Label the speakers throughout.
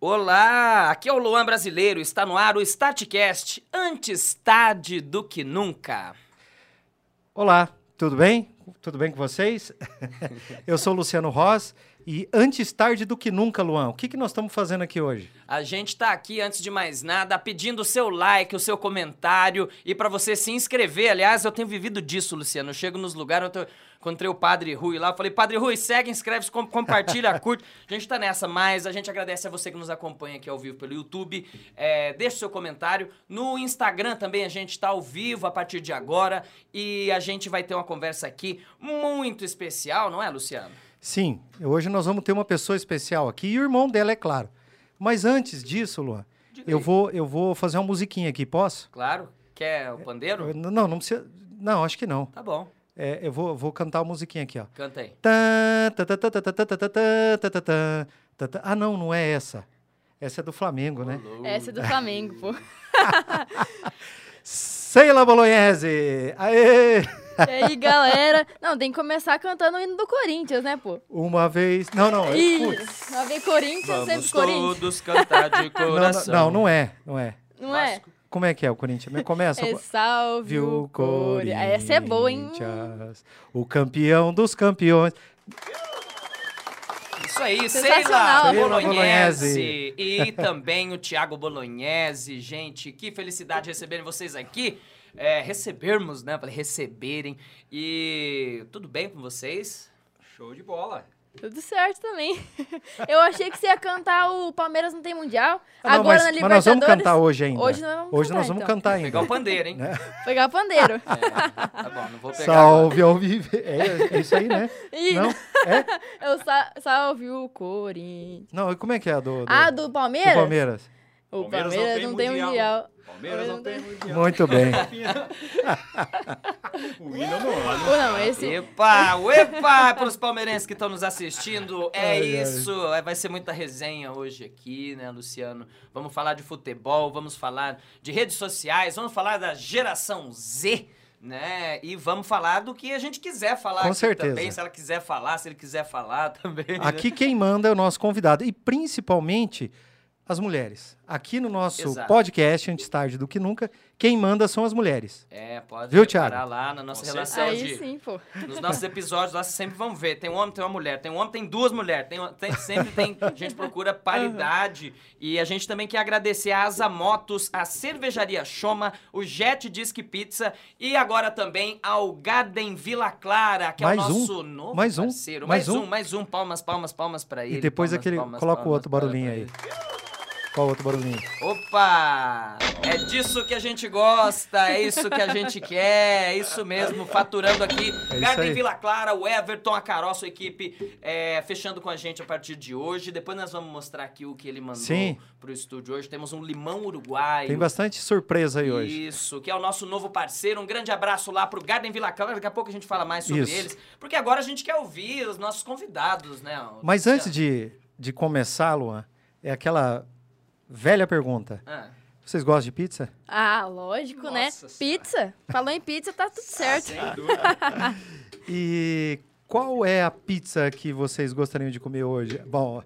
Speaker 1: Olá, aqui é o Luan Brasileiro, está no ar o Statcast, antes tarde do que nunca.
Speaker 2: Olá, tudo bem? Tudo bem com vocês? Eu sou o Luciano Ross e antes tarde do que nunca, Luan, o que, que nós estamos fazendo aqui hoje?
Speaker 1: A gente está aqui, antes de mais nada, pedindo o seu like, o seu comentário e para você se inscrever. Aliás, eu tenho vivido disso, Luciano. Eu chego nos lugares, eu encontrei o Padre Rui lá, eu falei, Padre Rui, segue, inscreve-se, com- compartilha, curte. A gente tá nessa, mas a gente agradece a você que nos acompanha aqui ao vivo pelo YouTube. É, deixa o seu comentário. No Instagram também a gente tá ao vivo a partir de agora e a gente vai ter uma conversa aqui muito especial, não é, Luciano?
Speaker 2: Sim, hoje nós vamos ter uma pessoa especial aqui e o irmão dela, é claro. Mas antes disso, Luan,
Speaker 1: Diga
Speaker 2: eu
Speaker 1: aí.
Speaker 2: vou, eu vou fazer uma musiquinha aqui, posso?
Speaker 1: Claro. Quer o pandeiro?
Speaker 2: Eu- Não, não precisa. Não, acho que não.
Speaker 1: Tá bom.
Speaker 2: É, eu vou, vou cantar uma musiquinha aqui, ó.
Speaker 1: Canta aí.
Speaker 2: Tã, tã, tã, tã, tã, tã, tã, tã, tã, tã, tã, tã, tã, tã. Ah, não, não é essa. Essa é do Flamengo, né?
Speaker 3: Essa é do Flamengo, pô.
Speaker 2: Seila Bolognese! Aê!
Speaker 3: E aí, galera? Não, tem que começar cantando o hino do Corinthians, né, pô?
Speaker 2: Uma vez. Não, não. é-
Speaker 3: Ih,
Speaker 2: putz.
Speaker 3: lá vem Corinthians, sempre
Speaker 1: Vamos
Speaker 3: Corinthians.
Speaker 1: todos cantar de
Speaker 2: Não,
Speaker 1: coração.
Speaker 2: não, não é, não é.
Speaker 3: Não é?
Speaker 1: Vasco.
Speaker 2: Como é que é o Corinthians? Começa.
Speaker 3: É salve o Corinthians. Essa é boa, hein?
Speaker 2: Corinthians, O campeão dos campeões.
Speaker 1: Isso aí,
Speaker 3: Sensacional.
Speaker 1: Seila
Speaker 2: Sheila
Speaker 1: Bolognese e também o Thiago Bolognese. Gente, que felicidade receberem vocês aqui. É, recebermos, né? Falei, receberem. E tudo bem com vocês?
Speaker 4: Show de bola.
Speaker 3: Tudo certo também. Eu achei que você ia cantar o Palmeiras não tem mundial.
Speaker 2: Ah, não,
Speaker 3: Agora
Speaker 2: mas, mas
Speaker 3: na
Speaker 2: nós
Speaker 3: Libertadores.
Speaker 2: vamos cantar hoje ainda.
Speaker 3: Hoje nós vamos
Speaker 2: Hoje
Speaker 3: cantar,
Speaker 2: nós vamos
Speaker 3: então.
Speaker 2: cantar
Speaker 1: Pegar o
Speaker 2: ainda.
Speaker 1: pandeiro,
Speaker 3: Né?
Speaker 1: hein?
Speaker 3: Pegar o pandeiro.
Speaker 1: Tá bom, não vou pegar. agora.
Speaker 2: Salve ao vivo. É, é isso aí, né?
Speaker 3: Ih,
Speaker 2: Não? É?
Speaker 3: eu sa- salve o Corinthians.
Speaker 2: Não, e como é que é a do, do,
Speaker 3: Ah,
Speaker 2: do
Speaker 3: do Palmeiras?
Speaker 2: Palmeiras?
Speaker 3: O
Speaker 4: Palmeiras
Speaker 3: Palmeiras,
Speaker 4: não tem
Speaker 3: não tem mundial.
Speaker 4: mundial. Palmeiras não
Speaker 3: né?
Speaker 4: tem mundial.
Speaker 2: Muito bem.
Speaker 4: O William não né? olha.
Speaker 3: Ou não, esse.
Speaker 1: Epa, epa, para os palmeirenses que estão nos assistindo, é
Speaker 2: Ai, ai.
Speaker 1: isso. é, Vai ser muita resenha hoje aqui, né, Luciano? Vamos falar de futebol, vamos falar de redes sociais, vamos falar da geração Z, né? E vamos falar do que a gente quiser falar
Speaker 2: Com
Speaker 1: aqui
Speaker 2: certeza.
Speaker 1: também, se ela quiser falar, se ele quiser falar também. né?
Speaker 2: Aqui quem manda é o nosso convidado e principalmente as mulheres. Aqui no nosso
Speaker 1: Exato.
Speaker 2: podcast, antes tarde do que nunca, quem manda são as mulheres.
Speaker 1: É, pode
Speaker 2: Viu,
Speaker 1: reparar
Speaker 2: Thiago?
Speaker 1: lá na nossa
Speaker 4: Com
Speaker 1: relação
Speaker 3: Aí
Speaker 1: de
Speaker 3: sim, pô.
Speaker 1: Nos nossos episódios lá, vocês sempre vão ver. Tem um homem, tem uma mulher. Tem um homem, tem duas mulheres. Tem, uma- tem- sempre tem... A gente procura paridade. E a gente também quer agradecer a Asa Motos, a Cervejaria Choma, o Jet Disque Pizza e agora também ao Garden Vila Clara, que é
Speaker 2: Mais
Speaker 1: o
Speaker 2: um,
Speaker 1: nosso novo
Speaker 2: mais um,
Speaker 1: parceiro.
Speaker 2: mais
Speaker 1: Mais,
Speaker 2: um.
Speaker 1: um, mais um. Palmas, palmas, palmas pra ele.
Speaker 2: e depois
Speaker 1: palmas,
Speaker 2: aquele.
Speaker 1: palmas,
Speaker 2: coloca o
Speaker 1: palmas
Speaker 2: outro
Speaker 1: para-
Speaker 2: barulhinho aí. Qual o outro barulhinho?
Speaker 1: Opa! É disso que a gente gosta, é isso que a gente quer, é isso mesmo, faturando aqui.
Speaker 2: É isso
Speaker 1: Garden
Speaker 2: aí.
Speaker 1: Vila Clara, o Everton, a Carol, sua equipe, é, fechando com a gente a partir de hoje. Depois nós vamos mostrar aqui o que ele mandou
Speaker 2: Sim.
Speaker 1: pro estúdio hoje. Temos um limão uruguaio.
Speaker 2: Tem bastante surpresa aí hoje.
Speaker 1: Isso, que é o nosso novo parceiro. Um grande abraço lá pro Garden Vila Clara. Daqui a pouco a gente fala mais sobre
Speaker 2: Isso.
Speaker 1: eles. Porque agora a gente quer ouvir os nossos convidados, né?
Speaker 2: Mas antes de, de começar, Luan, é aquela velha pergunta.
Speaker 1: Ah.
Speaker 2: Vocês gostam de pizza?
Speaker 3: Ah, lógico, né?
Speaker 4: Nossa Senhora.
Speaker 3: Pizza. Falou em pizza, tá tudo certo.
Speaker 4: Sem dúvida.
Speaker 2: E qual é a pizza que vocês gostariam de comer hoje? Bom,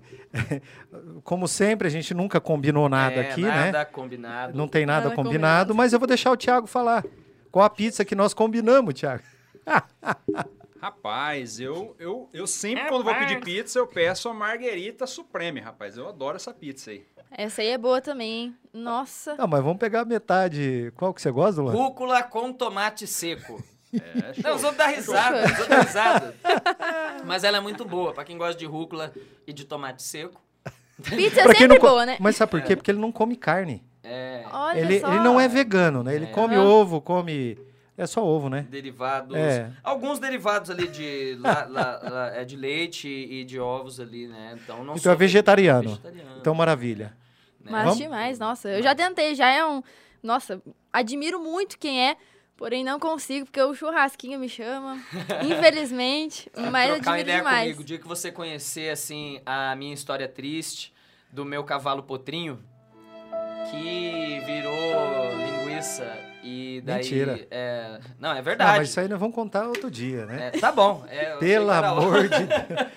Speaker 2: como sempre, a gente nunca combinou nada
Speaker 1: É,
Speaker 2: aqui, né?
Speaker 1: Nada combinado.
Speaker 2: Não tem nada,
Speaker 3: Nada
Speaker 2: combinado,
Speaker 3: combinado.
Speaker 2: mas eu vou deixar o Thiago falar. Qual a pizza que nós combinamos, Thiago?
Speaker 4: Rapaz, eu, eu, eu sempre quando vou pedir pizza, eu peço a Marguerita Supreme, rapaz. Eu adoro essa pizza aí.
Speaker 3: Essa aí é boa também, hein? Nossa.
Speaker 2: Não, mas vamos pegar a metade. Qual que você gosta, Luan?
Speaker 1: Rúcula com tomate seco.
Speaker 4: É, show.
Speaker 1: Não, os outros dão risada, os outros dão risada. Mas ela é muito boa, pra quem gosta de rúcula e de tomate seco.
Speaker 3: Pizza é
Speaker 2: Pra quem
Speaker 3: sempre
Speaker 2: não co-
Speaker 3: boa, né?
Speaker 2: Mas sabe por quê? Porque ele não come carne.
Speaker 3: Olha
Speaker 2: Ele,
Speaker 3: só.
Speaker 2: ele não é vegano, né? Ele come
Speaker 3: Ah.
Speaker 2: ovo, come. É só ovo, né?
Speaker 1: Derivados.
Speaker 2: É.
Speaker 1: Alguns derivados ali de, la- la- la- é de leite e de ovos ali, né? Então não
Speaker 2: Então é
Speaker 1: sou
Speaker 2: vegetariano.
Speaker 1: vegetariano,
Speaker 2: Então maravilha.
Speaker 1: né?
Speaker 3: Mas
Speaker 2: Vamos?
Speaker 3: demais, nossa. Eu já tentei, já é um... Nossa, admiro muito quem é, porém não consigo, porque o churrasquinho me chama, infelizmente. Mas
Speaker 1: É trocar uma
Speaker 3: admiro
Speaker 1: ideia
Speaker 3: demais.
Speaker 1: comigo. O dia que você conhecer, assim, a minha história triste do meu cavalo potrinho, que virou linguiça E daí.
Speaker 2: Mentira.
Speaker 1: é, Não, é
Speaker 2: Ah,
Speaker 1: verdade.
Speaker 2: mas isso aí nós vamos contar outro dia, né?
Speaker 1: É, tá bom. é, eu sei
Speaker 2: Pelo
Speaker 1: que era
Speaker 2: amor de Deus.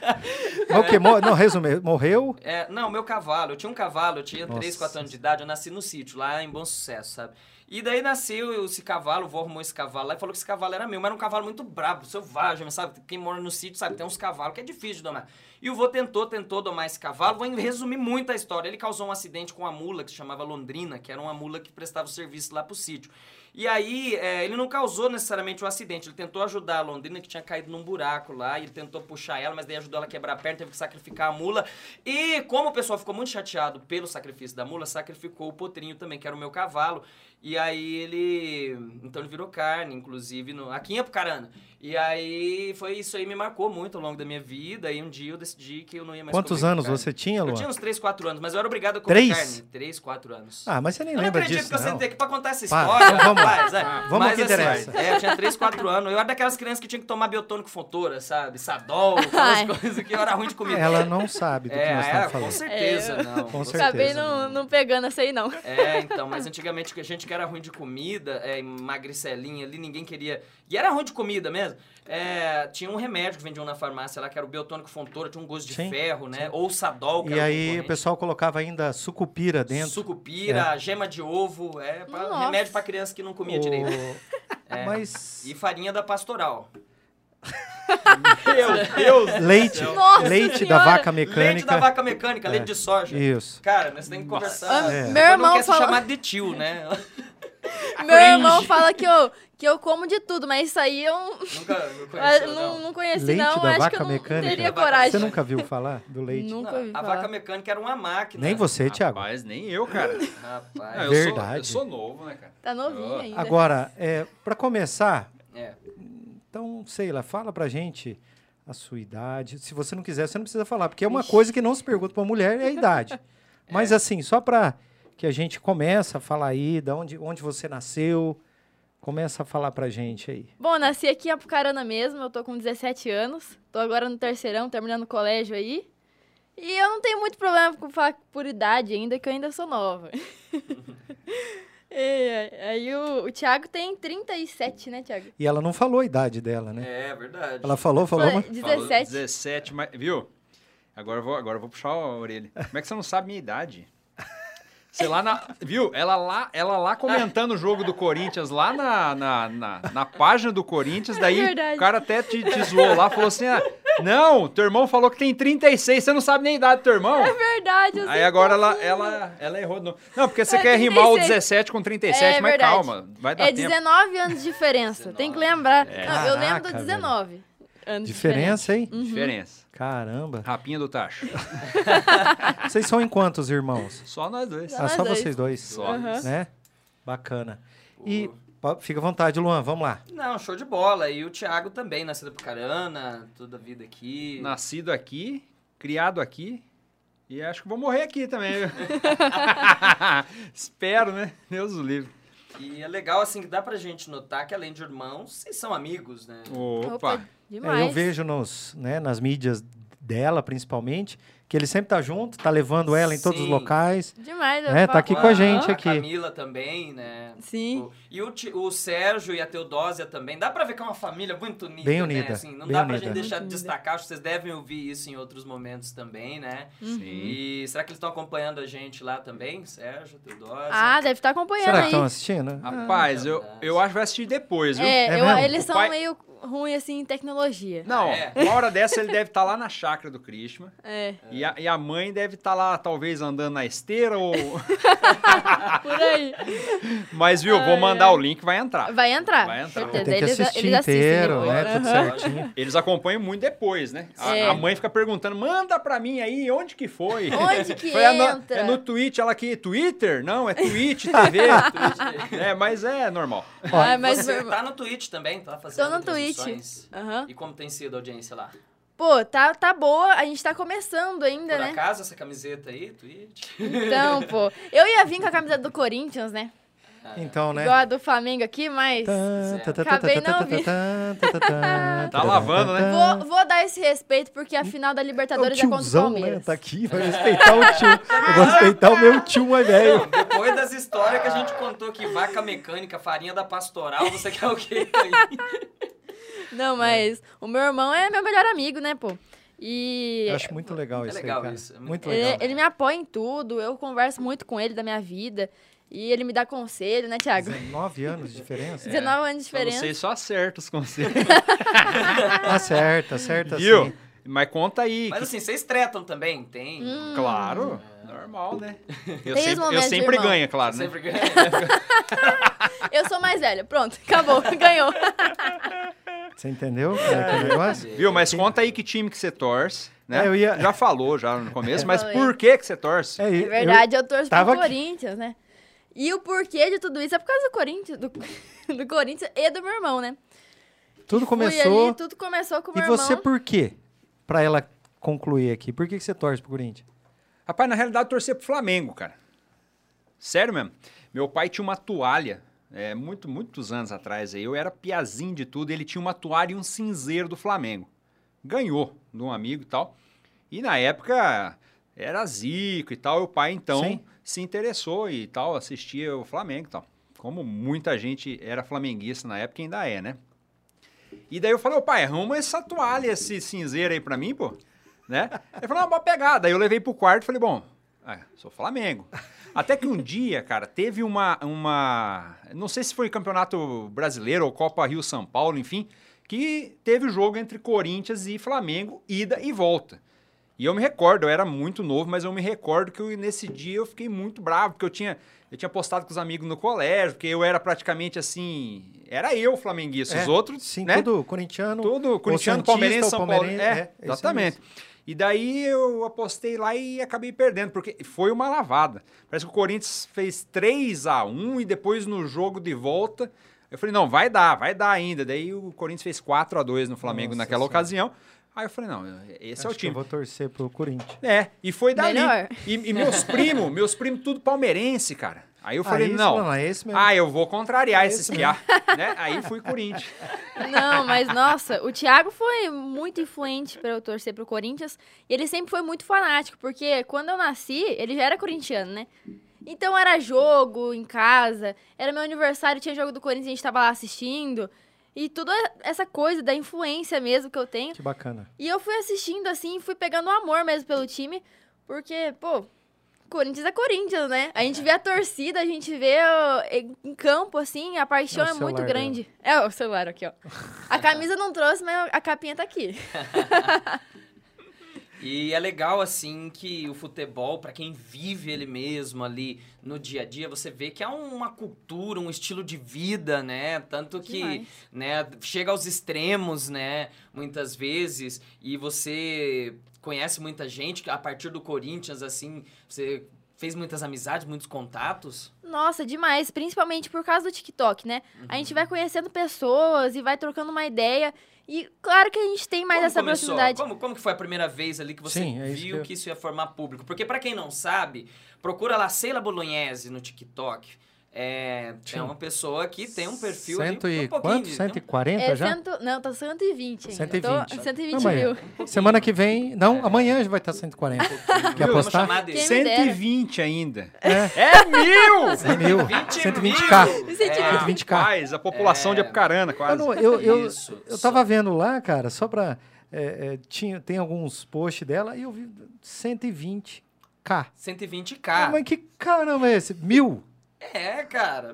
Speaker 2: Mas o quê? Mo- Não, resume. Morreu?
Speaker 1: É, não, meu cavalo. Eu tinha um cavalo, eu tinha
Speaker 2: Nossa.
Speaker 1: 3, 4 anos de idade, eu nasci no sítio, lá em Bom Sucesso, sabe? E daí nasceu esse cavalo, o vô arrumou esse cavalo lá e falou que esse cavalo era meu, mas era um cavalo muito brabo, selvagem, sabe? Quem mora no sítio sabe, tem uns cavalos que é difícil de domar. E o vô tentou, tentou domar esse cavalo, vou resumir muito a história. Ele causou um acidente com uma mula que se chamava Londrina, que era uma mula que prestava o serviço lá pro sítio. E aí, é, ele não causou necessariamente um acidente. Ele tentou ajudar a Londrina, que tinha caído num buraco lá, e ele tentou puxar ela, mas daí ajudou ela a quebrar a perna, teve que sacrificar a mula. E como o pessoal ficou muito chateado pelo sacrifício da mula, sacrificou o potrinho também, que era o meu cavalo. E aí ele. Então ele virou carne, inclusive, no... aqui em Apucarana. E aí foi isso aí, me marcou muito ao longo da minha vida. E um dia eu decidi que eu não ia mais
Speaker 2: Quantos
Speaker 1: comer
Speaker 2: anos
Speaker 1: carne.
Speaker 2: você tinha,
Speaker 1: Eu
Speaker 2: Luan?
Speaker 1: tinha uns 3, 4 anos, mas eu era obrigado a comer
Speaker 2: Três?
Speaker 1: carne. 3, 4 anos.
Speaker 2: Ah, mas você nem
Speaker 1: Eu não
Speaker 2: lembra
Speaker 1: acredito
Speaker 2: disso,
Speaker 1: que eu sentei
Speaker 2: não.
Speaker 1: aqui pra contar essa
Speaker 2: Para,
Speaker 1: história,
Speaker 2: vamos.
Speaker 1: rapaz. É.
Speaker 2: Vamos ao
Speaker 1: Mas,
Speaker 2: que
Speaker 1: assim,
Speaker 2: interessa.
Speaker 1: é, eu tinha 3, 4 anos. Eu era daquelas crianças que tinha que tomar biotônico fontora, sabe? Sadol, aquelas
Speaker 3: Ai.
Speaker 1: coisas que eu era ruim de comida.
Speaker 2: Ela não sabe do que
Speaker 1: é,
Speaker 2: nós
Speaker 1: é,
Speaker 2: estamos
Speaker 1: com
Speaker 2: falando.
Speaker 1: certeza,
Speaker 3: É,
Speaker 1: não.
Speaker 2: Com certeza. né?
Speaker 3: Acabei não, não pegando essa aí, não.
Speaker 1: É, então, mas antigamente a gente que era ruim de comida, é, em magricelinha ali, ninguém queria. E era ruim de comida mesmo. É, tinha um remédio que vendiam na farmácia lá, que era o biotônico fontora, tinha um gosto de
Speaker 2: Sim,
Speaker 1: ferro, né? Ou sadol, que
Speaker 2: E
Speaker 1: era o
Speaker 2: aí o
Speaker 1: concorrente.
Speaker 2: pessoal colocava ainda sucupira dentro. é.
Speaker 1: Sucupira, gema de ovo, é pra-
Speaker 3: Nossa.
Speaker 1: remédio pra criança que não comia direito.
Speaker 2: O-
Speaker 1: É.
Speaker 2: Mas
Speaker 1: E farinha da pastoral.
Speaker 4: Meu Deus!
Speaker 2: leite,
Speaker 3: Nossa
Speaker 2: leite da
Speaker 3: Senhora!
Speaker 2: vaca
Speaker 1: Leite
Speaker 2: mecânica.
Speaker 1: da vaca mecânica, leite de soja.
Speaker 2: Isso.
Speaker 1: Cara, mas você tem que conversar.
Speaker 3: É.
Speaker 1: Depois
Speaker 3: Meu irmão
Speaker 1: não quer
Speaker 3: falou-
Speaker 1: ser chamado de tio, né?
Speaker 3: Meu irmão fala que eu, que eu como de tudo, mas isso aí eu não-
Speaker 1: Nunca conheceu,
Speaker 3: não,
Speaker 1: não.
Speaker 3: não conheci,
Speaker 2: Leite
Speaker 3: não.
Speaker 2: da
Speaker 3: Acho que
Speaker 2: vaca
Speaker 3: eu não, não
Speaker 2: mecânica?
Speaker 3: teria
Speaker 1: Você
Speaker 3: coragem.
Speaker 2: Você nunca viu falar do leite?
Speaker 3: Nunca
Speaker 1: Não,
Speaker 3: ouvi
Speaker 1: a
Speaker 3: falar.
Speaker 1: vaca mecânica era uma máquina.
Speaker 2: Nem você, Thiago.
Speaker 4: Rapaz, nem eu, cara.
Speaker 1: Rapaz.
Speaker 4: Não, eu
Speaker 2: é Verdade.
Speaker 4: Sou, eu sou novo, né, cara?
Speaker 3: Tá novinho
Speaker 4: Ó,
Speaker 3: ainda.
Speaker 2: Agora, é, para começar,
Speaker 1: É.
Speaker 2: então, sei lá, fala pra gente a sua idade. Se você não quiser, você não precisa falar, porque é uma coisa que não se pergunta pra mulher, é a idade. Mas assim, só pra que a gente começa a falar aí, da onde, onde você nasceu, começa a falar pra gente aí.
Speaker 3: Bom, nasci aqui em Apucarana mesmo, eu tô com 17 anos. Tô agora no terceirão, terminando o colégio aí. E eu não tenho muito problema com falar por idade ainda, que eu ainda sou nova. É, aí o, o Thiago tem 37, né, Thiago?
Speaker 2: E ela não falou a idade dela, né?
Speaker 1: É, verdade.
Speaker 2: Ela falou, falou,
Speaker 3: Foi
Speaker 2: mas
Speaker 3: 17.
Speaker 4: 17, mas, viu? Agora eu, vou, agora eu vou puxar a orelha. Como é que você não sabe minha idade? Sei lá na. Viu? Ela lá, ela lá comentando o jogo do Corinthians, lá na, na, na, na página do Corinthians, daí
Speaker 3: É verdade.
Speaker 4: o cara até te, te zoou lá, falou assim: ah, não, teu irmão falou que tem 36, você não sabe nem a idade do teu irmão?
Speaker 3: Verdade, eu
Speaker 4: Aí
Speaker 3: sei
Speaker 4: agora ela,
Speaker 3: pouquinho.
Speaker 4: ela, ela errou de novo. Não, porque você
Speaker 3: É,
Speaker 4: quer rimar o
Speaker 3: 36.
Speaker 4: 17 com 37,
Speaker 3: É
Speaker 4: mas
Speaker 3: verdade.
Speaker 4: calma, vai dar
Speaker 3: É
Speaker 4: tá tempo.
Speaker 3: 19 anos de diferença, tem que lembrar. Não, eu
Speaker 2: Caraca,
Speaker 3: lembro do 19 anos de
Speaker 2: diferença, hein?
Speaker 3: Uhum.
Speaker 4: Diferença.
Speaker 2: Caramba.
Speaker 4: Rapinha do Tacho.
Speaker 2: Vocês são em quantos irmãos?
Speaker 4: Só nós dois.
Speaker 2: Ah,
Speaker 3: nós
Speaker 2: só
Speaker 3: dois.
Speaker 2: vocês dois.
Speaker 4: Só.
Speaker 3: Aham.
Speaker 2: Né? Bacana. E pa- fica à vontade, Luan, vamos lá.
Speaker 1: Não, show de bola. E o Thiago também, nascido por Carana, toda a vida aqui.
Speaker 4: Nascido aqui, criado aqui. E acho que vou morrer aqui também. viu? Espero, né? Deus o livre.
Speaker 1: E é legal, assim, que dá pra gente notar que além de irmãos, vocês são amigos, né?
Speaker 4: Opa.
Speaker 3: Opa,
Speaker 2: É,
Speaker 3: demais.
Speaker 2: eu vejo nos, né, nas mídias dela, principalmente, que ele sempre tá junto, tá levando ela em todos os
Speaker 1: Sim.
Speaker 2: locais.
Speaker 3: Demais. eu
Speaker 2: É, tá
Speaker 3: falo-
Speaker 2: aqui com a gente
Speaker 1: a
Speaker 2: aqui.
Speaker 1: Camila também, né?
Speaker 3: Sim.
Speaker 1: E o, Ti- o Sérgio e a Teodósia também. Dá pra ver que é uma família muito unida,
Speaker 2: Bem
Speaker 1: né?
Speaker 2: unida,
Speaker 1: Assim, não
Speaker 2: bem
Speaker 1: dá pra
Speaker 2: unida.
Speaker 1: gente deixar de
Speaker 3: Muito unida.
Speaker 1: destacar. Acho que vocês devem ouvir isso em outros momentos também, né?
Speaker 4: Sim.
Speaker 1: E será que eles estão acompanhando a gente lá também? Sérgio, Teodósia?
Speaker 3: Ah, deve estar acompanhando
Speaker 2: Será que
Speaker 3: aí. Ah,
Speaker 2: estão assistindo?
Speaker 4: Rapaz, eu, eu acho que vai assistir depois, viu?
Speaker 3: Uhum. É,
Speaker 2: É
Speaker 3: eu-
Speaker 2: mesmo?
Speaker 3: eles
Speaker 4: O
Speaker 3: são
Speaker 4: pai-
Speaker 3: meio ruins assim em tecnologia.
Speaker 4: Não,
Speaker 1: É.
Speaker 4: uma hora dessa ele deve estar lá na chácara do Krishna.
Speaker 3: É,
Speaker 4: E, a, e a mãe deve estar lá, talvez, andando na esteira ou. Ah.
Speaker 3: por aí.
Speaker 4: Mas, viu, vou
Speaker 3: Ai,
Speaker 4: mandar
Speaker 3: ai.
Speaker 4: o link, vai entrar.
Speaker 3: Vai entrar.
Speaker 4: Vai entrar.
Speaker 3: certeza.
Speaker 2: Tem que
Speaker 3: Eles-
Speaker 2: assistir
Speaker 3: eles assistem
Speaker 2: inteiro,
Speaker 3: depois.
Speaker 2: né?
Speaker 4: é
Speaker 3: Aham.
Speaker 2: Tudo certinho.
Speaker 4: Eles acompanham muito depois, né? A,
Speaker 3: É.
Speaker 4: a mãe fica perguntando, manda pra mim aí, onde que foi?
Speaker 3: Onde que
Speaker 4: Falei, "Ah, no-
Speaker 3: entra?"
Speaker 4: é no Twitch, ela aqui, Twitter? Não, é Twitch TV. é, mas é normal.
Speaker 3: Ah, mas
Speaker 1: Você
Speaker 3: meu-
Speaker 1: tá no Twitch também, tá fazendo
Speaker 3: Tô no Twitch.
Speaker 1: transmissões?
Speaker 3: Aham.
Speaker 1: E como tem sido a audiência lá?
Speaker 3: Pô, tá, tá boa, a gente tá começando ainda,
Speaker 1: Por
Speaker 3: né?
Speaker 1: acaso essa camiseta aí, Twitch?
Speaker 3: Então, pô. Eu ia vir com a camisa do Corinthians, né?
Speaker 2: Então, né? Tá.
Speaker 3: Igual a do Flamengo aqui, mas.
Speaker 2: Tan, tan, tan, tan,
Speaker 3: Acabei
Speaker 2: tan,
Speaker 3: não
Speaker 2: tan,
Speaker 3: ouvindo.
Speaker 2: tan, tan, tan, tan,
Speaker 4: Tá
Speaker 2: tan,
Speaker 4: lavando,
Speaker 2: tan,
Speaker 4: né?
Speaker 2: tan.
Speaker 3: Vou, vou dar esse respeito, porque a final da
Speaker 2: O
Speaker 3: Libertadores é contra o
Speaker 2: tiozão, né?
Speaker 3: Palmeiras.
Speaker 2: Tá aqui, vai respeitar o tio. Eu vou respeitar o meu tio mais velho.
Speaker 1: Não, depois da das histórias que a gente contou que vaca mecânica, farinha da pastoral, você quer o quê?
Speaker 3: Não, mas o meu irmão é meu melhor amigo, né, pô? E
Speaker 2: Eu acho muito legal
Speaker 1: é
Speaker 2: isso
Speaker 1: legal
Speaker 2: aí, cara.
Speaker 1: isso, é muito
Speaker 2: Muito
Speaker 1: legal.
Speaker 2: legal.
Speaker 3: ele, ele me apoia em tudo, eu converso muito com ele da minha vida. E ele me dá conselho, né, Thiago?
Speaker 2: 19 anos de diferença?
Speaker 3: 19 anos de
Speaker 4: Pra
Speaker 3: diferença.
Speaker 4: vocês só acerta os conselhos.
Speaker 2: Acerta, acerta
Speaker 4: Viu?
Speaker 2: sim.
Speaker 4: Mas conta aí.
Speaker 1: Mas
Speaker 4: que-
Speaker 1: assim, vocês tretam também? Tem.
Speaker 3: Hum.
Speaker 4: Claro. Normal, né? Eu
Speaker 3: Tem os
Speaker 4: sempre, eu
Speaker 3: momentos de
Speaker 4: sempre
Speaker 3: irmão.
Speaker 4: ganho, é claro, né?
Speaker 1: Sempre ganha.
Speaker 3: Eu sou mais velha. Pronto, acabou. Ganhou.
Speaker 2: Você entendeu? como É, que é o negócio?
Speaker 4: né? Viu? Mas conta aí que time que você torce, né?
Speaker 2: É, eu ia-
Speaker 4: Já falou já no começo, mas
Speaker 3: Falei.
Speaker 4: por que que você torce?
Speaker 2: É,
Speaker 3: É
Speaker 2: eu-
Speaker 3: verdade, eu, torço
Speaker 2: tava
Speaker 3: pro
Speaker 2: aqui.
Speaker 3: Corinthians, né? E o porquê de tudo isso é por causa do Corinthians, do, do Corinthians e do meu irmão, né?
Speaker 2: tudo
Speaker 3: Fui
Speaker 2: começou.
Speaker 3: ali, tudo começou com o
Speaker 2: e
Speaker 3: meu
Speaker 2: você
Speaker 3: irmão.
Speaker 2: por quê? Pra ela concluir aqui. Por que, que você torce pro Corinthians?
Speaker 4: Rapaz, na realidade, eu torcia pro Flamengo, cara. Sério mesmo. Meu pai tinha uma toalha, é, muito, muitos anos atrás, aí, eu era piazinho de tudo, ele tinha uma toalha e um cinzeiro do Flamengo. Ganhou de um amigo e tal. E na época era zico e tal, e o pai então
Speaker 2: Sim.
Speaker 4: se interessou e tal, assistia o Flamengo e tal. Como muita gente era flamenguista na época, ainda é, né? E daí eu falei, ô pai, arruma essa toalha, esse cinzeiro aí pra mim, pô. Né? Ele falou, não, pode pegar. Daí eu levei pro quarto e falei, bom, ah, sou Flamengo. Até que um dia, cara, teve uma, uma. Não sei se foi Campeonato Brasileiro ou Copa Rio São Paulo, enfim, que teve o jogo entre Corinthians e Flamengo, ida e volta. E eu me recordo, eu era muito novo, mas eu me recordo que eu- nesse dia eu fiquei muito bravo, porque eu tinha, eu tinha postado com os amigos no colégio, porque eu era praticamente assim. Era eu flamenguista, os
Speaker 2: É,
Speaker 4: outros.
Speaker 2: Sim,
Speaker 4: né?
Speaker 2: tudo corintiano.
Speaker 4: Tudo,
Speaker 2: ou
Speaker 4: corintiano,
Speaker 2: santista,
Speaker 4: palmeirense,
Speaker 2: ou
Speaker 4: São Paulo.
Speaker 2: palmeirense, né?
Speaker 4: É,
Speaker 2: isso
Speaker 4: exatamente. E daí eu apostei lá e acabei perdendo, porque foi uma lavada. Parece que o Corinthians fez 3 a 1 e depois no jogo de volta, eu falei, não, vai dar, vai dar ainda. Daí o Corinthians fez 4 a 2 no Flamengo
Speaker 2: Nossa
Speaker 4: naquela
Speaker 2: Senhora.
Speaker 4: ocasião. Aí eu falei, não, esse
Speaker 2: Acho que
Speaker 4: é o
Speaker 2: eu
Speaker 4: time.
Speaker 2: vou torcer pro Corinthians.
Speaker 4: É, e foi dali.
Speaker 3: Melhor.
Speaker 4: E, e meus primos, meus primos tudo palmeirense, cara. Aí eu
Speaker 2: Ah,
Speaker 4: falei,
Speaker 2: isso,
Speaker 4: não,
Speaker 2: não, é esse mesmo. É
Speaker 4: ah, eu vou contrariar esses piá, né? Aí fui Corinthians.
Speaker 3: Não, mas nossa, o Thiago foi muito influente pra eu torcer pro Corinthians. E ele sempre foi muito fanático, porque quando eu nasci, ele já era corintiano, né? Então era jogo em casa, era meu aniversário, tinha jogo do Corinthians, a gente tava lá assistindo. E toda essa coisa da influência mesmo que eu tenho.
Speaker 4: Ah.
Speaker 2: Que bacana.
Speaker 3: E eu fui assistindo assim, fui pegando um amor mesmo pelo time, porque, pô, Corinthians é Corinthians, né? A
Speaker 2: É.
Speaker 3: gente vê a torcida, a gente vê ó, em- em campo, assim, a paixão
Speaker 2: É o
Speaker 3: é, muito
Speaker 2: celular
Speaker 3: grande. É o celular aqui, ó. A camisa eu não trouxe, mas a capinha tá aqui.
Speaker 1: E é legal, assim, que o futebol, pra quem vive ele mesmo ali no dia a dia, você vê que é uma cultura, um estilo de vida, né? Tanto que
Speaker 3: Demais.
Speaker 1: né, chega aos extremos, né? Muitas vezes. E você conhece muita gente que a partir do Corinthians, assim, você fez muitas amizades, muitos contatos.
Speaker 3: Nossa, demais, principalmente por causa do TikTok, né? A
Speaker 2: Uhum.
Speaker 3: gente vai conhecendo pessoas e vai trocando uma ideia. E claro que a gente tem mais
Speaker 1: Como
Speaker 3: essa
Speaker 1: começou?
Speaker 3: proximidade.
Speaker 1: Como, como que foi a primeira vez ali que você
Speaker 2: Sim, é isso
Speaker 1: viu
Speaker 2: que
Speaker 1: que,
Speaker 2: eu-
Speaker 1: isso ia formar público? Porque pra quem não sabe, procura lá Sheila Bolognese no TikTok. É,
Speaker 2: Sim.
Speaker 1: é uma pessoa que
Speaker 4: É
Speaker 1: tem um perfil
Speaker 2: Cento
Speaker 1: ali,
Speaker 2: e
Speaker 1: um pouquinho
Speaker 2: quanto?
Speaker 1: de-
Speaker 2: 140
Speaker 3: É,
Speaker 2: já?
Speaker 3: cento... Não, tá 120 ainda.
Speaker 2: 120.
Speaker 3: Tô... 120
Speaker 2: Não, mas-
Speaker 3: mil.
Speaker 1: um
Speaker 2: Semana que vem.
Speaker 4: É.
Speaker 2: Não, amanhã já vai estar 140. Quer
Speaker 1: Vamos
Speaker 2: apostar?
Speaker 1: chamar dele.
Speaker 3: Quem me dera.
Speaker 4: 120 ainda.
Speaker 2: É,
Speaker 4: É mil!
Speaker 2: mil.
Speaker 1: É.
Speaker 2: 120k.
Speaker 3: 120.
Speaker 2: 120k.
Speaker 4: Rapaz, a população de Apucarana,
Speaker 2: Eu,
Speaker 4: quase.
Speaker 2: não- eu, eu,
Speaker 1: Isso.
Speaker 2: eu tava vendo lá, cara, só pra. é, é, tinha, tem alguns posts dela e eu vi 120k.
Speaker 1: 120k.
Speaker 2: Mas que caramba é esse? Mil?
Speaker 1: É, cara.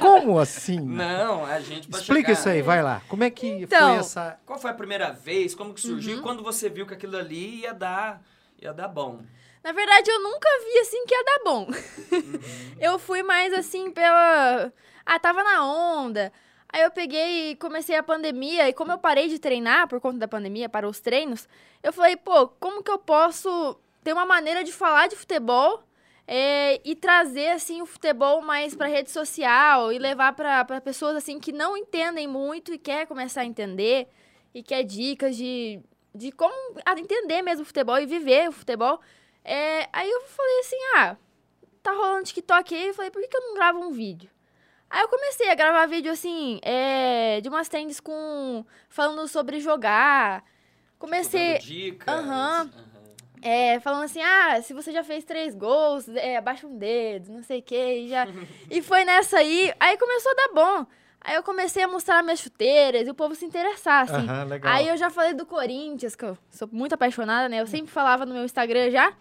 Speaker 2: Como assim?
Speaker 1: Não, a gente pra
Speaker 2: Explica
Speaker 1: chegar-
Speaker 2: isso aí, vai lá. Como é que
Speaker 3: Então,
Speaker 2: foi essa.
Speaker 1: Qual foi a primeira vez? Como que
Speaker 2: Uhum.
Speaker 1: surgiu? Quando você viu que aquilo ali ia dar, ia dar bom?
Speaker 3: Na verdade, eu nunca vi assim que ia dar bom. eu fui mais assim pela. Ah, tava na onda. Aí eu peguei e comecei a pandemia. E como eu parei de treinar por conta da pandemia, para os treinos, eu falei, pô, como que eu posso ter uma maneira de falar de futebol é, e trazer assim o futebol mais pra rede social e levar pra pra pessoas assim que não entendem muito e quer começar a entender e quer dicas de, de como a- entender mesmo o futebol e viver o futebol. É, aí eu falei assim, ah, tá rolando TikTok aí, eu falei, por que, que eu não gravo um vídeo? Aí eu comecei a gravar vídeo assim, é, de umas trends com falando sobre jogar.
Speaker 1: Tô Tipo, dando
Speaker 3: Comecei
Speaker 1: Dicas.
Speaker 3: Aham.
Speaker 1: Aham.
Speaker 3: É, falando assim, ah, se você já fez três gols, é, abaixa um dedo, não sei o quê, e já... e foi nessa aí, aí começou a dar bom. Aí eu comecei a mostrar minhas chuteiras e o povo se interessar, assim.
Speaker 2: Aham, legal.
Speaker 3: Aí eu já falei do Corinthians, que eu sou muito apaixonada,
Speaker 1: Hum.
Speaker 3: né? Eu sempre falava no meu Instagram já.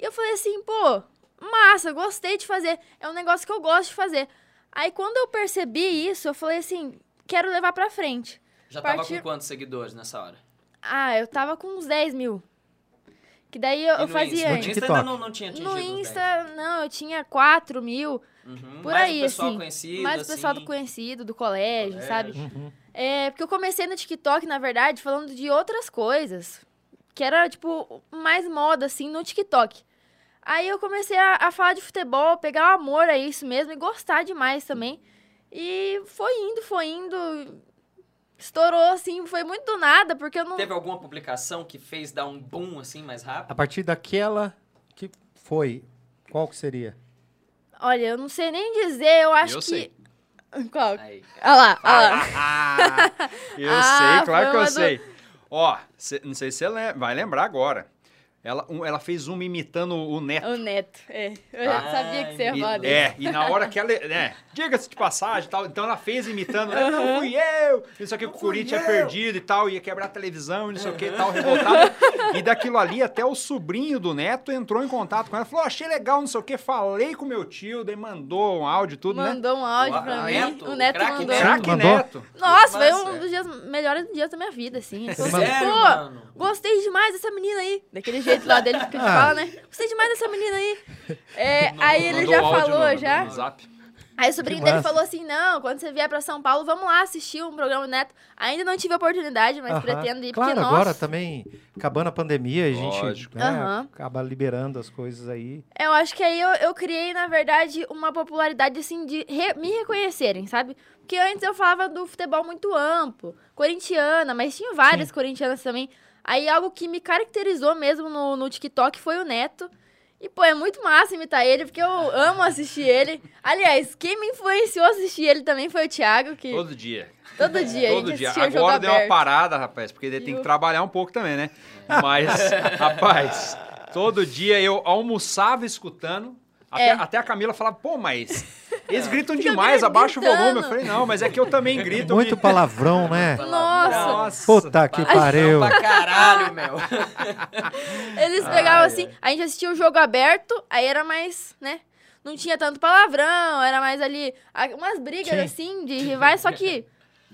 Speaker 3: E eu falei assim, pô, massa, gostei de fazer. É um negócio que eu gosto de fazer. Aí quando eu percebi isso, eu falei assim, quero levar pra frente.
Speaker 1: Já tava
Speaker 3: Partiu-
Speaker 1: com quantos seguidores nessa hora?
Speaker 3: Ah, eu tava com uns 10 mil. Que daí eu,
Speaker 1: E
Speaker 3: eu
Speaker 1: no
Speaker 3: fazia.
Speaker 1: Insta? No
Speaker 2: antes.
Speaker 1: Insta ainda
Speaker 2: TikTok.
Speaker 1: não, não tinha atingido
Speaker 3: No
Speaker 1: os 10.
Speaker 3: Insta, não, eu tinha 4 mil.
Speaker 1: Uhum.
Speaker 3: Por
Speaker 1: mais
Speaker 3: aí,
Speaker 1: o pessoal
Speaker 3: assim.
Speaker 1: conhecido,
Speaker 3: mais o pessoal do
Speaker 1: assim.
Speaker 3: conhecido, do colégio,
Speaker 1: Colégio.
Speaker 3: sabe?
Speaker 2: Uhum.
Speaker 3: É, porque eu comecei no TikTok, na verdade, falando de outras coisas. Que era, tipo, mais moda, assim, no TikTok. Aí eu comecei a, a falar de futebol, pegar o amor a isso mesmo e gostar demais também. E foi indo, foi indo. Estourou, assim, foi muito do nada, porque eu não.
Speaker 1: Teve alguma publicação que fez dar um boom assim mais
Speaker 2: A
Speaker 1: rápido?
Speaker 2: partir daquela que foi, qual que seria?
Speaker 3: Olha, eu não sei nem dizer, eu acho
Speaker 4: Eu
Speaker 3: que.
Speaker 4: sei.
Speaker 3: Qual?
Speaker 1: Aí.
Speaker 3: Ah lá, ah lá.
Speaker 4: Ah, eu
Speaker 3: Ah,
Speaker 4: sei, claro
Speaker 3: foi
Speaker 4: que eu
Speaker 3: uma do-
Speaker 4: sei. Ó, cê- não sei se você lem- vai lembrar agora. Ela, um- ela fez uma imitando o Neto.
Speaker 3: O Neto, é. Eu já
Speaker 1: Ah,
Speaker 3: sabia que você ia
Speaker 1: entendi.
Speaker 3: falar
Speaker 4: E,
Speaker 3: dele.
Speaker 4: é, e na hora que ela. né, Diga-se de passagem e tal. Então ela fez imitando. né, Não fui eu! Não sei o que, o
Speaker 1: fui
Speaker 4: Corinthians
Speaker 1: eu."
Speaker 4: é perdido e tal, ia quebrar a televisão, e não sei o que e tal, revoltado. e daquilo ali, até o sobrinho do Neto entrou em contato com ela. Falou: achei legal, não sei o que, falei com meu tio, daí mandou um áudio e tudo, né?
Speaker 3: Mandou um áudio pra
Speaker 1: O
Speaker 3: mim.
Speaker 1: Neto,
Speaker 3: o Neto
Speaker 1: craque
Speaker 3: mandou.
Speaker 4: Será que
Speaker 2: Mandou?
Speaker 4: Neto?
Speaker 3: Nossa, foi
Speaker 1: Massa.
Speaker 3: um dos dias, melhores dias da minha vida, assim. Eu falei,
Speaker 1: Sério,
Speaker 3: Pô,
Speaker 1: mano?
Speaker 3: gostei demais dessa menina aí. Daquele jeito lá dele que ele
Speaker 2: Ah.
Speaker 3: fala, né? Gostei demais dessa menina aí. É, aí ele
Speaker 4: Mandou
Speaker 3: já
Speaker 4: o áudio
Speaker 3: falou,
Speaker 4: no- no
Speaker 3: já.
Speaker 4: Zap.
Speaker 3: Aí o sobrinho
Speaker 2: Que
Speaker 3: dele
Speaker 2: massa.
Speaker 3: falou assim: não, quando você vier pra São Paulo, vamos lá assistir um programa do Neto. Ainda não tive a oportunidade, mas
Speaker 2: Aham.
Speaker 3: pretendo ir,
Speaker 2: Claro,
Speaker 3: porque
Speaker 2: agora tá
Speaker 3: nossa.
Speaker 2: também, acabando a pandemia, a gente
Speaker 4: Lógico.
Speaker 2: né,
Speaker 3: Aham.
Speaker 2: acaba liberando as coisas aí.
Speaker 3: Eu acho que aí eu, eu criei, na verdade, uma popularidade, assim, de re- me reconhecerem, sabe? Porque antes eu falava do futebol muito amplo, corintiana, mas tinha várias corintianas também. Aí algo que me caracterizou mesmo no, no TikTok foi o Neto. E, pô, é muito massa imitar ele, porque eu amo assistir ele. Aliás, quem me influenciou a assistir ele também foi o Thiago, que todo,
Speaker 4: Todo
Speaker 3: dia
Speaker 4: dia.
Speaker 3: a
Speaker 4: Todo
Speaker 3: gente
Speaker 4: dia.
Speaker 3: assistia o jogo
Speaker 4: Agora deu uma
Speaker 3: aberto.
Speaker 4: parada, rapaz, porque daí tem
Speaker 3: Viu?
Speaker 4: que trabalhar um pouco também, né? Mas, rapaz, todo dia eu almoçava escutando. Até,
Speaker 3: É.
Speaker 4: até a Camila falava, pô, mas eles gritam
Speaker 3: Fica
Speaker 4: demais,
Speaker 3: gritando.
Speaker 4: abaixa o volume. Eu falei, não, mas é que eu também grito.
Speaker 2: Muito
Speaker 4: me-
Speaker 2: palavrão, né?
Speaker 3: Nossa.
Speaker 2: Puta que
Speaker 1: Palavrão
Speaker 2: pariu.
Speaker 1: pra caralho, meu.
Speaker 3: Eles pegavam assim, a gente assistia o jogo aberto, aí era mais, né? Não tinha tanto palavrão, era mais ali a- umas brigas
Speaker 2: Sim.
Speaker 3: assim de rivais, só que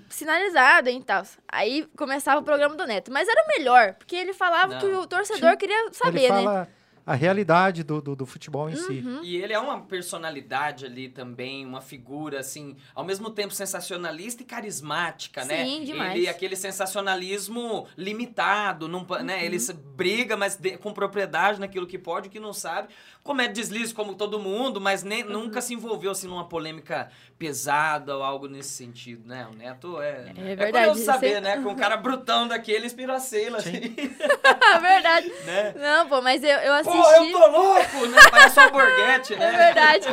Speaker 3: sinalizado e tal. Aí começava o programa do Neto, mas era o melhor, porque ele falava
Speaker 1: Não.
Speaker 3: que o torcedor queria saber,
Speaker 2: Ele
Speaker 3: né? Uhum.
Speaker 2: fala a realidade do, do, do futebol em si.
Speaker 1: E ele é uma personalidade ali também, uma figura, assim, ao mesmo tempo sensacionalista e carismática, né?
Speaker 3: Sim, demais.
Speaker 1: Ele, aquele sensacionalismo limitado, não, pa-
Speaker 3: Uhum.
Speaker 1: né? Ele se briga, mas de- com propriedade naquilo que pode, o que não sabe. Comete deslize como todo mundo, mas nem,
Speaker 3: Uhum.
Speaker 1: nunca se envolveu, assim, numa polêmica pesada ou algo nesse sentido, né? O Neto é...
Speaker 3: É
Speaker 1: É
Speaker 3: verdade.
Speaker 1: curioso saber,
Speaker 3: você-
Speaker 1: né? Com um cara brutão daquele, inspirou a Sheila, assim,
Speaker 3: É verdade.
Speaker 1: né?
Speaker 3: Não, pô, mas eu, eu
Speaker 1: Pô, eu
Speaker 3: assisti.
Speaker 1: tô louco, né? Parece um borguete,
Speaker 3: É
Speaker 1: né?
Speaker 3: verdade.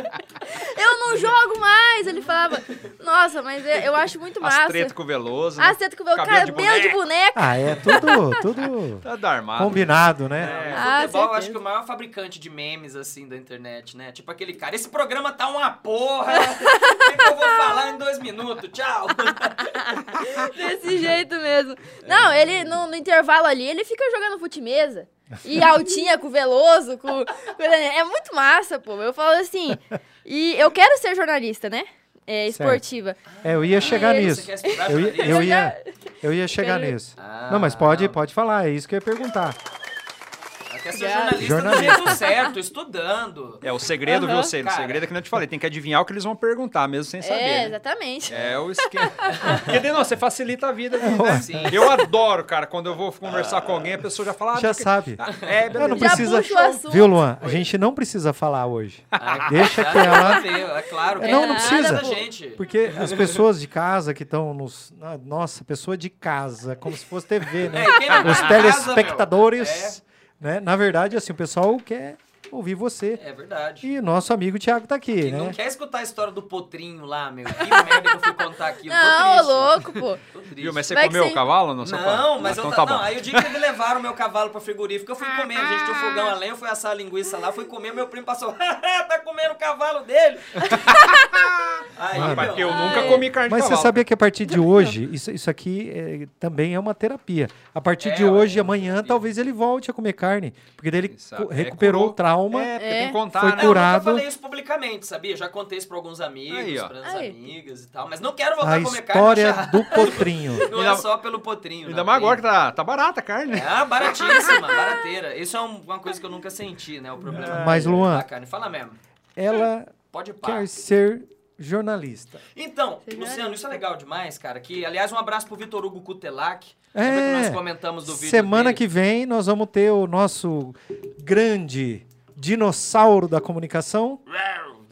Speaker 3: Eu não jogo mais, ele falava. Nossa, mas eu, eu acho muito
Speaker 4: As
Speaker 3: massa.
Speaker 4: treta com o Veloso.
Speaker 3: Ah,
Speaker 4: Né?
Speaker 3: você cabelo,
Speaker 4: Cabelo
Speaker 3: cabelo
Speaker 4: de
Speaker 3: de boneco.
Speaker 2: Ah, é tudo, tudo
Speaker 4: Tá da armada.
Speaker 2: combinado, né?
Speaker 1: É,
Speaker 3: Ah,
Speaker 1: futebol, eu
Speaker 3: certeza.
Speaker 1: acho que o maior fabricante de memes, assim, da internet, né? Tipo aquele cara, esse programa tá uma porra! o que, que eu vou falar em dois minutos? Tchau!
Speaker 3: Desse jeito mesmo. Não, ele no, no intervalo ali, ele fica jogando fute-mesa. E altinha com o Veloso, com, com- É muito massa, pô. Eu falo assim. E eu quero ser jornalista, né? É,
Speaker 2: Certo.
Speaker 3: esportiva.
Speaker 2: É, eu ia chegar
Speaker 3: é
Speaker 2: nisso.
Speaker 1: Você quer estudar
Speaker 2: Eu, ia-
Speaker 1: jornalismo?
Speaker 2: eu
Speaker 3: Eu já-
Speaker 2: ia, eu ia chegar
Speaker 3: Pera-
Speaker 2: nisso.
Speaker 1: Ah,
Speaker 2: Não, mas pode,
Speaker 1: não.
Speaker 2: pode falar, é isso que eu ia perguntar.
Speaker 1: Ela quer ser
Speaker 3: Obrigada.
Speaker 1: é jornalista,
Speaker 2: Jornalista.
Speaker 1: do jeito certo, estudando.
Speaker 4: É, o segredo,
Speaker 3: Aham.
Speaker 4: viu, Ceiro? O
Speaker 1: Cara.
Speaker 4: segredo é que eu te falei, tem que adivinhar o que eles vão perguntar, mesmo sem saber.
Speaker 3: é,
Speaker 4: né?
Speaker 3: exatamente.
Speaker 4: É o esquema. Porque daí, não, você facilita a vida. Né?
Speaker 1: Sim.
Speaker 4: Eu adoro, cara, quando eu vou conversar com alguém, a pessoa já fala. ah,
Speaker 2: Já
Speaker 4: porque-
Speaker 2: sabe.
Speaker 4: Ah, É,
Speaker 2: Ela
Speaker 4: beleza.
Speaker 2: não
Speaker 3: Já
Speaker 2: precisa.
Speaker 3: puxa o assunto.
Speaker 2: Viu, Luan? A gente não precisa falar hoje.
Speaker 1: Ah,
Speaker 2: Deixa
Speaker 1: já
Speaker 2: que ela-
Speaker 1: dá pra ver, É claro.
Speaker 2: É,
Speaker 1: que
Speaker 2: não, não
Speaker 1: é
Speaker 2: precisa.
Speaker 1: da gente.
Speaker 2: Porque as pessoas de casa que estão nos. na- Nossa, pessoa de casa, como se fosse TV,
Speaker 1: É,
Speaker 2: né?
Speaker 1: e quem não tá
Speaker 2: Os
Speaker 1: em casa, meu? É.
Speaker 2: telespectadores. né? Na verdade, assim, o pessoal quer ouvir você.
Speaker 1: É verdade.
Speaker 2: E nosso amigo Thiago tá aqui,
Speaker 1: Quem
Speaker 2: né?
Speaker 1: não quer escutar a história do potrinho lá, meu? Que merda que eu fui contar aqui. Eu tô
Speaker 3: Não,
Speaker 1: triste,
Speaker 3: louco, pô.
Speaker 1: Tô triste.
Speaker 4: Viu, mas você
Speaker 3: Vai que
Speaker 4: comeu
Speaker 3: sim.
Speaker 4: o cavalo? Não,
Speaker 1: Não, mas
Speaker 4: então
Speaker 1: eu
Speaker 4: tá
Speaker 1: tá,
Speaker 4: bom.
Speaker 1: não, aí o dia que eles levaram meu cavalo pro frigorífico, eu fui comer, a gente tinha um fogão a lenha, eu fui assar a linguiça lá, fui comer, meu primo passou, tá comendo o cavalo dele. aí,
Speaker 4: Ah, mas
Speaker 1: meu, É,
Speaker 4: que eu nunca comi carne
Speaker 2: Mas
Speaker 4: de
Speaker 2: você
Speaker 4: cavalo.
Speaker 1: né?
Speaker 2: sabia que a partir de hoje, isso, isso aqui é, também é uma terapia. A partir
Speaker 1: É,
Speaker 2: de
Speaker 1: é
Speaker 2: hoje,
Speaker 1: uma
Speaker 2: amanhã,
Speaker 1: terapia.
Speaker 2: talvez ele volte a comer carne. Porque daí ele
Speaker 4: Isso,
Speaker 2: co-
Speaker 4: é,
Speaker 2: recuperou
Speaker 4: curou.
Speaker 2: o trauma.
Speaker 4: É, porque
Speaker 3: É.
Speaker 4: tem que contar,
Speaker 2: Foi
Speaker 4: né?
Speaker 1: Não, eu nunca
Speaker 2: curado.
Speaker 1: falei isso publicamente, sabia? Já contei isso pra alguns amigos,
Speaker 4: Aí, ó.
Speaker 1: pra
Speaker 3: Aí.
Speaker 1: amigas e tal, mas não quero voltar
Speaker 2: a
Speaker 1: a comer carne.
Speaker 2: história
Speaker 1: já.
Speaker 2: do potrinho.
Speaker 1: Não é
Speaker 4: Ainda-
Speaker 1: só pelo potrinho.
Speaker 4: Ainda
Speaker 1: não,
Speaker 4: mais
Speaker 1: tem-
Speaker 4: agora que tá, tá barata a carne. né?
Speaker 1: Ah, baratíssima, barateira. Isso é um- uma coisa que eu nunca senti, né? O problema
Speaker 2: Mas,
Speaker 1: da
Speaker 2: Luan-
Speaker 1: carne. Fala mesmo.
Speaker 2: Ela
Speaker 1: Pode parar.
Speaker 2: quer ser jornalista.
Speaker 1: Então,
Speaker 3: Você já
Speaker 1: Luciano,
Speaker 3: era.
Speaker 1: isso é legal demais, cara. Que, aliás, um abraço pro Vitor Hugo Cutelac.
Speaker 2: É.
Speaker 1: Lembra que nós comentamos do vídeo
Speaker 2: Semana
Speaker 1: dele?
Speaker 2: que vem nós vamos ter o nosso grande dinossauro da comunicação.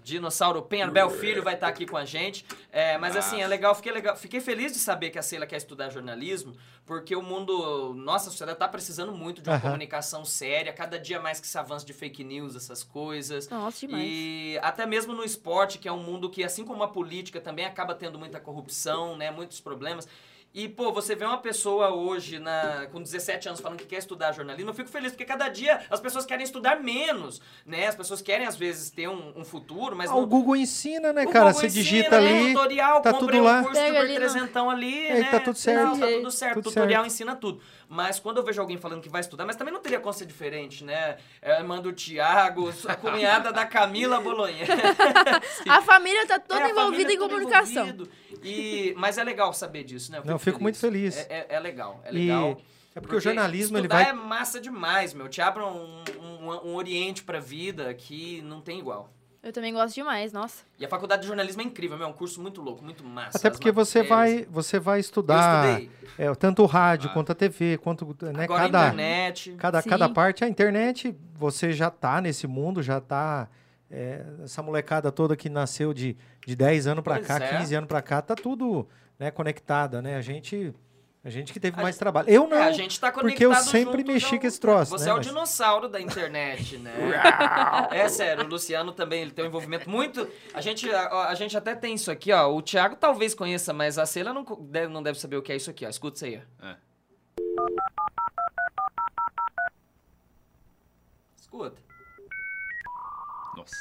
Speaker 1: Dinossauro Penharbel Filho vai estar aqui com a gente. É, mas assim, é legal fiquei, legal, fiquei feliz de saber que a Sheila quer estudar jornalismo, porque o mundo, nossa a sociedade tá precisando muito de uma
Speaker 2: Aham.
Speaker 1: comunicação séria, cada dia mais que se avança de fake news, essas coisas.
Speaker 3: Nossa, demais.
Speaker 1: E até mesmo no esporte, que é um mundo que, assim como a política, também acaba tendo muita corrupção, né? Muitos problemas. E, pô, você vê uma pessoa hoje na, com 17 anos falando que quer estudar jornalismo, eu fico feliz, porque cada dia as pessoas querem estudar menos, né? As pessoas querem, às vezes, ter um, um futuro, mas
Speaker 2: Ah,
Speaker 1: não...
Speaker 2: o Google ensina, né,
Speaker 1: O
Speaker 2: cara?
Speaker 1: Google
Speaker 2: Você
Speaker 1: ensina,
Speaker 2: digita
Speaker 1: né?
Speaker 2: ali.
Speaker 1: tutorial,
Speaker 2: tá
Speaker 1: comprei
Speaker 2: tudo
Speaker 1: um
Speaker 2: lá.
Speaker 1: curso
Speaker 3: Pega
Speaker 1: do
Speaker 3: ali né? no-
Speaker 1: 300 ali,
Speaker 2: E aí
Speaker 1: né?
Speaker 2: tá tudo certo.
Speaker 1: Não, tá tudo certo.
Speaker 2: Tudo
Speaker 1: tutorial ensina tudo. Mas quando eu vejo alguém falando que vai estudar, mas também não teria como ser diferente, né? É, manda o Thiago, a cunhada da Camila Bolonhesa.
Speaker 3: A família tá
Speaker 1: É,
Speaker 3: toda
Speaker 1: a
Speaker 3: envolvida
Speaker 1: família
Speaker 3: em
Speaker 1: toda
Speaker 3: comunicação.
Speaker 1: envolvido. E, mas é legal saber disso, né?
Speaker 2: Não, eu fico muito feliz.
Speaker 1: É, é- é legal, é
Speaker 2: E
Speaker 1: legal.
Speaker 2: é porque o jornalismo ele
Speaker 1: estudar
Speaker 2: vai
Speaker 1: é massa demais, meu. Te abre um, um, um oriente pra vida que não tem igual.
Speaker 3: Eu também gosto demais, nossa.
Speaker 1: E a faculdade de jornalismo é incrível, meu. É um curso muito louco, muito massa.
Speaker 2: até
Speaker 1: As
Speaker 2: porque você
Speaker 1: matérias.
Speaker 2: vai você vai
Speaker 1: Eu
Speaker 2: estudar
Speaker 1: estudei.
Speaker 2: é, tanto o rádio
Speaker 4: Ah.
Speaker 2: quanto a TV quanto
Speaker 1: Agora
Speaker 2: né,
Speaker 1: a
Speaker 2: cada
Speaker 1: internet.
Speaker 2: cada
Speaker 3: Sim.
Speaker 2: cada parte é a internet você já tá nesse mundo já tá é, essa molecada toda que nasceu de, de 10 anos pra
Speaker 1: Pois
Speaker 2: cá
Speaker 1: é.
Speaker 2: 15 anos pra cá tá tudo né conectada né a gente a gente que teve
Speaker 1: A
Speaker 2: mais
Speaker 1: gente-
Speaker 2: trabalho eu não
Speaker 1: É, a gente tá conectado
Speaker 2: um, porque eu sempre
Speaker 1: junto
Speaker 2: mexi
Speaker 1: já há
Speaker 2: com esse
Speaker 1: algum
Speaker 2: troço,
Speaker 1: tempo. Você
Speaker 2: né,
Speaker 1: é o
Speaker 2: mas-
Speaker 1: dinossauro da internet, né? é sério, o Luciano também ele tem um envolvimento muito. A gente, a, a gente até tem isso aqui, ó. O Thiago talvez conheça, mas a Cela não co- deve, não deve saber o que é isso aqui, ó. Escuta isso aí, ó.
Speaker 4: É.
Speaker 1: Escuta.
Speaker 4: Nossa.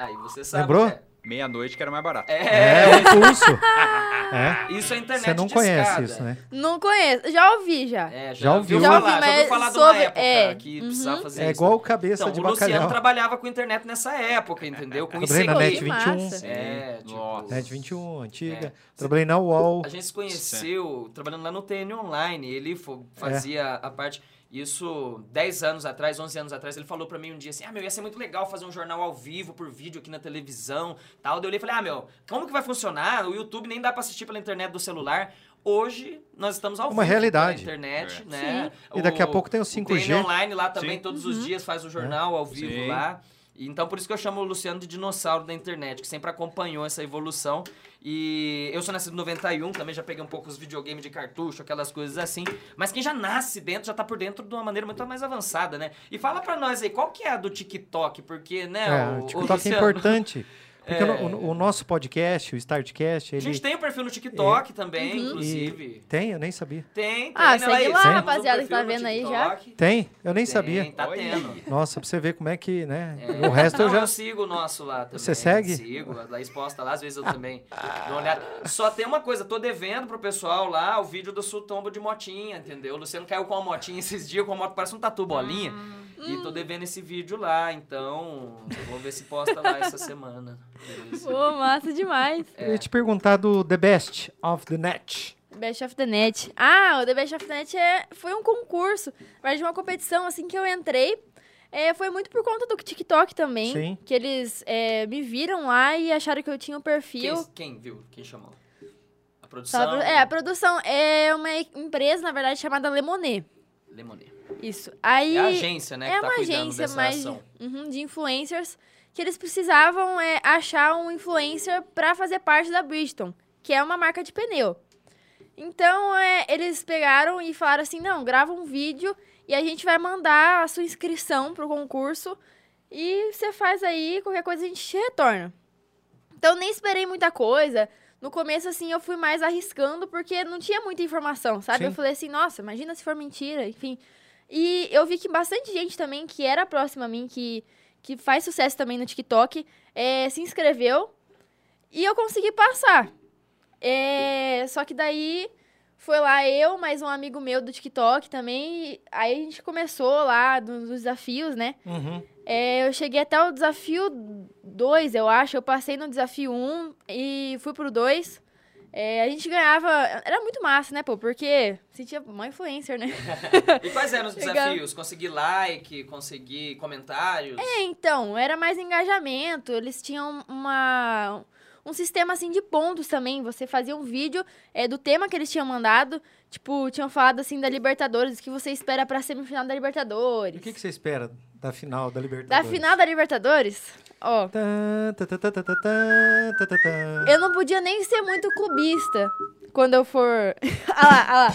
Speaker 1: Aí você sabe.
Speaker 2: Lembrou?
Speaker 1: né?
Speaker 4: Meia-noite que era mais barato.
Speaker 1: É,
Speaker 2: é um pulso é
Speaker 1: isso é internet.
Speaker 2: você não
Speaker 1: discada.
Speaker 2: conhece isso né
Speaker 3: Não conheço. Já ouvi, já.
Speaker 1: É, já,
Speaker 2: Já ouviu.
Speaker 1: falar,
Speaker 2: Já
Speaker 3: ouvi,
Speaker 1: já ouviu
Speaker 3: mas
Speaker 1: falar de
Speaker 3: sobre-
Speaker 1: uma época
Speaker 3: é,
Speaker 1: que
Speaker 3: uhum.
Speaker 1: precisava fazer
Speaker 2: é
Speaker 1: isso.
Speaker 2: igual cabeça
Speaker 1: Então,
Speaker 2: de
Speaker 1: o Luciano
Speaker 2: bacalhau
Speaker 1: trabalhava com internet nessa época, entendeu? Com isso
Speaker 2: trabalhei na
Speaker 3: Pô,
Speaker 2: net
Speaker 1: aqui.
Speaker 3: que
Speaker 2: 21
Speaker 3: massa.
Speaker 1: É, tipo,
Speaker 4: Nossa.
Speaker 2: net 21 antiga
Speaker 1: É.
Speaker 2: trabalhei na UOL
Speaker 1: A gente se conheceu trabalhando lá no TN Online. Ele fo- fazia a parte. Isso 10 anos atrás, 11 anos atrás, ele falou pra mim um dia assim: Ah, meu, ia ser muito legal fazer um jornal ao vivo, por vídeo aqui na televisão tal. Daí eu olhei e falei: Ah, meu, como que vai funcionar? O YouTube nem dá pra assistir pela internet do celular. Hoje nós estamos ao
Speaker 2: Uma
Speaker 1: vivo
Speaker 2: realidade.
Speaker 1: pela internet,
Speaker 4: É.
Speaker 1: né?
Speaker 2: E daqui a pouco tem o
Speaker 1: O TN
Speaker 2: 5G.
Speaker 1: online lá também,
Speaker 4: Sim.
Speaker 1: todos
Speaker 2: Uhum.
Speaker 1: os dias
Speaker 2: É.
Speaker 1: faz o jornal ao vivo
Speaker 4: Sim.
Speaker 1: lá. E Então por isso que eu chamo o Luciano de dinossauro da internet, que sempre acompanhou essa evolução. E eu sou nascido em 91, também já peguei um pouco os videogames de cartucho, aquelas coisas assim. Mas quem já nasce dentro, já tá por dentro de uma maneira muito mais avançada, né? E fala pra nós aí, qual que é a do TikTok? Porque, né,
Speaker 2: É,
Speaker 1: o,
Speaker 2: o
Speaker 1: o
Speaker 2: TikTok é
Speaker 1: Luciano- É.
Speaker 2: importante. Porque o, o nosso podcast, o Startcast,
Speaker 1: A
Speaker 2: ele É.
Speaker 1: gente tá- tem o perfil no TikTok também,
Speaker 3: Uhum.
Speaker 1: inclusive.
Speaker 2: tem, eu nem sabia.
Speaker 1: Tem, tem.
Speaker 3: Ah,
Speaker 1: né,
Speaker 3: segue
Speaker 1: Laís?
Speaker 3: lá,
Speaker 1: Temos um
Speaker 3: rapaziada, que tá
Speaker 1: perfil no
Speaker 3: vendo aí já.
Speaker 1: TikTok.
Speaker 2: Tem? Eu nem
Speaker 1: Tem,
Speaker 2: sabia.
Speaker 1: Tá
Speaker 4: Olha
Speaker 1: tendo.
Speaker 4: aí.
Speaker 2: Nossa, pra você ver como é que, né?
Speaker 1: É.
Speaker 2: O resto eu
Speaker 1: Não,
Speaker 2: já.
Speaker 1: eu sigo o nosso lá também.
Speaker 2: Você segue? Ah.
Speaker 1: Sigo, a Laís posta lá, às vezes eu também dou uma olhada. Só tem uma coisa, tô devendo pro pessoal lá o vídeo do Sutombo de motinha, entendeu? O Luciano caiu com a motinha esses dias, com a moto parece um tatu bolinha.
Speaker 3: Hum.
Speaker 1: E tô devendo esse vídeo lá, então vou ver se posta lá essa semana. Beleza.
Speaker 3: Pô, massa demais.
Speaker 1: é.
Speaker 2: Eu ia te perguntar do The Best of the Net.
Speaker 3: Best of the Net. Ah, o The Best of the Net é, foi um concurso, mas de uma competição, assim, que eu entrei. É, foi muito por conta do TikTok também.
Speaker 2: Sim.
Speaker 3: Que eles é, me viram lá e acharam que eu tinha um perfil.
Speaker 1: Quem, quem viu? Quem chamou? A produção?
Speaker 3: Tava- É, a produção é uma e- empresa, na verdade, chamada Lemonet.
Speaker 1: Lemonê.
Speaker 3: Isso. Aí,
Speaker 1: É a agência, né?
Speaker 3: é
Speaker 1: que tá
Speaker 3: uma
Speaker 1: cuidando
Speaker 3: agência
Speaker 1: dessa
Speaker 3: mais de,
Speaker 1: ação.
Speaker 3: uhum, de influencers que eles precisavam é, achar um influencer pra fazer parte da Bridgestone, que é uma marca de pneu. Então, é, eles pegaram e falaram assim: não, grava um vídeo e a gente vai mandar a sua inscrição pro concurso. E você faz aí, qualquer coisa a gente te retorna. Então nem esperei muita coisa. No começo, assim, eu fui mais arriscando, porque não tinha muita informação, sabe?
Speaker 2: Sim.
Speaker 3: Eu falei assim, nossa, imagina se for mentira, enfim. E eu vi que bastante gente também que era próxima a mim, que, que faz sucesso também no TikTok, eh, se inscreveu e eu consegui passar. É, só que daí foi lá eu, mais um amigo meu do TikTok também. e aí a gente começou lá do- dos desafios, né?
Speaker 2: Uhum.
Speaker 3: É, eu cheguei até o desafio 2, eu acho. Eu passei no desafio 1 um e fui pro 2. a gente ganhava. Era muito massa, né, pô? Porque sentia uma influencer, né?
Speaker 1: E quais eram os
Speaker 3: Legal.
Speaker 1: desafios? Conseguir like, conseguir comentários?
Speaker 3: É, então, era mais engajamento. Eles tinham uma um sistema assim de pontos também. Você fazia um vídeo é, do tema que eles tinham mandado, tipo, tinham falado assim da Libertadores, o que você espera pra semifinal da
Speaker 2: E
Speaker 3: Libertadores.
Speaker 2: o que, que você espera da final da
Speaker 3: Da
Speaker 2: Libertadores?
Speaker 3: final da Libertadores? Ó,
Speaker 2: Tã, tã, tã, tã, tã, tã, tã, tã, tã.
Speaker 3: eu não podia nem ser muito clubista quando eu for. ah lá, ah lá.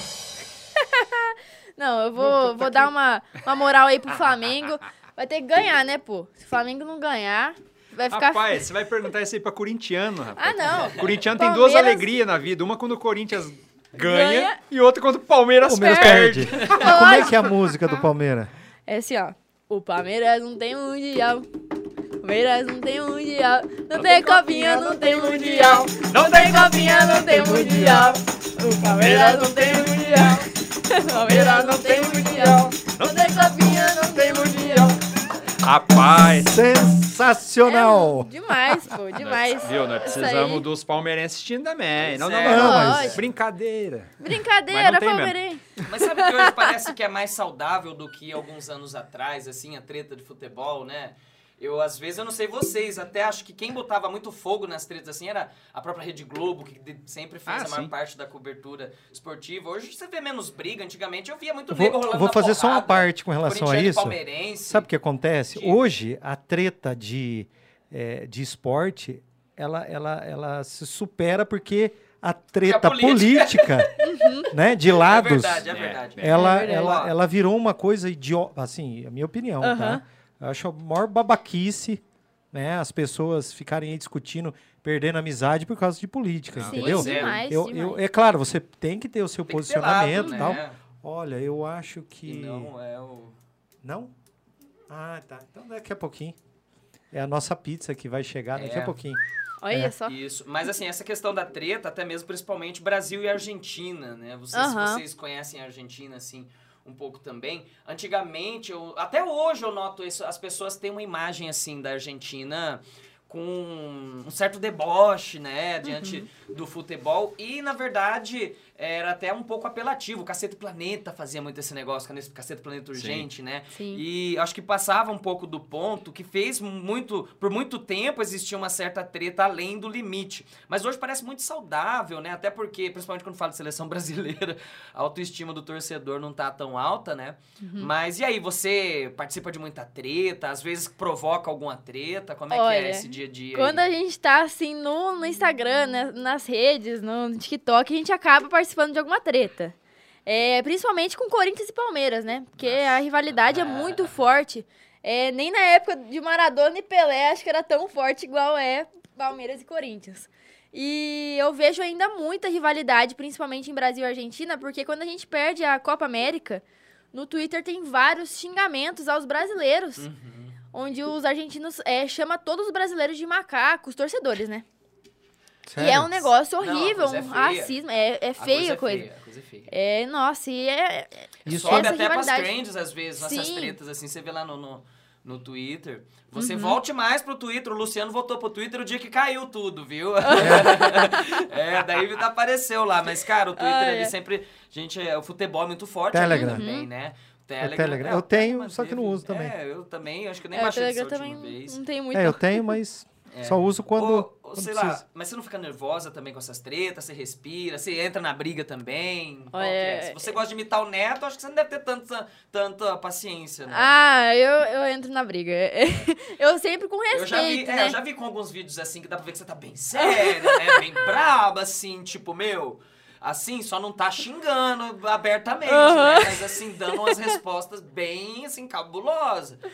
Speaker 3: não, eu
Speaker 2: tá
Speaker 3: vou, vou dar uma, uma moral aí pro Flamengo. Vai ter que ganhar, né, pô? Se o Flamengo não ganhar, vai ficar.
Speaker 4: Rapaz, você vai perguntar isso aí pra corintiano,
Speaker 3: Ah,
Speaker 4: rapaz.
Speaker 3: não.
Speaker 4: Corintiano tem duas
Speaker 3: Palmeiras-
Speaker 4: alegrias na vida. Uma quando o Corinthians ganha,
Speaker 3: Ganha.
Speaker 4: e outra quando o Palmeiras,
Speaker 2: Palmeiras
Speaker 4: perde.
Speaker 2: perde. Como é que é a música do Palmeiras?
Speaker 3: É assim, ó. O Palmeiras não tem mundial. Palmeiras não tem mundial. Não tem copinha, não tem mundial. Não tem copinha, não tem mundial. O Palmeiras não tem mundial. O Palmeiras não tem mundial. Não tem copinha, não tem mundial.
Speaker 4: Rapaz.
Speaker 2: Sensacional!
Speaker 3: É demais, pô, demais.
Speaker 4: Viu, nós
Speaker 3: Isso
Speaker 4: é precisamos
Speaker 3: aí.
Speaker 4: dos palmeirenses tinha também. Não, não,
Speaker 1: Sério?
Speaker 4: não.
Speaker 2: mas-
Speaker 4: Brincadeira. Mas não
Speaker 3: Brincadeira,
Speaker 4: tem mesmo.
Speaker 3: Palmeirense.
Speaker 1: Mas sabe que hoje parece que é mais saudável do que alguns anos atrás, assim, a treta de futebol, né? Eu, às vezes, eu não sei vocês, até acho que quem botava muito fogo nas tretas assim era a própria Rede Globo, que de- sempre fez
Speaker 4: Ah,
Speaker 1: a maior
Speaker 4: sim.
Speaker 1: parte da cobertura esportiva. Hoje você vê menos briga, antigamente eu via muito
Speaker 2: Eu vou-
Speaker 1: nego rolando
Speaker 2: vou
Speaker 1: na
Speaker 2: fazer só uma
Speaker 1: porrada,
Speaker 2: parte com relação a
Speaker 1: corintiano e
Speaker 2: isso.
Speaker 1: palmeirense.
Speaker 2: Sabe o que acontece?
Speaker 1: Diga.
Speaker 2: Hoje, a treta de, eh, de esporte, ela, ela, ela se supera porque a treta
Speaker 1: política.
Speaker 2: política, né, de
Speaker 1: É
Speaker 2: lados,
Speaker 1: verdade, é verdade.
Speaker 2: ela,
Speaker 3: É verdade.
Speaker 2: ela, ela virou uma coisa idiota, assim, a minha opinião,
Speaker 3: Aham.
Speaker 2: tá? Eu acho a maior babaquice, né, as pessoas ficarem aí discutindo, perdendo amizade por causa de política,
Speaker 4: Não,
Speaker 2: entendeu?
Speaker 4: pois é.
Speaker 3: demais,
Speaker 2: Eu,
Speaker 3: demais.
Speaker 2: eu, é claro, você tem que ter o seu
Speaker 1: Tem que ter lado,
Speaker 2: posicionamento e tal.
Speaker 1: né?
Speaker 2: Olha, eu acho que...
Speaker 1: E não é o...
Speaker 2: Não? Ah, tá. Então daqui a pouquinho. É a nossa pizza que vai chegar daqui
Speaker 1: É.
Speaker 2: a pouquinho.
Speaker 4: É.
Speaker 3: Olha só.
Speaker 1: Isso. Mas assim, essa questão da treta, até mesmo principalmente Brasil e Argentina, né? Vocês,
Speaker 3: Aham.
Speaker 1: vocês conhecem a Argentina, assim, um pouco também. Antigamente, eu- até hoje eu noto isso, as pessoas têm uma imagem, assim, da Argentina com um certo deboche, né, diante
Speaker 3: Uhum.
Speaker 1: do futebol. E, na verdade, era até um pouco apelativo. O Cacete Planeta fazia muito esse negócio, Cacete Planeta Urgente, né?
Speaker 3: Sim.
Speaker 1: E acho que passava um pouco do ponto que fez muito. Por muito tempo existia uma certa treta além do limite. Mas hoje parece muito saudável, né? Até porque, principalmente quando fala de seleção brasileira, a autoestima do torcedor não tá tão alta, né?
Speaker 3: Uhum.
Speaker 1: Mas e aí, você participa de muita treta, às vezes provoca alguma treta? Como é que é
Speaker 3: Olha,
Speaker 1: esse dia a dia? aí?
Speaker 3: Quando a gente tá assim no, no Instagram, né, nas redes, no TikTok, a gente acaba participando de alguma treta. É, principalmente com Corinthians e Palmeiras, né? Porque a rivalidade é muito forte. É, nem na época de Maradona e Pelé acho que era tão forte igual é Palmeiras e Corinthians. E eu vejo ainda muita rivalidade, principalmente em Brasil e Argentina, porque quando a gente perde a Copa América, no Twitter tem vários xingamentos aos brasileiros
Speaker 1: Uhum.
Speaker 3: onde os argentinos é, chama todos os brasileiros de macacos, torcedores, né?
Speaker 2: Sério?
Speaker 3: E é um negócio
Speaker 1: Não, a
Speaker 3: horrível,
Speaker 1: coisa é
Speaker 3: um
Speaker 1: feia.
Speaker 3: racismo, é, é
Speaker 1: A
Speaker 3: feia
Speaker 1: é
Speaker 3: a coisa.
Speaker 1: feia, a coisa é feia.
Speaker 3: É, nossa, e é...
Speaker 2: Isso
Speaker 1: Sobe
Speaker 3: essa
Speaker 1: até pras
Speaker 3: rivalidade.
Speaker 1: trends, às vezes, essas
Speaker 3: Sim.
Speaker 1: tretas, assim, você vê lá no, no, no Twitter. Você
Speaker 3: Uhum.
Speaker 1: volte mais pro Twitter, o Luciano voltou pro Twitter o dia que caiu tudo, viu? é, daí apareceu lá, mas, cara, o Twitter
Speaker 3: Ah,
Speaker 1: ele
Speaker 3: é. Uhum.
Speaker 1: sempre... Gente, é, o futebol é muito forte
Speaker 2: Telegram.
Speaker 1: aqui também, né?
Speaker 2: Telegram.
Speaker 1: é,
Speaker 2: Eu
Speaker 1: o
Speaker 2: tenho,
Speaker 1: Telegram
Speaker 2: só que não
Speaker 1: teve-
Speaker 2: uso também.
Speaker 1: É, eu também, eu acho que eu nem
Speaker 3: é, o
Speaker 1: baixei
Speaker 3: Telegram
Speaker 1: dessa
Speaker 3: também
Speaker 1: última vez.
Speaker 3: não tem muito... Tipo,
Speaker 2: É, eu tenho, mas
Speaker 1: É.
Speaker 2: só uso quando.
Speaker 1: Ou- ou,
Speaker 2: quando
Speaker 1: sei
Speaker 2: precisa.
Speaker 1: lá, mas você não fica nervosa também com essas tretas? Você respira, você entra na briga também? Qual
Speaker 3: Olha,
Speaker 1: que é? Se você gosta de imitar o neto, acho que você não deve ter tanta, tanta paciência, né?
Speaker 3: Ah, eu, eu entro na briga. eu sempre com respeito,
Speaker 1: eu já vi, é,
Speaker 3: né?
Speaker 1: eu já vi com alguns vídeos assim que dá pra ver que você tá bem séria, né? Bem braba, assim, tipo, meu. assim, só não tá xingando abertamente, né?
Speaker 3: Aham.
Speaker 1: Mas assim, dando umas respostas bem, assim, cabulosas. Qual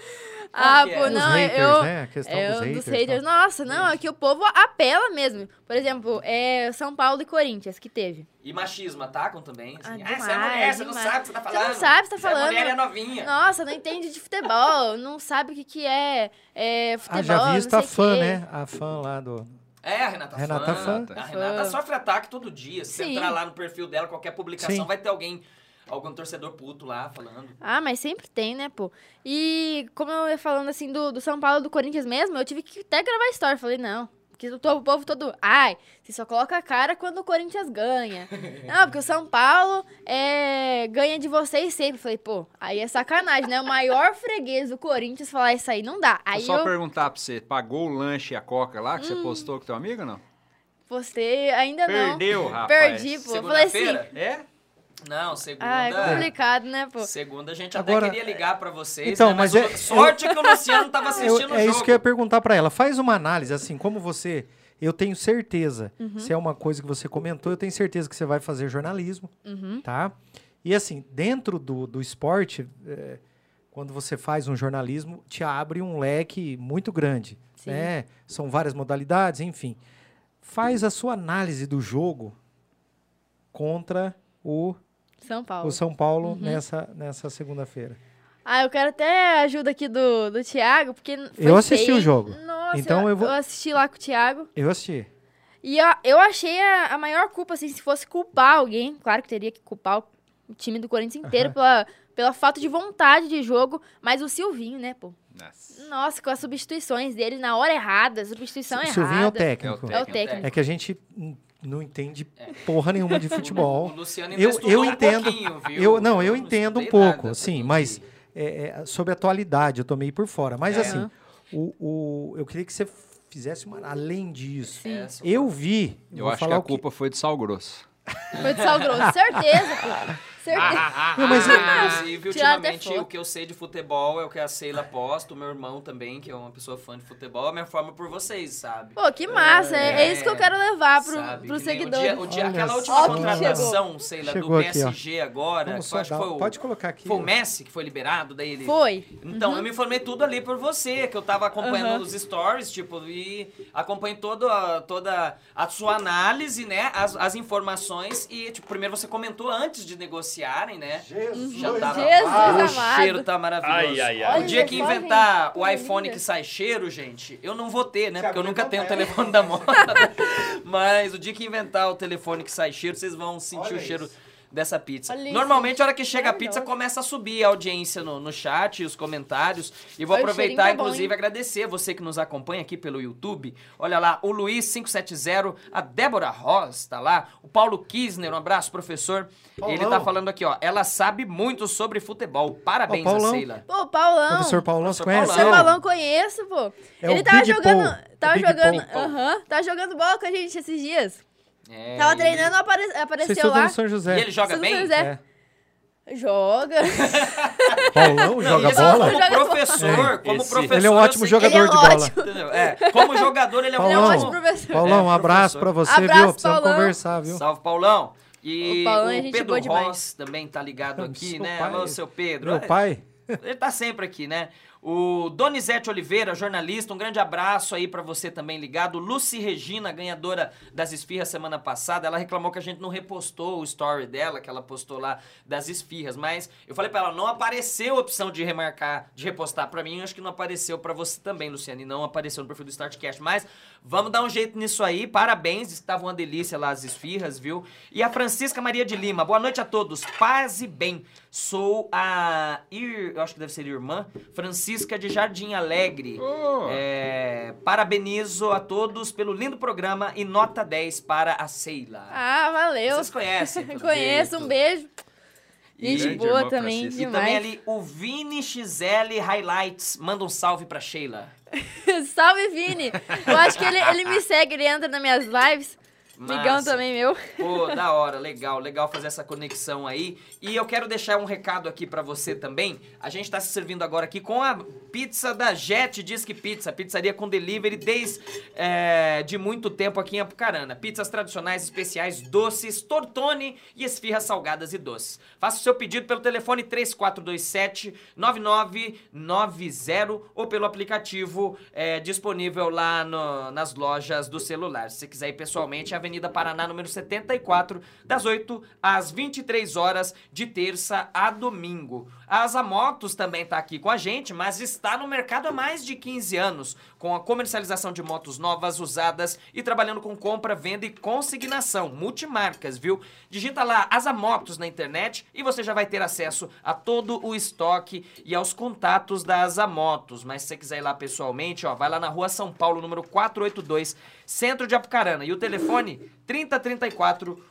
Speaker 3: Ah,
Speaker 1: que é?
Speaker 3: pô,
Speaker 2: Os
Speaker 3: não,
Speaker 2: haters,
Speaker 3: eu-
Speaker 2: né? A questão
Speaker 3: É,
Speaker 2: dos
Speaker 3: o
Speaker 2: haters.
Speaker 3: dos
Speaker 2: e tal.
Speaker 3: haters. Nossa, não, é que o povo apela mesmo. Por exemplo, é São Paulo e Corinthians que teve.
Speaker 1: E machismo, atacam também. Assim,
Speaker 3: Ah,
Speaker 1: ah, você é
Speaker 3: demais,
Speaker 1: mulher, você não
Speaker 3: demais.
Speaker 1: sabe o que você tá
Speaker 3: Você
Speaker 1: falando.
Speaker 3: não sabe o que você tá
Speaker 1: Você é mulher
Speaker 3: falando.
Speaker 1: e é novinha.
Speaker 3: Nossa, não entende de futebol, não sabe o que, que é, é futebol.
Speaker 2: Ah, já
Speaker 3: não
Speaker 2: vi
Speaker 3: sei
Speaker 2: isso a
Speaker 3: o
Speaker 2: fã,
Speaker 3: quê.
Speaker 2: né? A fã lá do.
Speaker 1: É, a Renata,
Speaker 2: Renata
Speaker 1: Fã.
Speaker 4: Fã.
Speaker 1: A Renata
Speaker 3: Fã.
Speaker 1: sofre ataque todo dia. Se você
Speaker 3: Sim.
Speaker 1: entrar lá no perfil dela, qualquer publicação,
Speaker 2: Sim.
Speaker 1: vai ter alguém, algum torcedor puto lá falando.
Speaker 3: Ah, mas sempre tem, né, pô? E como eu ia falando assim do, do São Paulo do Corinthians mesmo, eu tive que até gravar story. Falei, não. Porque o to- o povo todo. Ai, você só coloca a cara quando o Corinthians ganha. não, porque o São Paulo é, ganha de vocês sempre. Falei, pô, aí é sacanagem, né? O maior freguês do Corinthians falar isso aí não dá.
Speaker 4: Deixa
Speaker 3: Aí
Speaker 4: eu só
Speaker 3: eu Hum.
Speaker 4: perguntar pra você, pagou o lanche e a coca lá que você postou com teu amigo ou não?
Speaker 3: postei, ainda não.
Speaker 4: Perdeu, rapaz.
Speaker 3: Perdi, pô. Eu Falei assim.
Speaker 1: Segunda-feira?
Speaker 4: É?
Speaker 1: Não, segunda. É.
Speaker 3: Ah, é complicado, né, pô?
Speaker 1: Segunda a gente
Speaker 2: Agora-
Speaker 1: até queria ligar pra vocês,
Speaker 2: Então,
Speaker 1: né? mas,
Speaker 2: mas
Speaker 1: o-
Speaker 2: é-
Speaker 1: sorte que o Luciano tava Tá
Speaker 2: Eu-
Speaker 1: assistindo o
Speaker 2: é
Speaker 1: jogo.
Speaker 2: isso que eu ia perguntar pra ela. Faz uma análise, assim, como você. Eu tenho certeza,
Speaker 3: Uhum.
Speaker 2: se é uma coisa que você comentou, eu tenho certeza que você vai fazer jornalismo,
Speaker 3: Uhum.
Speaker 2: tá? E assim, dentro do, do esporte, é, quando você faz um jornalismo, te abre um leque muito grande,
Speaker 3: Sim.
Speaker 2: né? São várias modalidades, enfim. Faz a sua análise do jogo contra o,
Speaker 3: São Paulo. Uhum.
Speaker 2: o São Paulo nessa, nessa segunda-feira.
Speaker 3: Ah, eu quero até a ajuda aqui do, do Thiago, porque. foi
Speaker 2: Eu assisti
Speaker 3: feio,
Speaker 2: o
Speaker 3: hein?
Speaker 2: jogo.
Speaker 3: Nossa,
Speaker 2: Então
Speaker 3: eu,
Speaker 2: eu vou-
Speaker 3: eu assisti lá com o Thiago.
Speaker 2: Eu assisti.
Speaker 3: E eu, eu achei a, a maior culpa, assim, se fosse culpar alguém, claro que teria que culpar o time do Corinthians inteiro pela, pela falta de vontade de jogo, mas o Silvinho, né, pô?
Speaker 4: Nossa.
Speaker 3: Nossa, com as substituições dele na hora errada, substituição
Speaker 2: O
Speaker 3: errada.
Speaker 2: Silvinho é o técnico.
Speaker 3: É o técnico.
Speaker 2: É que a gente hum, não entende porra nenhuma de
Speaker 1: O
Speaker 2: futebol.
Speaker 1: Luciano ainda
Speaker 2: Eu-
Speaker 1: estudou
Speaker 2: eu
Speaker 1: um
Speaker 2: entendo-
Speaker 1: pouquinho, viu?
Speaker 2: eu- não, eu
Speaker 1: não
Speaker 2: entendo um
Speaker 1: estudei nada,
Speaker 2: pouco, sim,
Speaker 1: porque-
Speaker 2: mas- É, é, sobre a atualidade, eu tô meio por fora. Mas
Speaker 1: É.
Speaker 2: assim, o, o- eu queria que você fizesse uma. Além disso,
Speaker 3: Sim.
Speaker 1: É, só-
Speaker 2: eu vi.
Speaker 4: Eu
Speaker 2: vou
Speaker 4: acho
Speaker 2: falar
Speaker 4: que
Speaker 2: o
Speaker 4: a culpa foi do sal grosso.
Speaker 3: Foi de sal grosso, certeza, pô.
Speaker 2: Ah,
Speaker 3: Certeza.
Speaker 1: Ah.
Speaker 2: Não, mas- ah,
Speaker 1: Inclusive,
Speaker 3: Tiraram até
Speaker 1: ultimamente,
Speaker 3: foto.
Speaker 1: o que eu sei de futebol é o que a Sheila posta, o meu irmão também, que é uma pessoa fã de futebol, é a minha forma por vocês, sabe?
Speaker 3: Pô, que massa. É, é isso que eu quero levar pro,
Speaker 1: Sabe,
Speaker 3: pros
Speaker 1: que nem o
Speaker 3: seguidores.
Speaker 1: dia- o dia-
Speaker 2: Olha
Speaker 1: aquela
Speaker 2: só.
Speaker 1: última
Speaker 3: Ó, quem
Speaker 1: contratação, Sheila, do
Speaker 2: Chegou aqui, ó.
Speaker 1: PSG agora,
Speaker 2: Vamos
Speaker 1: que eu
Speaker 2: só
Speaker 1: é acho que
Speaker 2: dar- um
Speaker 1: foi o,
Speaker 2: Pode colocar aqui.
Speaker 1: foi o Messi que foi liberado, daí ele...
Speaker 3: Foi.
Speaker 1: Então, eu me informei tudo ali por você, que eu tava acompanhando
Speaker 3: Uhum.
Speaker 1: os stories, tipo, e acompanhei todo a- toda a sua análise, né? As, as informações e, tipo, primeiro você comentou antes de negociarem, né?
Speaker 2: Jesus
Speaker 1: Já tava...
Speaker 3: Jesus
Speaker 1: o
Speaker 3: amado.
Speaker 1: cheiro tá
Speaker 5: Ai,
Speaker 1: maravilhoso.
Speaker 5: ai,
Speaker 3: ai.
Speaker 1: O dia
Speaker 3: Olha
Speaker 1: que
Speaker 3: só,
Speaker 1: inventar
Speaker 3: gente,
Speaker 1: o
Speaker 3: coisa
Speaker 1: iPhone
Speaker 3: linda.
Speaker 1: que sai cheiro, gente, eu não vou ter, né?
Speaker 2: Thiago,
Speaker 1: Porque eu nunca
Speaker 2: levanta
Speaker 1: tenho o
Speaker 2: ela.
Speaker 1: telefone da moda. Mas o dia que inventar o telefone que sai cheiro, vocês vão sentir
Speaker 2: Olha
Speaker 1: o cheiro
Speaker 2: isso.
Speaker 1: dessa pizza.
Speaker 3: Olha isso, é
Speaker 1: Normalmente, a hora que chega a pizza,
Speaker 3: maravilhoso.
Speaker 1: começa a subir a audiência no, no chat, os comentários. E vou
Speaker 3: Olha, o
Speaker 1: aproveitar,
Speaker 3: cheirinho tá bom,
Speaker 1: inclusive,
Speaker 3: hein?
Speaker 1: agradecer você que nos acompanha aqui pelo YouTube. Olha lá, o Luiz570, a Débora Ross tá lá, o Paulo Kisner, um abraço, professor.
Speaker 2: Paulão.
Speaker 1: Ele tá falando aqui, ó, ela sabe muito sobre futebol. Parabéns,
Speaker 2: Ó,
Speaker 1: a
Speaker 2: Paulão.
Speaker 1: Sheila.
Speaker 3: Pô, Paulão.
Speaker 2: Professor Paulão, você
Speaker 1: Professor
Speaker 2: conhece?
Speaker 3: Seu
Speaker 1: Paulão.
Speaker 2: ele?
Speaker 3: balão conheço, pô.
Speaker 2: É
Speaker 3: ele
Speaker 2: o
Speaker 3: tava
Speaker 2: Big
Speaker 3: jogando.
Speaker 2: Paul. É
Speaker 3: Tava
Speaker 2: O Big
Speaker 3: jogando. ah,
Speaker 2: Paul.
Speaker 3: Aham. tava jogando bola com a gente esses dias.
Speaker 1: É,
Speaker 3: Tava
Speaker 1: e-
Speaker 3: treinando, apare-
Speaker 2: Você
Speaker 3: apareceu
Speaker 2: estuda
Speaker 3: lá.
Speaker 2: no São José.
Speaker 1: E ele joga
Speaker 3: São
Speaker 1: bem?
Speaker 3: José. Joga.
Speaker 2: É. Paulão joga
Speaker 1: ele-
Speaker 2: bola?
Speaker 1: Como
Speaker 3: Joga bola.
Speaker 1: professor,
Speaker 4: É,
Speaker 1: como
Speaker 4: esse-
Speaker 1: professor.
Speaker 2: Ele é um
Speaker 1: eu
Speaker 2: ótimo
Speaker 1: sei que ele
Speaker 2: jogador
Speaker 3: ele é
Speaker 2: de bola.
Speaker 3: ótimo.
Speaker 1: Entendeu? É, como jogador, ele é um
Speaker 3: Ele é um
Speaker 2: Paulão.
Speaker 3: ótimo professor.
Speaker 2: Paulão, um
Speaker 1: É,
Speaker 2: abraço pra
Speaker 1: professor.
Speaker 2: você, viu?
Speaker 3: Abraço,
Speaker 2: Precisamos
Speaker 3: Paulão.
Speaker 2: conversar, viu?
Speaker 1: Salve, Paulão. E
Speaker 3: O
Speaker 1: o,
Speaker 3: Paulão é gente
Speaker 1: Pedro
Speaker 3: boa demais.
Speaker 1: Ross também tá ligado
Speaker 2: Não,
Speaker 1: aqui,
Speaker 2: seu
Speaker 1: né?
Speaker 2: pai-
Speaker 1: Alô, seu Pedro.
Speaker 2: Meu
Speaker 1: É,
Speaker 2: pai.
Speaker 1: Ele tá sempre aqui, né? O Donizete Oliveira, jornalista, um grande abraço aí pra você também ligado. Lucy Regina, ganhadora das esfirras semana passada, ela reclamou que a gente não repostou o story dela, que ela postou lá das esfirras, mas eu falei pra ela, não apareceu a opção de remarcar, de repostar pra mim, acho que não apareceu pra você também, Luciane, não apareceu no perfil do Startcast, mas vamos dar um jeito nisso aí, parabéns, estavam uma delícia lá as esfirras, viu? E a Francisca Maria de Lima, boa noite a todos, paz e bem. Sou a. Ir, eu acho que deve ser irmã. Francisca de Jardim Alegre.
Speaker 4: Ô,
Speaker 1: É, parabenizo a todos pelo lindo programa e nota 10 para a Seila.
Speaker 3: Ah, valeu.
Speaker 1: Vocês conhecem. pelo
Speaker 3: Conheço,
Speaker 1: jeito.
Speaker 3: um beijo.
Speaker 1: E-
Speaker 3: Gente
Speaker 4: Grande
Speaker 3: boa
Speaker 4: irmã
Speaker 3: também.
Speaker 4: Francisca.
Speaker 1: E também
Speaker 3: Demais.
Speaker 1: ali o Vini XL Highlights. Manda um salve pra Sheila.
Speaker 3: Salve, Vini. Eu acho que ele, ele me segue, ele entra nas minhas lives. Migão
Speaker 1: Massa.
Speaker 3: também, meu.
Speaker 1: Pô, da hora, legal, legal fazer essa conexão aí. E eu quero deixar um recado aqui pra você também. A gente tá se servindo agora aqui com a pizza da Jet Disque Pizza, pizzaria com delivery desde é, de muito tempo aqui em Apucarana. Pizzas tradicionais, especiais, doces, tortone e esfirras salgadas e doces. Faça o seu pedido pelo telefone 3427-9990 ou pelo aplicativo é, disponível lá no- nas lojas do celular. Se você quiser ir pessoalmente, é Avenida Paraná, número 74, das 8 às 23 horas, de terça a domingo. A Asa Motos também está aqui com a gente, mas está no mercado há mais de 15 anos, com a comercialização de motos novas, usadas e trabalhando com compra, venda e consignação, multimarcas, viu? Digita lá Asa Motos na internet e você já vai ter acesso a todo o estoque e aos contatos da Asa Motos. Mas se você quiser ir lá pessoalmente, ó, vai lá na Rua São Paulo, número 482, centro de Apucarana. E o telefone 3034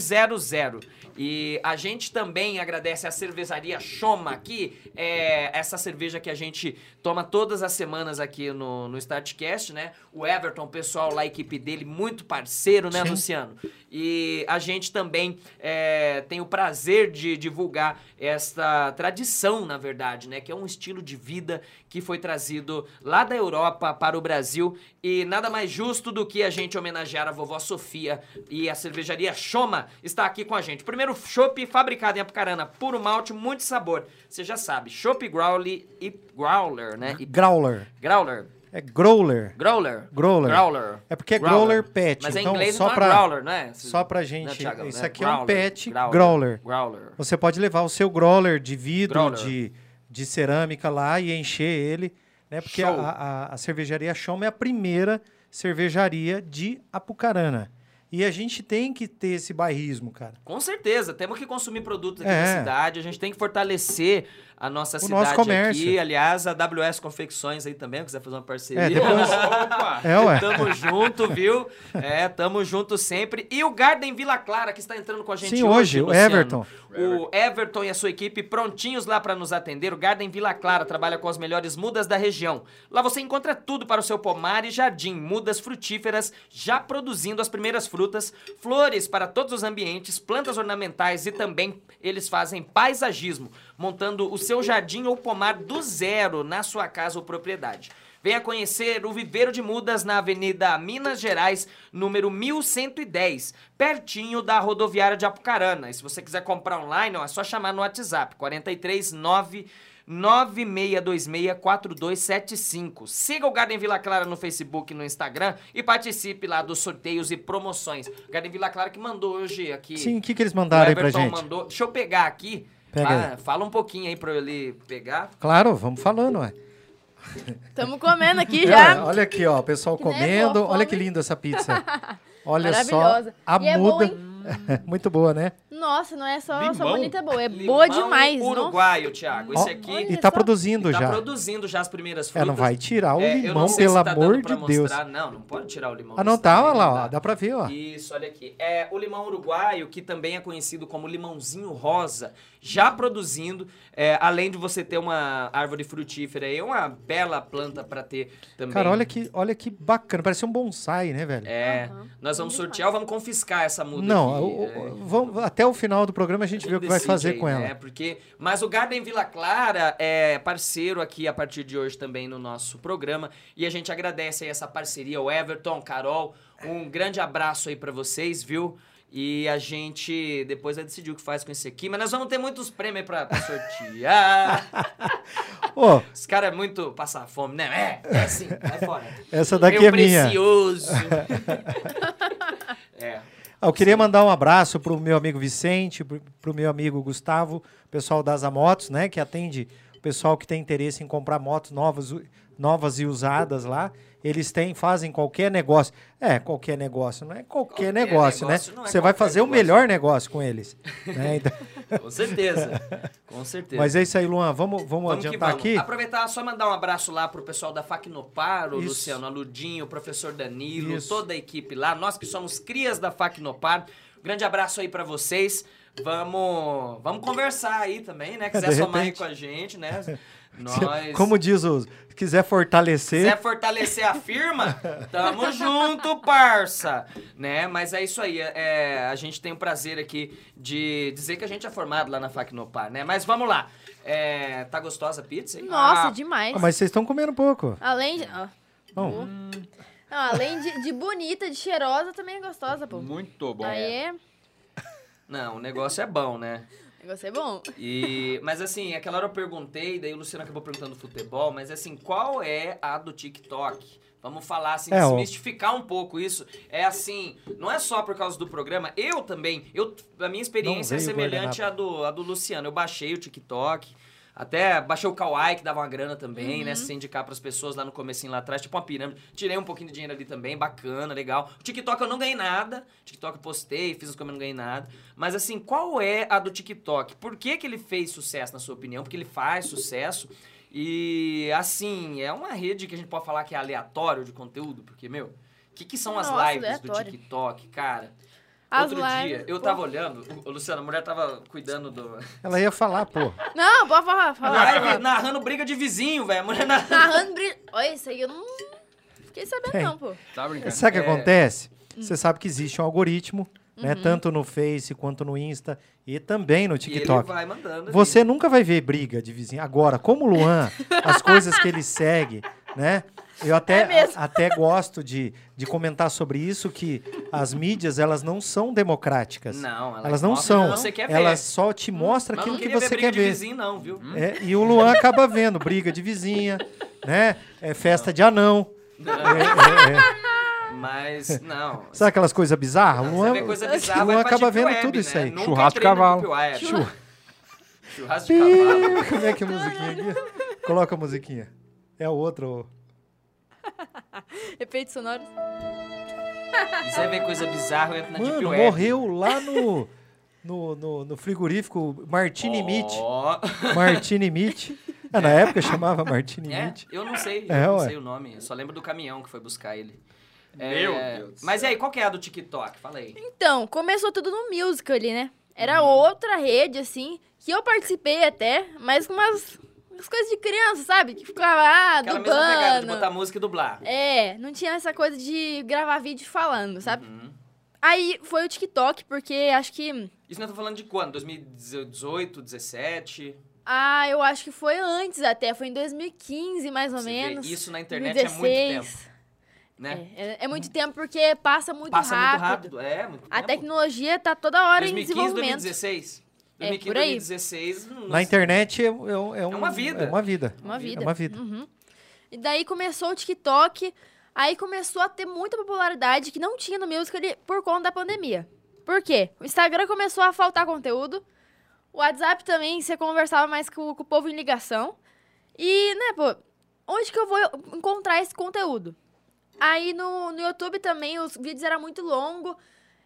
Speaker 1: 1100. E a gente também agradece a cervejaria Choma aqui, é, essa cerveja que a gente toma todas as semanas aqui no, no Startcast, né? O Everton, o pessoal lá, a equipe dele, muito parceiro, né,
Speaker 2: Sim.
Speaker 1: Luciano? E a gente também é, tem o prazer de divulgar esta tradição, na verdade, né? Que é um estilo de vida que foi trazido lá da Europa para o Brasil. E nada mais justo do que a gente homenagear a vovó Sofia e a cervejaria Choma está aqui com a gente. Primeiro chopp fabricado em Apucarana, puro malte, muito sabor. Você já sabe, chopp growler e growler, né? E
Speaker 2: Growler.
Speaker 1: growler,
Speaker 2: É growler.
Speaker 1: growler,
Speaker 2: Growler.
Speaker 1: growler.
Speaker 2: É porque é growler pet.
Speaker 1: Mas
Speaker 2: então,
Speaker 1: em inglês
Speaker 2: só
Speaker 1: não é
Speaker 2: pra,
Speaker 1: growler, né?
Speaker 2: Só pra gente.
Speaker 1: Né, Thiago?
Speaker 2: isso
Speaker 1: Né?
Speaker 2: aqui é um pet growler.
Speaker 1: Growler.
Speaker 2: Você pode levar o seu growler de vidro,
Speaker 1: Growler.
Speaker 2: De, de cerâmica lá e encher ele. Né? Porque a,
Speaker 1: Show.
Speaker 2: a, a cervejaria Choma é a primeira cervejaria de Apucarana. E a gente tem que ter esse bairrismo, cara.
Speaker 1: Com certeza, temos que consumir produtos aqui
Speaker 2: É.
Speaker 1: na cidade, a gente tem que fortalecer a nossa cidade
Speaker 2: nosso comércio.
Speaker 1: aqui. Aliás, a WS Confecções aí também, quiser fazer uma parceria.
Speaker 2: É, depois-
Speaker 4: Opa!
Speaker 2: É, ué.
Speaker 1: Tamo junto, viu? É, tamo junto sempre. E o Garden Vila Clara, que está entrando com a gente
Speaker 2: Sim,
Speaker 1: hoje,
Speaker 2: hoje, o
Speaker 1: Luciano.
Speaker 2: Everton.
Speaker 1: O Everton e a sua equipe prontinhos lá para nos atender. O Garden Vila Clara trabalha com as melhores mudas da região. Lá você encontra tudo para o seu pomar e jardim, mudas frutíferas já produzindo as primeiras frutas, flores para todos os ambientes, plantas ornamentais e também eles fazem paisagismo, montando o seu jardim ou pomar do zero na sua casa ou propriedade. Venha conhecer o Viveiro de Mudas na Avenida Minas Gerais, número 1110, pertinho da rodoviária de Apucarana. E se você quiser comprar online, ó, é só chamar no WhatsApp, 439 96264275. Siga o Garden Vila Clara no Facebook e no Instagram e participe lá dos sorteios e promoções. O Garden Vila Clara que mandou hoje aqui.
Speaker 2: Sim, o que, que eles
Speaker 1: O
Speaker 2: mandaram aí pra
Speaker 1: Everton
Speaker 2: gente?
Speaker 1: mandou. Deixa eu pegar aqui.
Speaker 2: Pega
Speaker 1: Ah, fala um pouquinho aí pra eu ele pegar.
Speaker 2: Claro, vamos falando, ué.
Speaker 3: Tamo comendo aqui
Speaker 2: É,
Speaker 3: já.
Speaker 2: olha, olha aqui, ó, o pessoal
Speaker 3: Que
Speaker 2: comendo.
Speaker 3: nervoso,
Speaker 2: olha que
Speaker 3: fome.
Speaker 2: linda essa pizza. Olha só,
Speaker 3: Maravilhosa.
Speaker 2: a
Speaker 3: E é boa,
Speaker 2: muda.
Speaker 3: hein?
Speaker 2: Muito boa, né?
Speaker 3: Nossa, não é só, só
Speaker 4: Limão?
Speaker 3: bonita, é boa. É
Speaker 1: Limão
Speaker 3: boa demais. Nossa.
Speaker 1: Uruguaio, Thiago. Esse
Speaker 2: Ó,
Speaker 1: aqui
Speaker 3: olha
Speaker 2: E tá
Speaker 3: só.
Speaker 2: produzindo
Speaker 1: tá
Speaker 2: já.
Speaker 1: produzindo já as primeiras
Speaker 2: Ela
Speaker 1: frutas.
Speaker 2: não vai tirar o
Speaker 1: É, eu não
Speaker 2: limão,
Speaker 1: sei
Speaker 2: pelo
Speaker 1: se tá dando
Speaker 2: amor
Speaker 1: pra
Speaker 2: de Deus.
Speaker 1: mostrar. Não, não pode tirar o limão.
Speaker 2: Ah, não
Speaker 1: desse
Speaker 2: tá,
Speaker 1: tamanho,
Speaker 2: olha lá,
Speaker 1: não
Speaker 2: ó, dá pra ver, ó.
Speaker 1: Isso, olha aqui. É o limão uruguaio, que também é conhecido como limãozinho rosa, já produzindo, é, além de você ter uma árvore frutífera, é uma bela planta pra ter também.
Speaker 2: Cara, olha que, olha que bacana, parece um bonsai, né, velho?
Speaker 1: É,
Speaker 3: Aham.
Speaker 1: nós vamos sortear ou vamos confiscar essa muda
Speaker 2: não,
Speaker 1: aqui,
Speaker 2: o- o-
Speaker 1: é.
Speaker 2: vamos- até o final do programa a gente vê o que vai
Speaker 1: Decide
Speaker 2: fazer
Speaker 1: aí,
Speaker 2: com ela.
Speaker 1: né? Porque, mas o Garden Vila Clara é parceiro aqui a partir de hoje também no nosso programa e a gente agradece aí essa parceria, o Everton, Carol, um grande abraço aí pra vocês, viu? E a gente depois vai decidir o que faz com esse aqui, mas nós vamos ter muitos prêmios pra, pra sortear.
Speaker 2: Ô,
Speaker 1: Os caras é muito passar fome, né? É, é assim, vai fora.
Speaker 2: essa daqui
Speaker 1: Meu
Speaker 2: é minha.
Speaker 1: precioso. é.
Speaker 2: Ah, Eu queria mandar um abraço pro meu amigo Vicente, pro pro meu amigo Gustavo, pessoal das Amotos, né, que atende o pessoal que tem interesse em comprar motos novas, u- novas e usadas lá. Eles têm, fazem qualquer negócio. É, qualquer negócio, não é qualquer,
Speaker 1: Qualquer
Speaker 2: negócio,
Speaker 1: negócio,
Speaker 2: né?
Speaker 1: não é
Speaker 2: Você vai
Speaker 1: qualquer
Speaker 2: fazer o
Speaker 1: negócio.
Speaker 2: melhor negócio com eles. né? Então-
Speaker 1: Com certeza. Com certeza.
Speaker 2: mas é isso aí, Luan. Vamos, vamos,
Speaker 1: Vamos que
Speaker 2: adiantar
Speaker 1: vamos.
Speaker 2: aqui?
Speaker 1: Aproveitar só mandar um abraço lá pro pessoal da Facnopar, o
Speaker 2: Isso.
Speaker 1: Luciano, a Ludinho, o professor Danilo,
Speaker 2: Isso.
Speaker 1: toda a equipe lá. Nós que somos crias da Facnopar. Grande abraço aí pra vocês. Vamos, vamos conversar aí também, né? Quiser
Speaker 2: É, De
Speaker 1: somar aí
Speaker 2: repente. é
Speaker 1: com a gente, né? Nós...
Speaker 2: Como diz o. Se quiser fortalecer.
Speaker 1: Quiser fortalecer a firma, tamo junto, parça. Né? Mas é isso aí. é, a gente tem o prazer aqui de dizer que a gente é formado lá na Facnopar, né? Mas vamos lá. É, tá gostosa a pizza? hein?
Speaker 3: Nossa,
Speaker 1: Ah,
Speaker 3: demais.
Speaker 2: Ah, mas vocês estão comendo pouco.
Speaker 3: Além de. ó.
Speaker 2: Bom.
Speaker 3: Boa. Não, além de, de bonita, de cheirosa, também é gostosa, pô.
Speaker 4: Muito bom.
Speaker 3: Aí é. O
Speaker 1: Não, o negócio é bom, né?
Speaker 3: negócio é bom.
Speaker 1: E, mas assim, aquela hora eu perguntei, daí o Luciano acabou perguntando futebol, mas assim, qual é a do TikTok? Vamos falar assim,
Speaker 2: É, o-
Speaker 1: desmistificar um pouco isso. É assim, não é só por causa do programa, eu também, eu, a minha experiência é
Speaker 2: veio
Speaker 1: semelhante à do, à do Luciano. Eu baixei o TikTok, até baixei o Kawaii, que dava uma grana também, né? Se indicar pras pessoas lá no comecinho lá atrás, tipo uma pirâmide. Tirei um pouquinho de dinheiro ali também, bacana, legal. O TikTok eu não ganhei nada. TikTok eu postei, fiz os comentários, não ganhei nada. Mas assim, qual é a do TikTok? Por que, que ele fez sucesso, na sua opinião? Porque ele faz sucesso. E assim, é uma rede que a gente pode falar que é aleatório de conteúdo, porque, meu, o que, que são
Speaker 3: Nossa,
Speaker 1: as lives do
Speaker 3: aleatório.
Speaker 1: TikTok, cara?
Speaker 3: As
Speaker 1: Outro dia,
Speaker 3: lives,
Speaker 1: eu
Speaker 3: pô.
Speaker 1: tava olhando, o- o Luciano, a mulher tava cuidando do.
Speaker 2: Ela ia falar, pô.
Speaker 3: Não, pode falar. falar,
Speaker 1: Live
Speaker 3: falar.
Speaker 1: narrando briga de vizinho, velho. A mulher na...
Speaker 3: Narrando brilho. Olha, isso aí eu não fiquei sabendo,
Speaker 2: Tem.
Speaker 3: não, pô.
Speaker 4: Tá brincando?
Speaker 2: Sabe o que
Speaker 1: É.
Speaker 2: acontece?
Speaker 3: Hum.
Speaker 2: Você sabe que existe um algoritmo,
Speaker 3: Uhum.
Speaker 2: né? Tanto no Face quanto no Insta e também no
Speaker 1: E ele
Speaker 2: TikTok.
Speaker 1: vai mandando. ali.
Speaker 2: Você é nunca vai ver briga de vizinho. Agora, como o Luan, as coisas que ele segue, né? Eu até,
Speaker 3: É mesmo.
Speaker 2: até gosto de, de comentar sobre isso, que as mídias, elas não são democráticas.
Speaker 1: Não, ela
Speaker 2: elas não
Speaker 1: mostra o que
Speaker 2: são.
Speaker 1: Você quer ver.
Speaker 2: Elas só te mostram
Speaker 1: Mas não
Speaker 2: aquilo que
Speaker 1: queria
Speaker 2: você
Speaker 1: ver
Speaker 2: quer
Speaker 1: briga de
Speaker 2: ver.
Speaker 1: vizinho, não, viu?
Speaker 2: É, e o Luan acaba vendo briga de vizinha, né? É festa de anão.
Speaker 1: Não,
Speaker 2: É, é, é.
Speaker 1: Mas, não.
Speaker 2: Sabe aquelas coisas bizarras?
Speaker 1: Não,
Speaker 2: O Luan,
Speaker 1: você vê
Speaker 3: é
Speaker 1: coisa bizarra,
Speaker 3: assim.
Speaker 2: o
Speaker 1: vai
Speaker 2: Luan
Speaker 1: pra
Speaker 2: acaba
Speaker 1: Deep
Speaker 2: vendo
Speaker 1: Web,
Speaker 2: tudo
Speaker 1: né?
Speaker 2: isso aí.
Speaker 1: Nunca
Speaker 4: Churrasco de
Speaker 1: entrei no
Speaker 4: cavalo.
Speaker 1: Deep Web.
Speaker 3: Churrasco.
Speaker 1: Churrasco de cavalo.
Speaker 2: Pi, Como é que é a musiquinha aqui? Coloca a musiquinha. É o outro.
Speaker 3: Efeitos sonoros.
Speaker 1: Você vê coisa bizarra, entra na Deep
Speaker 2: Mano,
Speaker 1: Web.
Speaker 2: morreu lá no, no, no, no frigorífico Martini
Speaker 1: Oh.
Speaker 2: Meat.
Speaker 1: Ó.
Speaker 2: Martini Meat. Ah, na época chamava Martini
Speaker 1: É,
Speaker 2: Meat.
Speaker 1: eu não sei,
Speaker 2: É,
Speaker 1: eu não
Speaker 2: ué.
Speaker 1: sei o nome. Eu só lembro do caminhão que foi buscar ele. É,
Speaker 4: Meu Deus do
Speaker 1: Mas e aí, qual que é a do TikTok? Fala aí.
Speaker 3: Então, começou tudo no musical ali, né? Era
Speaker 1: Uhum.
Speaker 3: outra rede, assim, que eu participei até, mas com umas, umas coisas de criança, sabe? Que ficava, ah,
Speaker 1: Aquela mesma pegada de
Speaker 3: dubando.
Speaker 1: botar música e dublar.
Speaker 3: É, não tinha essa coisa de gravar vídeo falando, sabe?
Speaker 1: Uhum.
Speaker 3: Aí foi o TikTok, porque acho que.
Speaker 1: Isso nós estamos falando de quando? 2018, 17?
Speaker 3: Ah, eu acho que foi antes até, foi em 2015, mais ou
Speaker 1: Você vê,
Speaker 3: menos.
Speaker 1: Isso na internet é muito tempo, né?
Speaker 3: É, é- é muito tempo porque passa muito
Speaker 1: Passa
Speaker 3: rápido.
Speaker 1: muito rápido, é, muito
Speaker 3: A
Speaker 1: tempo.
Speaker 3: tecnologia tá toda hora em
Speaker 1: 2015,
Speaker 3: desenvolvimento.
Speaker 1: 2016?
Speaker 3: É,
Speaker 1: 2015,
Speaker 3: por aí.
Speaker 1: 2016, não
Speaker 2: Na
Speaker 1: sei.
Speaker 2: internet é, é um- é um-
Speaker 1: uma vida.
Speaker 2: É uma vida.
Speaker 3: Uma vida.
Speaker 2: É uma vida.
Speaker 3: Uhum. E daí começou o TikTok, aí começou a ter muita popularidade que não tinha no Musical.ly por conta da pandemia. Por quê? O Instagram começou a faltar conteúdo, o WhatsApp também, você conversava mais com, com o povo em ligação. E, né, pô, onde que eu vou encontrar esse conteúdo? Aí no, no YouTube também os vídeos eram muito longos,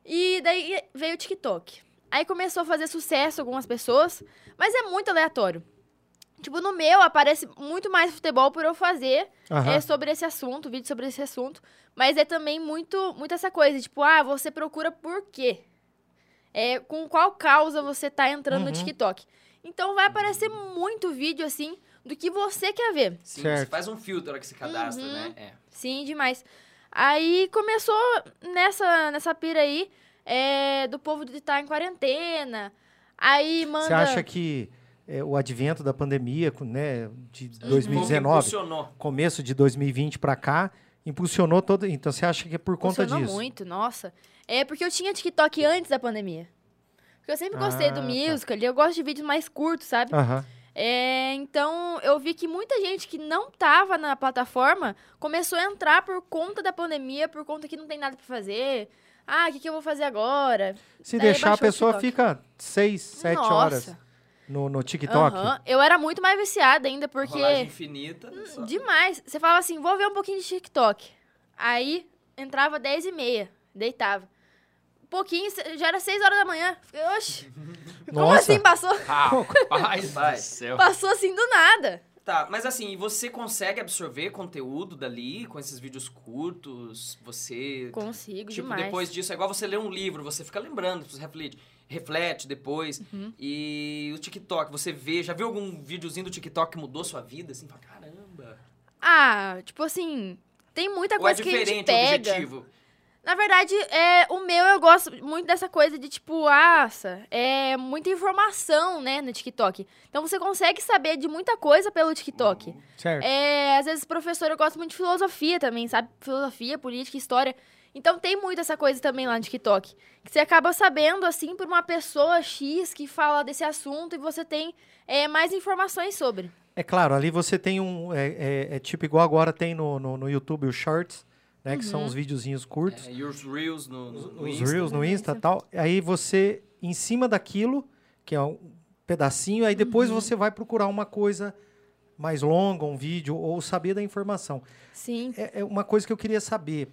Speaker 3: e daí veio o TikTok. Aí começou a fazer sucesso algumas pessoas, mas é muito aleatório. Tipo, no meu aparece muito mais futebol por eu fazer
Speaker 2: Aham.
Speaker 3: é, sobre esse assunto, vídeo sobre esse assunto. Mas é também muito, muito essa coisa, tipo, ah, você procura por quê? É, com qual causa você tá entrando
Speaker 2: Uhum.
Speaker 3: no TikTok. Então vai aparecer muito vídeo, assim, do que você quer ver.
Speaker 1: Sim,
Speaker 2: Certo.
Speaker 1: você faz um filtro na hora que se cadastra,
Speaker 3: Uhum.
Speaker 1: né? É.
Speaker 3: Sim, demais. Aí começou nessa, nessa pira aí, é, do povo de estar em quarentena. Aí manda...
Speaker 2: Você acha que é, o advento da pandemia, com, né, de
Speaker 1: Como
Speaker 2: 2019,
Speaker 1: funcionou?
Speaker 2: começo de 2020 pra cá, impulsionou todo. Então você acha que é por conta
Speaker 3: Funcionou
Speaker 2: disso?
Speaker 3: muito, nossa. É porque eu tinha TikTok antes da pandemia. Porque eu sempre gostei
Speaker 2: Ah,
Speaker 3: do
Speaker 2: tá. Ah.
Speaker 3: musical, e eu gosto de vídeos mais curtos, sabe?
Speaker 2: Aham.
Speaker 3: É, então, eu vi que muita gente que não tava na plataforma começou a entrar por conta da pandemia, por conta que não tem nada pra fazer. Ah, o que, que eu vou fazer agora?
Speaker 2: Se
Speaker 3: Daí
Speaker 2: deixar, a
Speaker 3: baixou o
Speaker 2: pessoa
Speaker 3: TikTok.
Speaker 2: fica seis, sete
Speaker 3: Nossa.
Speaker 2: horas no, no TikTok.
Speaker 3: Aham. Eu era muito mais viciada ainda, porque...
Speaker 1: Rolagem infinita. só-
Speaker 3: Demais. Você falava assim, vou ver um pouquinho de TikTok. Aí, entrava 10 e meia, deitava. Um pouquinho, já era 6 horas da manhã. Fiquei, Oxi, como
Speaker 2: Nossa,
Speaker 3: assim passou,
Speaker 4: Ah, Rapaz do
Speaker 1: Vai.
Speaker 4: céu.
Speaker 3: passou assim do nada?
Speaker 1: Tá, mas assim, e você consegue absorver conteúdo dali com esses vídeos curtos? Você.
Speaker 3: Consigo
Speaker 1: tipo,
Speaker 3: demais.
Speaker 1: depois disso, é igual você ler um livro, você fica lembrando, você reflete, reflete depois.
Speaker 3: Uhum.
Speaker 1: E o TikTok, você vê, já viu algum videozinho do TikTok que mudou sua vida? Assim, fala, caramba.
Speaker 3: Ah, tipo assim, tem muita
Speaker 1: Ou é
Speaker 3: coisa que a gente
Speaker 1: diferente o
Speaker 3: pega.
Speaker 1: objetivo?
Speaker 3: Na verdade, é, o meu eu gosto muito dessa coisa de tipo, aça, é muita informação, né, no TikTok. Então você consegue saber de muita coisa pelo TikTok.
Speaker 2: Certo.
Speaker 3: É, às vezes, professor, eu gosto muito de filosofia também, sabe? Filosofia, política, história. Então tem muito essa coisa também lá no TikTok. Que você acaba sabendo, assim, por uma pessoa X que fala desse assunto e você tem é, mais informações sobre.
Speaker 2: É claro, ali você tem um. É, é- é tipo igual agora tem no, no, no YouTube os Shorts, né? Que
Speaker 3: Uhum.
Speaker 2: são os videozinhos curtos.
Speaker 1: É, e os Reels no, no, no
Speaker 2: os
Speaker 1: Insta.
Speaker 2: Reels no
Speaker 3: No
Speaker 2: Insta e
Speaker 3: Insta.
Speaker 2: tal. Aí você, em cima daquilo, que é um pedacinho, aí depois você vai procurar uma coisa mais longa, um vídeo, ou saber da informação.
Speaker 3: Sim.
Speaker 2: É, é uma coisa que eu queria saber.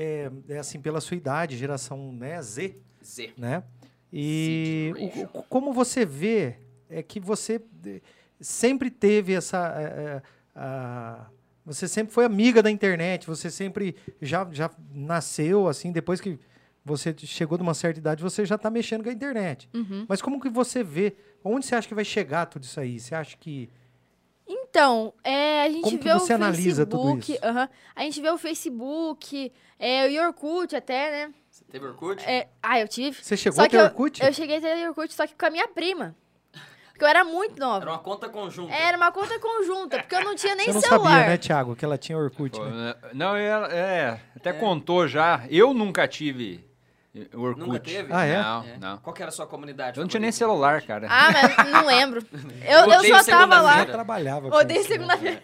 Speaker 2: É, é assim, pela sua idade, geração né, Z,
Speaker 1: Z.
Speaker 2: né? E
Speaker 1: Seed
Speaker 2: o-
Speaker 1: ratio.
Speaker 2: o- como você vê é que você de- sempre teve essa é, é, a- você sempre foi amiga da internet, você sempre já, já nasceu assim, depois que você chegou de uma certa idade, você já está mexendo com a internet.
Speaker 3: Uhum.
Speaker 2: Mas como que você vê? Onde você acha que vai chegar tudo isso aí? Você acha que
Speaker 3: Então, é, a gente
Speaker 2: Como que
Speaker 3: vê
Speaker 2: você
Speaker 3: o
Speaker 2: analisa tudo
Speaker 3: Facebook.
Speaker 2: isso?
Speaker 3: aham, a gente vê o Facebook, é, o Yorkut até, né?
Speaker 1: Você teve Orkut?
Speaker 3: É, ah, eu tive.
Speaker 2: você chegou
Speaker 3: Só
Speaker 2: até
Speaker 3: que eu-
Speaker 2: Orkut?
Speaker 3: Eu cheguei até o Yorkut, só que com a minha prima. Porque eu era muito nova.
Speaker 1: Era uma conta conjunta.
Speaker 3: Era uma conta conjunta, porque eu não tinha nem
Speaker 2: Você não
Speaker 3: celular.
Speaker 2: sabia, né, Thiago, que ela tinha Orkut,
Speaker 4: Pô,
Speaker 2: né?
Speaker 4: né? Não, ela- é, até contou já. Eu nunca tive o Orkut.
Speaker 1: Nunca teve?
Speaker 2: Ah, é?
Speaker 4: Não,
Speaker 1: É.
Speaker 4: não.
Speaker 1: Qual que era a sua comunidade?
Speaker 4: Eu não tinha nem
Speaker 1: favorita?
Speaker 4: celular, cara.
Speaker 3: Ah, mas não lembro. Eu, eu
Speaker 1: Odeio
Speaker 3: só tava
Speaker 2: Eu já
Speaker 1: segunda-feira.
Speaker 3: lá.
Speaker 2: trabalhava com
Speaker 3: Odeio
Speaker 2: isso, né?
Speaker 3: segunda-feira.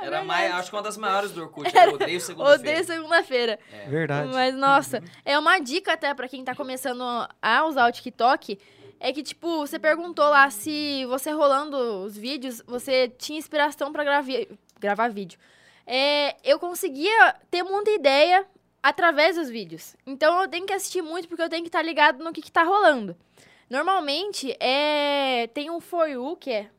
Speaker 1: Era mais, acho que uma das maiores do Orkut. Era odeio segunda-feira.
Speaker 3: É Odeio segunda-feira.
Speaker 2: Verdade.
Speaker 3: Mas, nossa, é uma dica até pra quem tá começando a usar o TikTok. É que, tipo, você perguntou lá se você rolando os vídeos, você tinha inspiração pra gravi- gravar vídeo. É, eu conseguia ter muita ideia através dos vídeos. Então eu tenho que assistir muito porque eu tenho que estar ligado no que, que tá rolando. Normalmente, é, tem um For You, que é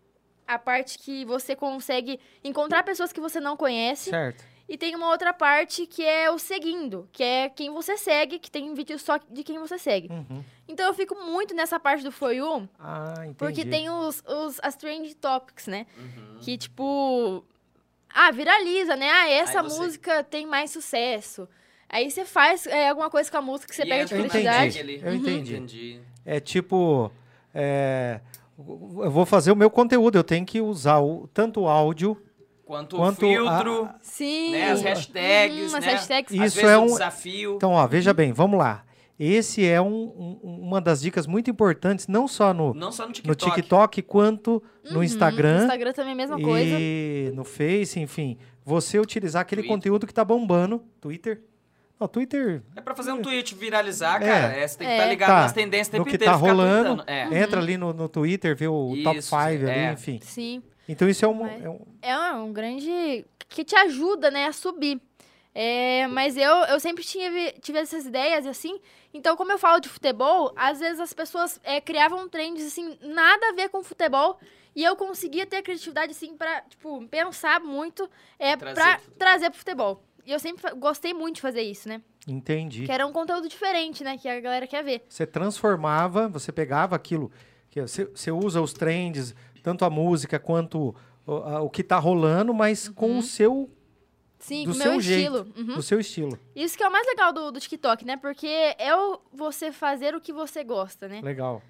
Speaker 3: a parte que você consegue encontrar pessoas que você não conhece.
Speaker 2: Certo.
Speaker 3: E tem uma outra parte que é o seguindo, que é quem você segue, que tem vídeo só de quem você segue.
Speaker 2: Uhum.
Speaker 3: Então eu fico muito nessa parte do For You,
Speaker 2: Ah, entendi.
Speaker 3: porque tem os, os, as trend topics, né?
Speaker 1: Uhum.
Speaker 3: Que tipo. Ah, viraliza, né? Ah, essa
Speaker 1: você-
Speaker 3: música tem mais sucesso. Aí você faz é, alguma coisa com a Uhum. música que você
Speaker 1: E é
Speaker 3: pega de
Speaker 1: entra na
Speaker 3: curiosidade.
Speaker 1: tag ali.
Speaker 2: Eu entendi.
Speaker 1: entendi.
Speaker 2: É tipo. é, eu vou fazer o meu conteúdo, eu tenho que usar o, tanto o áudio.
Speaker 1: Quanto,
Speaker 2: Quanto a-
Speaker 1: filtro,
Speaker 3: Sim.
Speaker 1: né, as hashtags,
Speaker 3: Hum, as
Speaker 1: né?
Speaker 3: hashtags.
Speaker 1: Às
Speaker 2: Isso
Speaker 1: vezes
Speaker 2: é
Speaker 1: um
Speaker 2: um-
Speaker 1: desafio.
Speaker 2: Então, ó, veja bem, vamos lá. Esse é um- um- uma das dicas muito importantes, não só no,
Speaker 1: não só no
Speaker 2: no
Speaker 1: TikTok.
Speaker 2: TikTok, quanto no
Speaker 3: Uhum,
Speaker 2: Instagram.
Speaker 3: Instagram também é a mesma
Speaker 2: e
Speaker 3: coisa.
Speaker 2: no Face, enfim. Você utilizar aquele
Speaker 1: Twitter.
Speaker 2: conteúdo que tá bombando. Twitter. Não, Twitter
Speaker 1: É pra fazer um tweet viralizar, cara. É, você tem que estar
Speaker 3: É.
Speaker 1: ligado
Speaker 2: Tá.
Speaker 1: nas tendências o tempo
Speaker 2: No que
Speaker 1: inteiro.
Speaker 2: tá
Speaker 1: ficar
Speaker 2: rolando.
Speaker 1: tweetando. É.
Speaker 2: entra ali no, no Twitter, vê o top
Speaker 1: Isso,
Speaker 2: 5 ali,
Speaker 1: é.
Speaker 2: enfim.
Speaker 3: Sim.
Speaker 2: Então isso é um.
Speaker 3: Mas-
Speaker 2: é um-
Speaker 3: É um um grande. que te ajuda, né, a subir. É, mas eu, eu sempre tive, tive essas ideias, assim. Então, como eu falo de futebol, às vezes as pessoas é, criavam trends, assim, nada a ver com futebol. E eu conseguia ter a criatividade, assim, pra, tipo, pensar muito é,
Speaker 1: Trazer
Speaker 3: pra
Speaker 1: pro futebol.
Speaker 3: trazer pro futebol. E eu sempre fa- gostei muito de fazer isso, né?
Speaker 2: entendi.
Speaker 3: Que era um conteúdo diferente, né? Que a galera quer ver.
Speaker 2: Você transformava, você pegava aquilo. Que você, você usa os trends, tanto a música quanto o, a- o que está rolando, mas com o seu,
Speaker 3: Sim,
Speaker 2: do
Speaker 3: com o
Speaker 2: seu
Speaker 3: meu
Speaker 2: jeito,
Speaker 3: estilo. Uhum.
Speaker 2: do seu estilo.
Speaker 3: Isso que é o mais legal do, do TikTok, né? Porque é o- você fazer o que você gosta, né?
Speaker 2: Legal.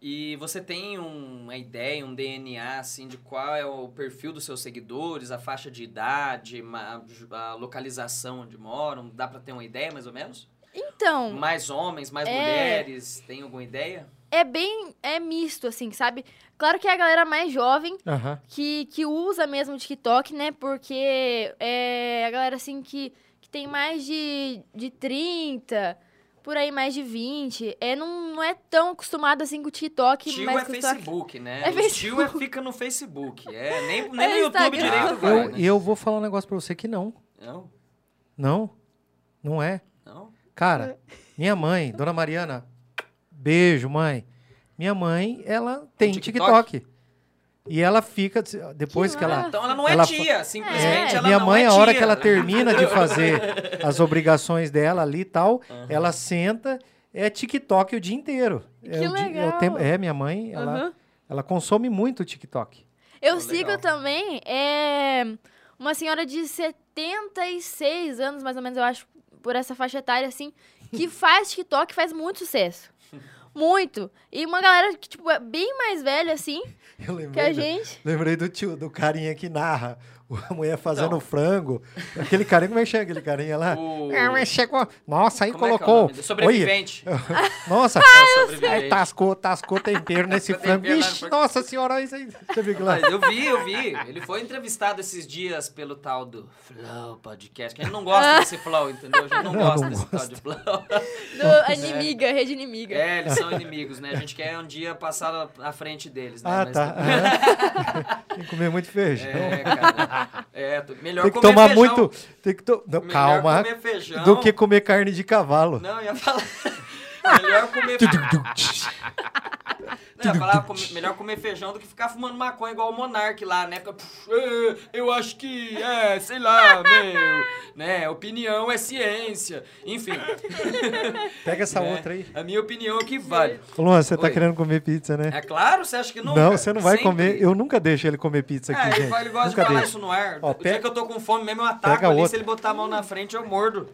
Speaker 1: E você tem uma ideia, um DNA, assim, de qual é o perfil dos seus seguidores, a faixa de idade, ma- a localização onde moram? Dá pra ter uma ideia, mais ou menos?
Speaker 3: Então,
Speaker 1: Mais homens, mais
Speaker 3: É.
Speaker 1: mulheres? Tem alguma ideia?
Speaker 3: é bem é misto, assim, sabe? Claro que é a galera mais jovem
Speaker 2: Aham.
Speaker 3: que, que usa mesmo o TikTok, né? Porque é a galera, assim, que, que tem mais de, de 30, por aí mais de 20. É, não, não é tão acostumado, assim, com o TikTok.
Speaker 1: tio
Speaker 3: mas
Speaker 1: é
Speaker 3: com o TikTok-
Speaker 1: Facebook, né?
Speaker 3: É
Speaker 1: o tio
Speaker 3: Facebook.
Speaker 1: é, fica no Facebook. É, nem nem
Speaker 3: É
Speaker 1: no YouTube
Speaker 3: Instagram.
Speaker 1: direito
Speaker 4: Ah,
Speaker 1: vai,
Speaker 2: Eu,
Speaker 1: né?
Speaker 2: eu vou falar um negócio para você que não.
Speaker 1: Não?
Speaker 2: Não. Não é.
Speaker 1: Não?
Speaker 2: Cara, minha mãe, dona Mariana, beijo, mãe. Minha mãe, ela tem
Speaker 1: TikTok?
Speaker 2: TikTok. E ela fica, depois que,
Speaker 3: Que
Speaker 2: ela.
Speaker 3: maravilha.
Speaker 1: Então ela não é
Speaker 2: Ela fa-
Speaker 1: tia, simplesmente
Speaker 3: É,
Speaker 1: ela
Speaker 2: minha
Speaker 1: não
Speaker 2: mãe,
Speaker 1: é
Speaker 2: a hora
Speaker 1: tia.
Speaker 2: que ela termina de fazer as obrigações dela ali e tal, ela senta, é TikTok o dia inteiro. é,
Speaker 3: Que
Speaker 2: o dia- é o
Speaker 3: legal.
Speaker 2: tempo- é, minha mãe, ela,
Speaker 3: Aham.
Speaker 2: ela consome muito o TikTok.
Speaker 3: Eu
Speaker 1: Pô,
Speaker 3: sigo
Speaker 1: legal.
Speaker 3: também é, uma senhora de 76 anos, mais ou menos, eu acho, por essa faixa etária, assim, que faz TikTok e faz muito sucesso. Muito. E uma galera que, tipo, é bem mais velha, assim,
Speaker 2: Eu lembrei,
Speaker 3: que a gente.
Speaker 2: lembrei do tio, do carinha que narra. A mulher fazendo
Speaker 1: Então.
Speaker 2: frango. Aquele carinha, como é que chama aquele carinha lá?
Speaker 1: O-
Speaker 2: Ah, mas chegou. Nossa, aí
Speaker 1: Como é que é o
Speaker 2: colocou.
Speaker 1: nome dele? Sobrevivente.
Speaker 2: Oi, nossa,
Speaker 1: É o
Speaker 2: aí
Speaker 1: sobrevivente.
Speaker 2: tascou, tascou tempero nesse
Speaker 1: Tascou
Speaker 2: frango.
Speaker 1: tempero lá no
Speaker 2: Ixi,
Speaker 1: frango.
Speaker 2: nossa senhora, isso aí. Você viu que lá?
Speaker 1: Mas Eu vi, eu vi. Ele foi entrevistado esses dias pelo tal do Flow Podcast. que Ele não gosta desse Flow, entendeu? A gente não,
Speaker 2: Não,
Speaker 1: gosta
Speaker 2: não
Speaker 1: desse tal de Flow.
Speaker 2: é.
Speaker 3: Do inimiga, rede inimiga.
Speaker 1: É, eles são inimigos, né? A gente quer um dia passar à frente deles, né?
Speaker 2: Ah,
Speaker 1: Mas-
Speaker 2: tá. Aham. Tem que comer muito feijão.
Speaker 1: É, cara. É, tu- melhor
Speaker 2: tem que
Speaker 1: comer
Speaker 2: tomar
Speaker 1: feijão.
Speaker 2: muito. Tem que to... Não,
Speaker 1: Melhor
Speaker 2: calma.
Speaker 1: comer feijão.
Speaker 2: Do que comer carne de cavalo.
Speaker 1: Não, eu ia falar. melhor comer feijão. Não, eu falava come- melhor comer feijão do que ficar fumando maconha igual o Monark lá, né? Fica, "Puf, é, eu acho que é, sei lá, meu. Né? Opinião é ciência. Enfim.
Speaker 2: Pega essa
Speaker 1: né?
Speaker 2: outra aí.
Speaker 1: A minha opinião é que vale.
Speaker 2: Ô, Luan, você tá
Speaker 1: Oi.
Speaker 2: querendo comer pizza, né?
Speaker 1: É claro, você acha que nunca?
Speaker 2: não, você não vai
Speaker 1: Sempre.
Speaker 2: comer. Eu nunca deixo ele comer pizza aqui,
Speaker 1: É, ele,
Speaker 2: gente.
Speaker 1: fala- ele gosta
Speaker 2: nunca
Speaker 1: de falar
Speaker 2: deixo.
Speaker 1: isso no ar.
Speaker 2: Ó,
Speaker 1: o dia
Speaker 2: pega-
Speaker 1: que eu tô com fome mesmo, eu ataco
Speaker 2: pega
Speaker 1: ali.
Speaker 2: outra.
Speaker 1: Se ele botar a mão na frente, eu mordo.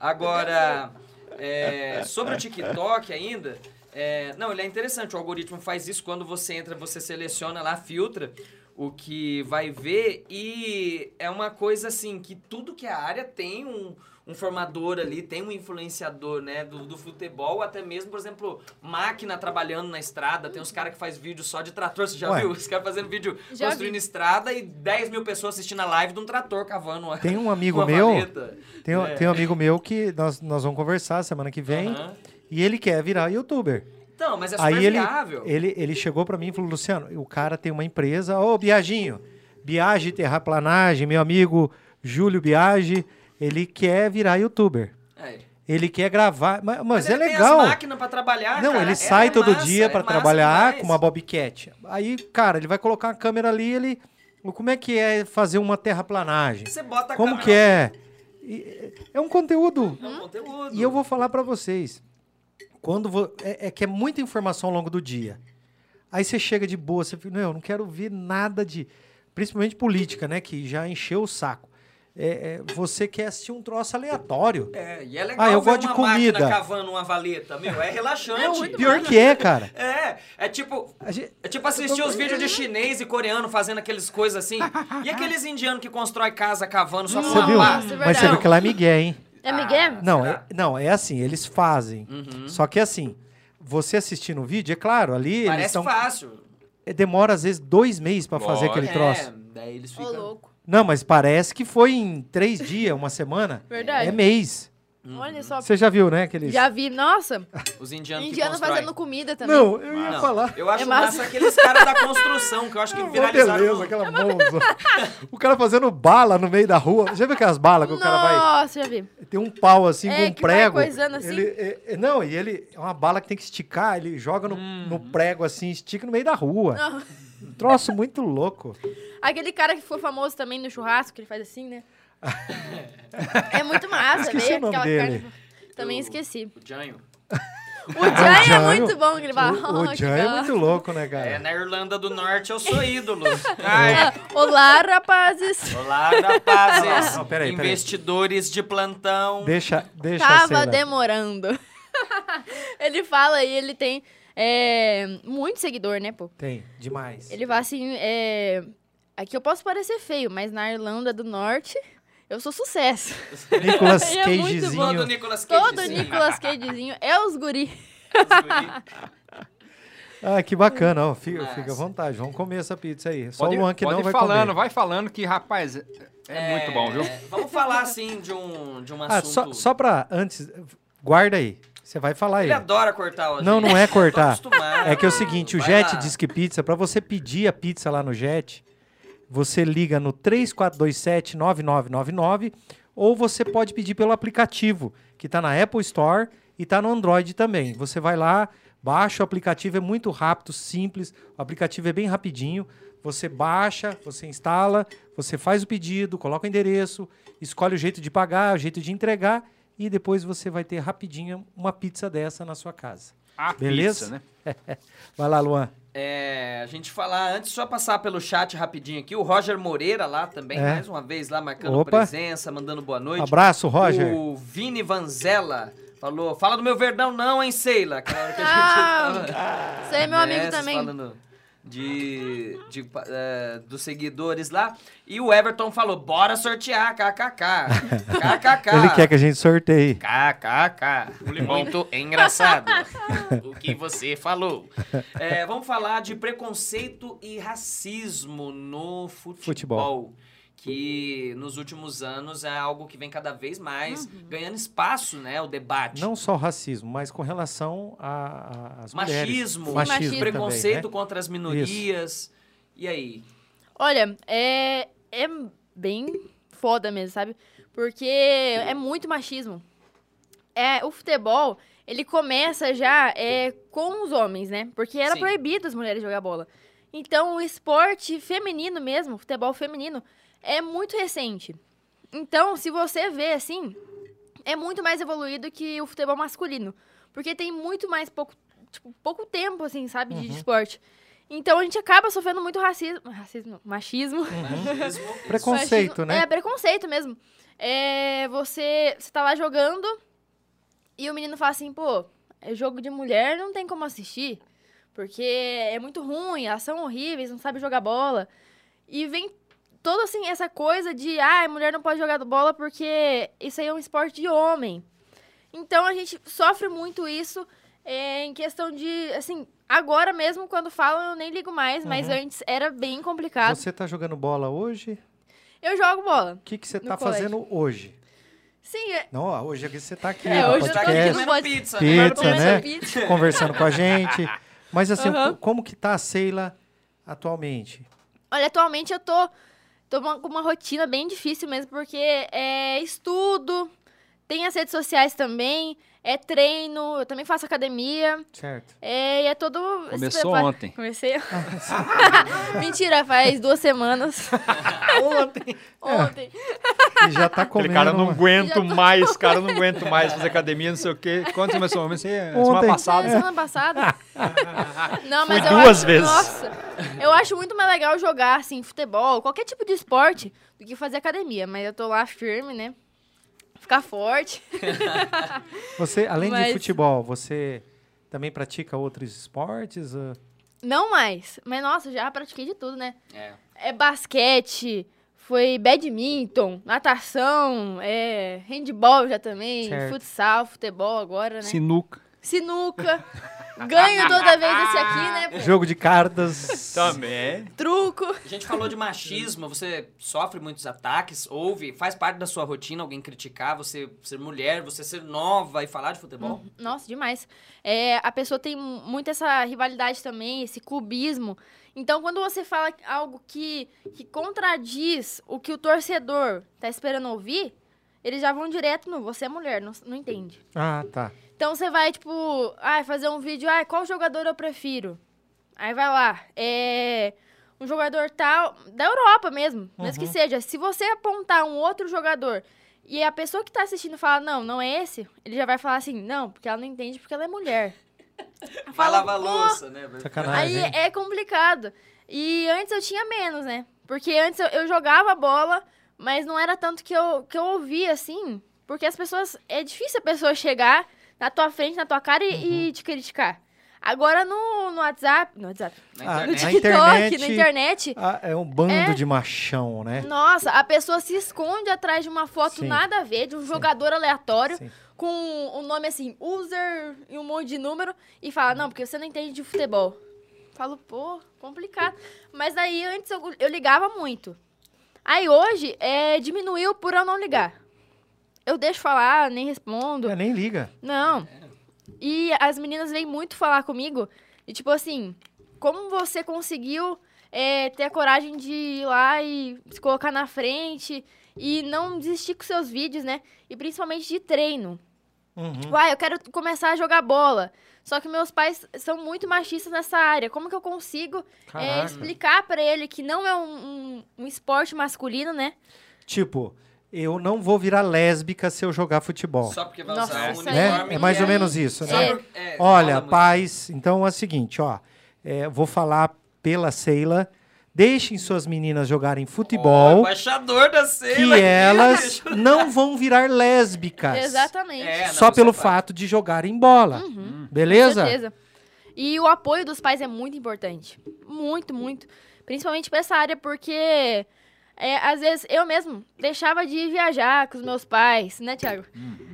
Speaker 1: Agora, é, sobre o TikTok ainda... é, não, ele é interessante. O algoritmo faz isso quando você entra, você seleciona lá, filtra o que vai ver. E é uma coisa assim, que tudo que é área tem um... um formador ali, tem um influenciador, né, do, do futebol, até mesmo, por exemplo, máquina trabalhando na estrada, tem uns caras que faz vídeo só de trator, você já
Speaker 2: Ué.
Speaker 1: viu? Os caras fazendo vídeo
Speaker 3: Já
Speaker 1: construindo
Speaker 3: vi.
Speaker 1: estrada e 10 mil pessoas assistindo a live de um trator cavando uma,
Speaker 2: Tem um amigo
Speaker 1: uma
Speaker 2: meu.
Speaker 1: valeta.
Speaker 2: Tem, um-
Speaker 1: É.
Speaker 2: tem um amigo meu que nós, nós vamos conversar semana que vem.
Speaker 1: Aham.
Speaker 2: E ele quer virar youtuber.
Speaker 1: Então, mas é super
Speaker 2: Aí ele,
Speaker 1: viável.
Speaker 2: ele, ele chegou pra mim e falou: Luciano, o cara tem uma empresa. Ô, Biaginho, Biagi Terraplanagem, meu amigo Júlio Biagi, ele quer virar youtuber.
Speaker 1: É.
Speaker 2: Ele quer gravar. Mas, mas é
Speaker 1: ele
Speaker 2: legal.
Speaker 1: Tem as máquinas pra trabalhar,
Speaker 2: Não,
Speaker 1: cara.
Speaker 2: ele
Speaker 1: É
Speaker 2: sai todo
Speaker 1: massa,
Speaker 2: dia
Speaker 1: é
Speaker 2: pra
Speaker 1: massa
Speaker 2: trabalhar
Speaker 1: demais.
Speaker 2: com uma bobcat. Aí, cara, ele vai colocar a câmera ali, ele. Como é que é fazer uma terraplanagem?
Speaker 1: Você bota a
Speaker 2: Como
Speaker 1: câmera-
Speaker 2: que é? E- É um conteúdo.
Speaker 1: É um conteúdo.
Speaker 2: E eu vou falar pra vocês. Quando vo- é, é que é muita informação ao longo do dia. Aí você chega de boa, você fica, não, eu não quero ouvir nada de. Principalmente política, né? Que já encheu o saco. É, é, você quer assistir um troço aleatório.
Speaker 1: É, e é legal
Speaker 2: Ah, eu
Speaker 1: ver
Speaker 2: gosto de
Speaker 1: uma
Speaker 2: comida.
Speaker 1: máquina cavando uma valeta, meu. É relaxante.
Speaker 2: Pior que é, cara.
Speaker 1: É, é tipo...
Speaker 2: A gente-
Speaker 1: É tipo assistir os vídeos de chinês e coreano fazendo aqueles coisas assim. E aqueles indianos que constrói casa cavando só com
Speaker 2: Você
Speaker 1: uma
Speaker 2: viu?
Speaker 1: pá?
Speaker 3: é
Speaker 2: Mas
Speaker 3: verdade.
Speaker 2: você viu que lá é Miguel, hein?
Speaker 3: É Miguel?
Speaker 2: Não,
Speaker 1: será?
Speaker 2: é, não, é assim, eles fazem.
Speaker 1: Uhum.
Speaker 2: Só que assim, você assistindo o vídeo, é claro, ali eles
Speaker 1: Parece
Speaker 2: estão.
Speaker 1: fácil.
Speaker 2: Demora às vezes dois meses pra fazer
Speaker 4: Lógico.
Speaker 2: aquele
Speaker 1: é,
Speaker 2: troço.
Speaker 1: Daí eles
Speaker 3: Ô,
Speaker 1: ficam...
Speaker 3: louco.
Speaker 2: Não, mas parece que foi em três dias, uma semana.
Speaker 3: Verdade.
Speaker 2: É mês.
Speaker 3: Olha só.
Speaker 2: Você já viu, né? Aqueles...
Speaker 3: Já vi. Nossa,
Speaker 1: Os indianos que
Speaker 3: indiano
Speaker 1: constroem.
Speaker 3: fazendo comida também.
Speaker 2: Não, eu ia
Speaker 1: Não,
Speaker 2: falar.
Speaker 1: Eu acho
Speaker 3: É
Speaker 1: massa.
Speaker 3: massa.
Speaker 1: aqueles caras da construção, que eu acho que
Speaker 2: Uma
Speaker 1: viralizaram.
Speaker 2: beleza,
Speaker 1: no-
Speaker 2: aquela mão. o cara fazendo bala no meio da rua. Já viu aquelas balas que o cara vai.
Speaker 3: Nossa, já vi.
Speaker 2: Tem um pau assim,
Speaker 3: É,
Speaker 2: com um
Speaker 3: que vai
Speaker 2: prego.
Speaker 3: coisando assim.
Speaker 2: Ele, é- é- não, e ele é uma bala que tem que esticar, ele joga no,
Speaker 1: Hum.
Speaker 2: no prego assim, estica no meio da rua.
Speaker 3: Não.
Speaker 2: Um troço muito louco.
Speaker 3: Aquele cara que ficou famoso também no churrasco, que ele faz assim, né? é muito massa,
Speaker 2: Esqueci
Speaker 3: né?
Speaker 2: o nome
Speaker 3: Aquela
Speaker 2: dele.
Speaker 3: carne- Também esqueci.
Speaker 1: O Janho.
Speaker 3: O Jai é
Speaker 2: Jânio-
Speaker 3: muito bom, que ele fala.
Speaker 2: O, o
Speaker 3: "Oh, que
Speaker 2: Jan é
Speaker 3: da-
Speaker 2: muito louco, né, cara?
Speaker 1: É, na Irlanda do Norte eu sou ídolo. Ai.
Speaker 3: Ah, é. Olá, rapazes.
Speaker 1: Olá, rapazes.
Speaker 2: Não, peraí, peraí.
Speaker 1: Investidores de plantão.
Speaker 2: Deixa, deixa a
Speaker 3: Tava
Speaker 2: cena.
Speaker 3: demorando. ele fala e ele tem é, muito seguidor, né, pô?
Speaker 2: Tem, demais.
Speaker 3: Ele fala assim, é, aqui eu posso parecer feio, mas na Irlanda do Norte eu sou sucesso.
Speaker 2: Nicolas
Speaker 3: Ele é muito bom.
Speaker 1: Todo
Speaker 2: Cagezinho.
Speaker 1: Nicolas Cage.
Speaker 3: Todo
Speaker 1: sim.
Speaker 3: Nicolas Cagezinho é os guri.
Speaker 2: Ah, que bacana, ó. Fica,
Speaker 1: Massa.
Speaker 2: fica à vontade. Vamos comer essa pizza aí. Só
Speaker 4: Pode-
Speaker 2: o Luan que
Speaker 4: pode
Speaker 2: não
Speaker 4: ir
Speaker 2: vai
Speaker 4: falando,
Speaker 2: comer.
Speaker 4: vai falando que, rapaz, é, é muito bom, viu?
Speaker 1: É, Vamos falar, assim, de um, de um
Speaker 2: Ah,
Speaker 1: assunto...
Speaker 2: só, só pra antes, guarda aí. Você vai falar aí.
Speaker 1: Ele adora cortar o
Speaker 2: Não, não é cortar.
Speaker 1: Tô acostumado.
Speaker 2: É que é o seguinte, o
Speaker 1: Vai
Speaker 2: Jet
Speaker 1: lá.
Speaker 2: diz que pizza, pra você pedir a pizza lá no Jet, você liga no 3427-9999 ou você pode pedir pelo aplicativo, que tá na Apple Store e tá no Android também. Você vai lá, Baixa o aplicativo, é muito rápido, simples. O aplicativo é bem rapidinho. Você baixa, você instala, você faz o pedido, coloca o endereço, escolhe o jeito de pagar, o jeito de entregar e depois você vai ter rapidinho uma pizza dessa na sua casa.
Speaker 4: A
Speaker 2: Beleza?
Speaker 4: pizza, né?
Speaker 2: Vai lá, Luan.
Speaker 1: É, a gente falar antes, só passar pelo chat rapidinho aqui. O Roger Moreira lá também,
Speaker 2: É.
Speaker 1: mais uma vez lá, marcando
Speaker 2: Opa.
Speaker 1: presença, mandando boa noite.
Speaker 2: Abraço, Roger.
Speaker 1: O Vini Vanzella falou: fala do meu verdão, não, hein, Seila? Que é a hora que a gente
Speaker 3: Ah,
Speaker 1: tava-
Speaker 3: você é meu amigo
Speaker 1: vocês
Speaker 3: também.
Speaker 1: falando De, de, eh, dos seguidores lá. E o Everton falou: bora sortear, kkk. kkk.
Speaker 2: Ele quer que é a gente sorteie.
Speaker 1: KKK. Muito engraçado o que você falou. É, vamos falar de preconceito e racismo no futebol.
Speaker 2: Futebol.
Speaker 1: Que nos últimos anos é algo que vem cada vez mais
Speaker 3: Uhum.
Speaker 1: ganhando espaço, né? O debate.
Speaker 2: Não só o racismo, mas com relação a- a- às mulheres.
Speaker 1: Machismo,
Speaker 3: Machismo
Speaker 2: também, né?
Speaker 1: preconceito contra as minorias. E aí?
Speaker 3: Olha, é, é bem foda mesmo, sabe? Porque é muito machismo. É, o futebol, ele começa já é, com os homens, né? Porque era
Speaker 1: Sim.
Speaker 3: proibido as mulheres jogar bola. Então, o esporte feminino mesmo, o futebol feminino, é muito recente. Então, se você vê assim, é muito mais evoluído que o futebol masculino. Porque tem muito mais pouco, tipo, pouco tempo, assim, sabe, de esporte. Então a gente acaba sofrendo muito racismo. Racismo, não, machismo.
Speaker 1: Machismo.
Speaker 2: Uhum. Preconceito,
Speaker 3: Machismo-
Speaker 2: né?
Speaker 3: É, preconceito mesmo. É, você, você tá lá jogando e o menino fala assim, pô, é jogo de mulher não tem como assistir. Porque é muito ruim, elas são horríveis, não sabe jogar bola. E vem toda assim essa coisa de, ah, a mulher não pode jogar bola porque isso aí é um esporte de homem. Então a gente sofre muito isso é, em questão de, assim, agora mesmo quando falam eu nem ligo mais, mas antes era bem complicado.
Speaker 2: Uhum. Você tá jogando bola hoje?
Speaker 3: Eu jogo bola.
Speaker 2: O que, que você
Speaker 3: No
Speaker 2: tá
Speaker 3: colégio.
Speaker 2: fazendo hoje?
Speaker 3: Sim, é-
Speaker 2: Não, ó, hoje é que você tá aqui.
Speaker 3: É,
Speaker 2: no
Speaker 3: hoje eu tô aqui
Speaker 2: podcast,
Speaker 3: no
Speaker 1: comendo
Speaker 3: podcast.
Speaker 1: pizza,
Speaker 2: Pizza,
Speaker 1: Agora eu tô
Speaker 2: né?
Speaker 1: comendo-
Speaker 3: pizza.
Speaker 2: conversando com a gente. Mas assim,
Speaker 3: Aham.
Speaker 2: co- como que tá a Seila atualmente?
Speaker 3: Olha, atualmente eu tô, tô uma- com uma rotina bem difícil mesmo, porque é estudo, tem as redes sociais também, é treino, eu também faço academia,
Speaker 2: Certo.
Speaker 3: é, e é todo... esse
Speaker 4: Começou
Speaker 3: preparo-
Speaker 4: ontem.
Speaker 3: Comecei. Mentira, faz duas semanas.
Speaker 2: Ontem.
Speaker 3: Ontem.
Speaker 2: E já tá comendo.
Speaker 4: Aquele cara não
Speaker 2: uma-
Speaker 1: é,
Speaker 4: aguento
Speaker 3: Já tô-
Speaker 4: mais, cara, não aguento mais fazer academia, não sei o quê. Quando começou? Comecei é, semana
Speaker 2: Ontem.
Speaker 4: passada.
Speaker 3: Foi semana passada. Não, mas
Speaker 4: Fui
Speaker 3: eu
Speaker 4: duas
Speaker 3: acho,
Speaker 4: vezes.
Speaker 3: Nossa, eu acho muito mais legal jogar, assim, futebol, qualquer tipo de esporte, do que fazer academia. Mas eu tô lá firme, né? Ficar forte.
Speaker 2: Você, além de
Speaker 3: Mas-
Speaker 2: futebol, você também pratica outros esportes? Ah,
Speaker 3: Não mais. Mas, nossa, já pratiquei de tudo, né?
Speaker 1: É.
Speaker 3: É basquete, foi badminton, natação, é handball já também,
Speaker 2: Certo.
Speaker 3: futsal, futebol agora, né?
Speaker 4: Sinuca.
Speaker 3: Sinuca. Ganho toda vez esse aqui, né? pô?
Speaker 2: Jogo de cartas.
Speaker 4: Também.
Speaker 3: Truco.
Speaker 1: A gente falou de machismo, você sofre muitos ataques, ouve, faz parte da sua rotina alguém criticar você ser mulher, você ser nova e falar de futebol?
Speaker 3: Uhum. Nossa, demais. É, a pessoa tem mu- muito essa rivalidade também, esse cubismo. Então, quando você fala algo que, que contradiz o que o torcedor tá esperando ouvir, eles já vão direto no você é mulher, não, não entende.
Speaker 2: Ah, tá.
Speaker 3: Então, você vai, tipo, ah, fazer um vídeo, ah, qual jogador eu prefiro? Aí vai lá, é um jogador tal, da Europa mesmo, mesmo que seja. Se você apontar um outro jogador e a pessoa que tá assistindo fala, não, não é esse, ele já vai falar assim, não, porque ela não entende porque ela é mulher.
Speaker 1: Vai
Speaker 3: Fala, um
Speaker 1: lavar a
Speaker 3: "Pô,
Speaker 1: louça, né?
Speaker 2: Sacanagem.
Speaker 3: Aí
Speaker 2: hein?
Speaker 3: é complicado. E antes eu tinha menos, né? Porque antes eu, eu jogava bola, mas não era tanto que eu, que eu ouvia, assim. Porque as pessoas. É difícil a pessoa chegar na tua frente, na tua cara e,
Speaker 2: Uhum.
Speaker 3: e te criticar. Agora no, no WhatsApp. No WhatsApp.
Speaker 1: Na
Speaker 2: Ah, Na
Speaker 3: No
Speaker 1: internet.
Speaker 3: TikTok,
Speaker 2: internet.
Speaker 3: na internet.
Speaker 2: Ah, é um bando de machão, né?
Speaker 3: Nossa, a pessoa se esconde atrás de uma foto
Speaker 2: Sim.
Speaker 3: nada a ver, de um jogador aleatório,
Speaker 2: Sim.
Speaker 3: com o um nome assim, user e um monte de número, e fala, não, porque você não entende de futebol. Falo, pô, complicado. Mas aí antes eu, eu ligava muito. Aí hoje é, diminuiu por eu não ligar. Eu deixo falar, nem respondo.
Speaker 2: É, nem liga.
Speaker 3: Não. E as meninas vêm muito falar comigo. E tipo assim, como você conseguiu é, ter a coragem de ir lá e se colocar na frente e não desistir com seus vídeos, né? E principalmente de treino.
Speaker 2: Uhum.
Speaker 3: Tipo, ah, eu quero começar a jogar bola. Só que meus pais são muito machistas nessa área. Como que eu consigo é,
Speaker 2: Caraca.
Speaker 3: explicar pra ele que não é um, um- um esporte masculino, né?
Speaker 2: Tipo, eu não vou virar lésbica se eu jogar futebol.
Speaker 1: Só porque vai
Speaker 3: Nossa,
Speaker 1: usar um
Speaker 3: isso aí
Speaker 1: uniforme.
Speaker 2: né? É mais ou
Speaker 1: que
Speaker 2: menos isso,
Speaker 1: Só
Speaker 2: né?
Speaker 3: É.
Speaker 1: por- é,
Speaker 2: Olha,
Speaker 1: fala muito.
Speaker 2: pais, então é o seguinte, ó. é, vou falar pela Seila. Deixem suas meninas jogarem
Speaker 1: Ó,
Speaker 2: futebol,
Speaker 1: Embaixador da
Speaker 2: que
Speaker 1: Seila. aqui,
Speaker 2: elas
Speaker 1: bicho.
Speaker 2: não vão virar lésbicas.
Speaker 3: Exatamente. Uhum.
Speaker 1: É, não,
Speaker 2: Só
Speaker 1: isso
Speaker 2: pelo
Speaker 1: é fato.
Speaker 2: fato de jogarem bola.
Speaker 3: Com
Speaker 2: Beleza?
Speaker 3: certeza. E o apoio dos pais é muito importante. Muito, muito. Principalmente pra essa área, porque é, às vezes eu mesmo deixava de viajar com os meus pais, né, Thiago?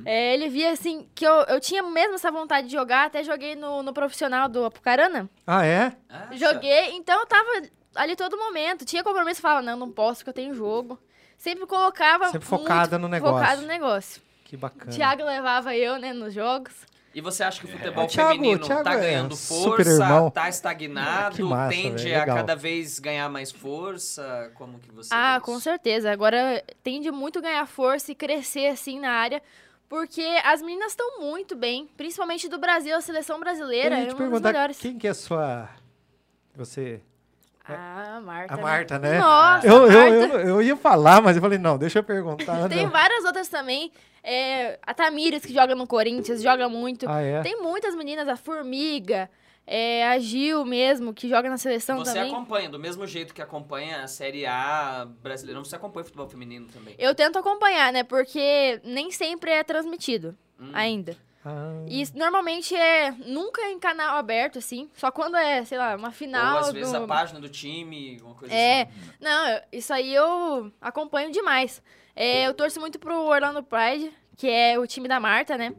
Speaker 3: É, ele via assim que eu, eu tinha mesmo essa vontade de jogar, até joguei no, no profissional do Apucarana.
Speaker 2: Ah, é?
Speaker 1: Nossa.
Speaker 3: Joguei, então eu tava ali todo momento. Tinha compromisso, falava, não, não posso, porque eu tenho jogo. Sempre colocava.
Speaker 2: Sempre focada no
Speaker 3: muito
Speaker 2: negócio.
Speaker 3: Focada no negócio.
Speaker 2: Que bacana.
Speaker 3: Tiago levava eu, né, nos jogos.
Speaker 1: E você acha que o futebol
Speaker 2: O Thiago-
Speaker 1: feminino
Speaker 2: o Thiago
Speaker 1: tá
Speaker 2: é
Speaker 1: ganhando
Speaker 2: super
Speaker 1: força,
Speaker 2: irmão. Ah,
Speaker 1: tá estagnado,
Speaker 2: Que massa,
Speaker 1: tende
Speaker 2: velho,
Speaker 1: a
Speaker 2: legal.
Speaker 1: cada vez ganhar mais força? Como que você vê
Speaker 3: Ah,
Speaker 1: isso?
Speaker 3: com certeza. Agora tende muito a ganhar força e crescer assim na área. Porque as meninas estão muito bem, principalmente do Brasil, a seleção brasileira
Speaker 2: Eu ia
Speaker 3: é
Speaker 2: te
Speaker 3: uma das
Speaker 2: perguntar
Speaker 3: melhores.
Speaker 2: quem que é a sua. Você.
Speaker 3: Ah, a Marta.
Speaker 2: A
Speaker 3: né?
Speaker 2: Marta, né?
Speaker 3: Nossa,
Speaker 2: Eu, eu,
Speaker 3: Marta.
Speaker 2: eu, eu ia falar, mas eu falei, não, deixa eu perguntar.
Speaker 3: Tem
Speaker 2: não.
Speaker 3: várias outras também. É, a Tamires, que joga no Corinthians, joga muito.
Speaker 2: Ah, é?
Speaker 3: Tem muitas meninas, a Formiga, é, a Gil mesmo, que joga na seleção
Speaker 1: Você
Speaker 3: Então, também.
Speaker 1: acompanha, do mesmo jeito que acompanha a Série A brasileira, você acompanha o futebol feminino também.
Speaker 3: Eu tento acompanhar, né? Porque nem sempre é transmitido
Speaker 1: Hum.
Speaker 3: ainda.
Speaker 2: Ah,
Speaker 3: E isso normalmente é nunca em canal aberto, assim. Só quando é, sei lá, uma final.
Speaker 1: Ou às vezes
Speaker 3: do-
Speaker 1: a página do time, alguma coisa
Speaker 3: É,
Speaker 1: assim.
Speaker 3: não, eu- isso aí eu acompanho demais. É, eu torço muito pro Orlando Pride, que é o time da Marta, né?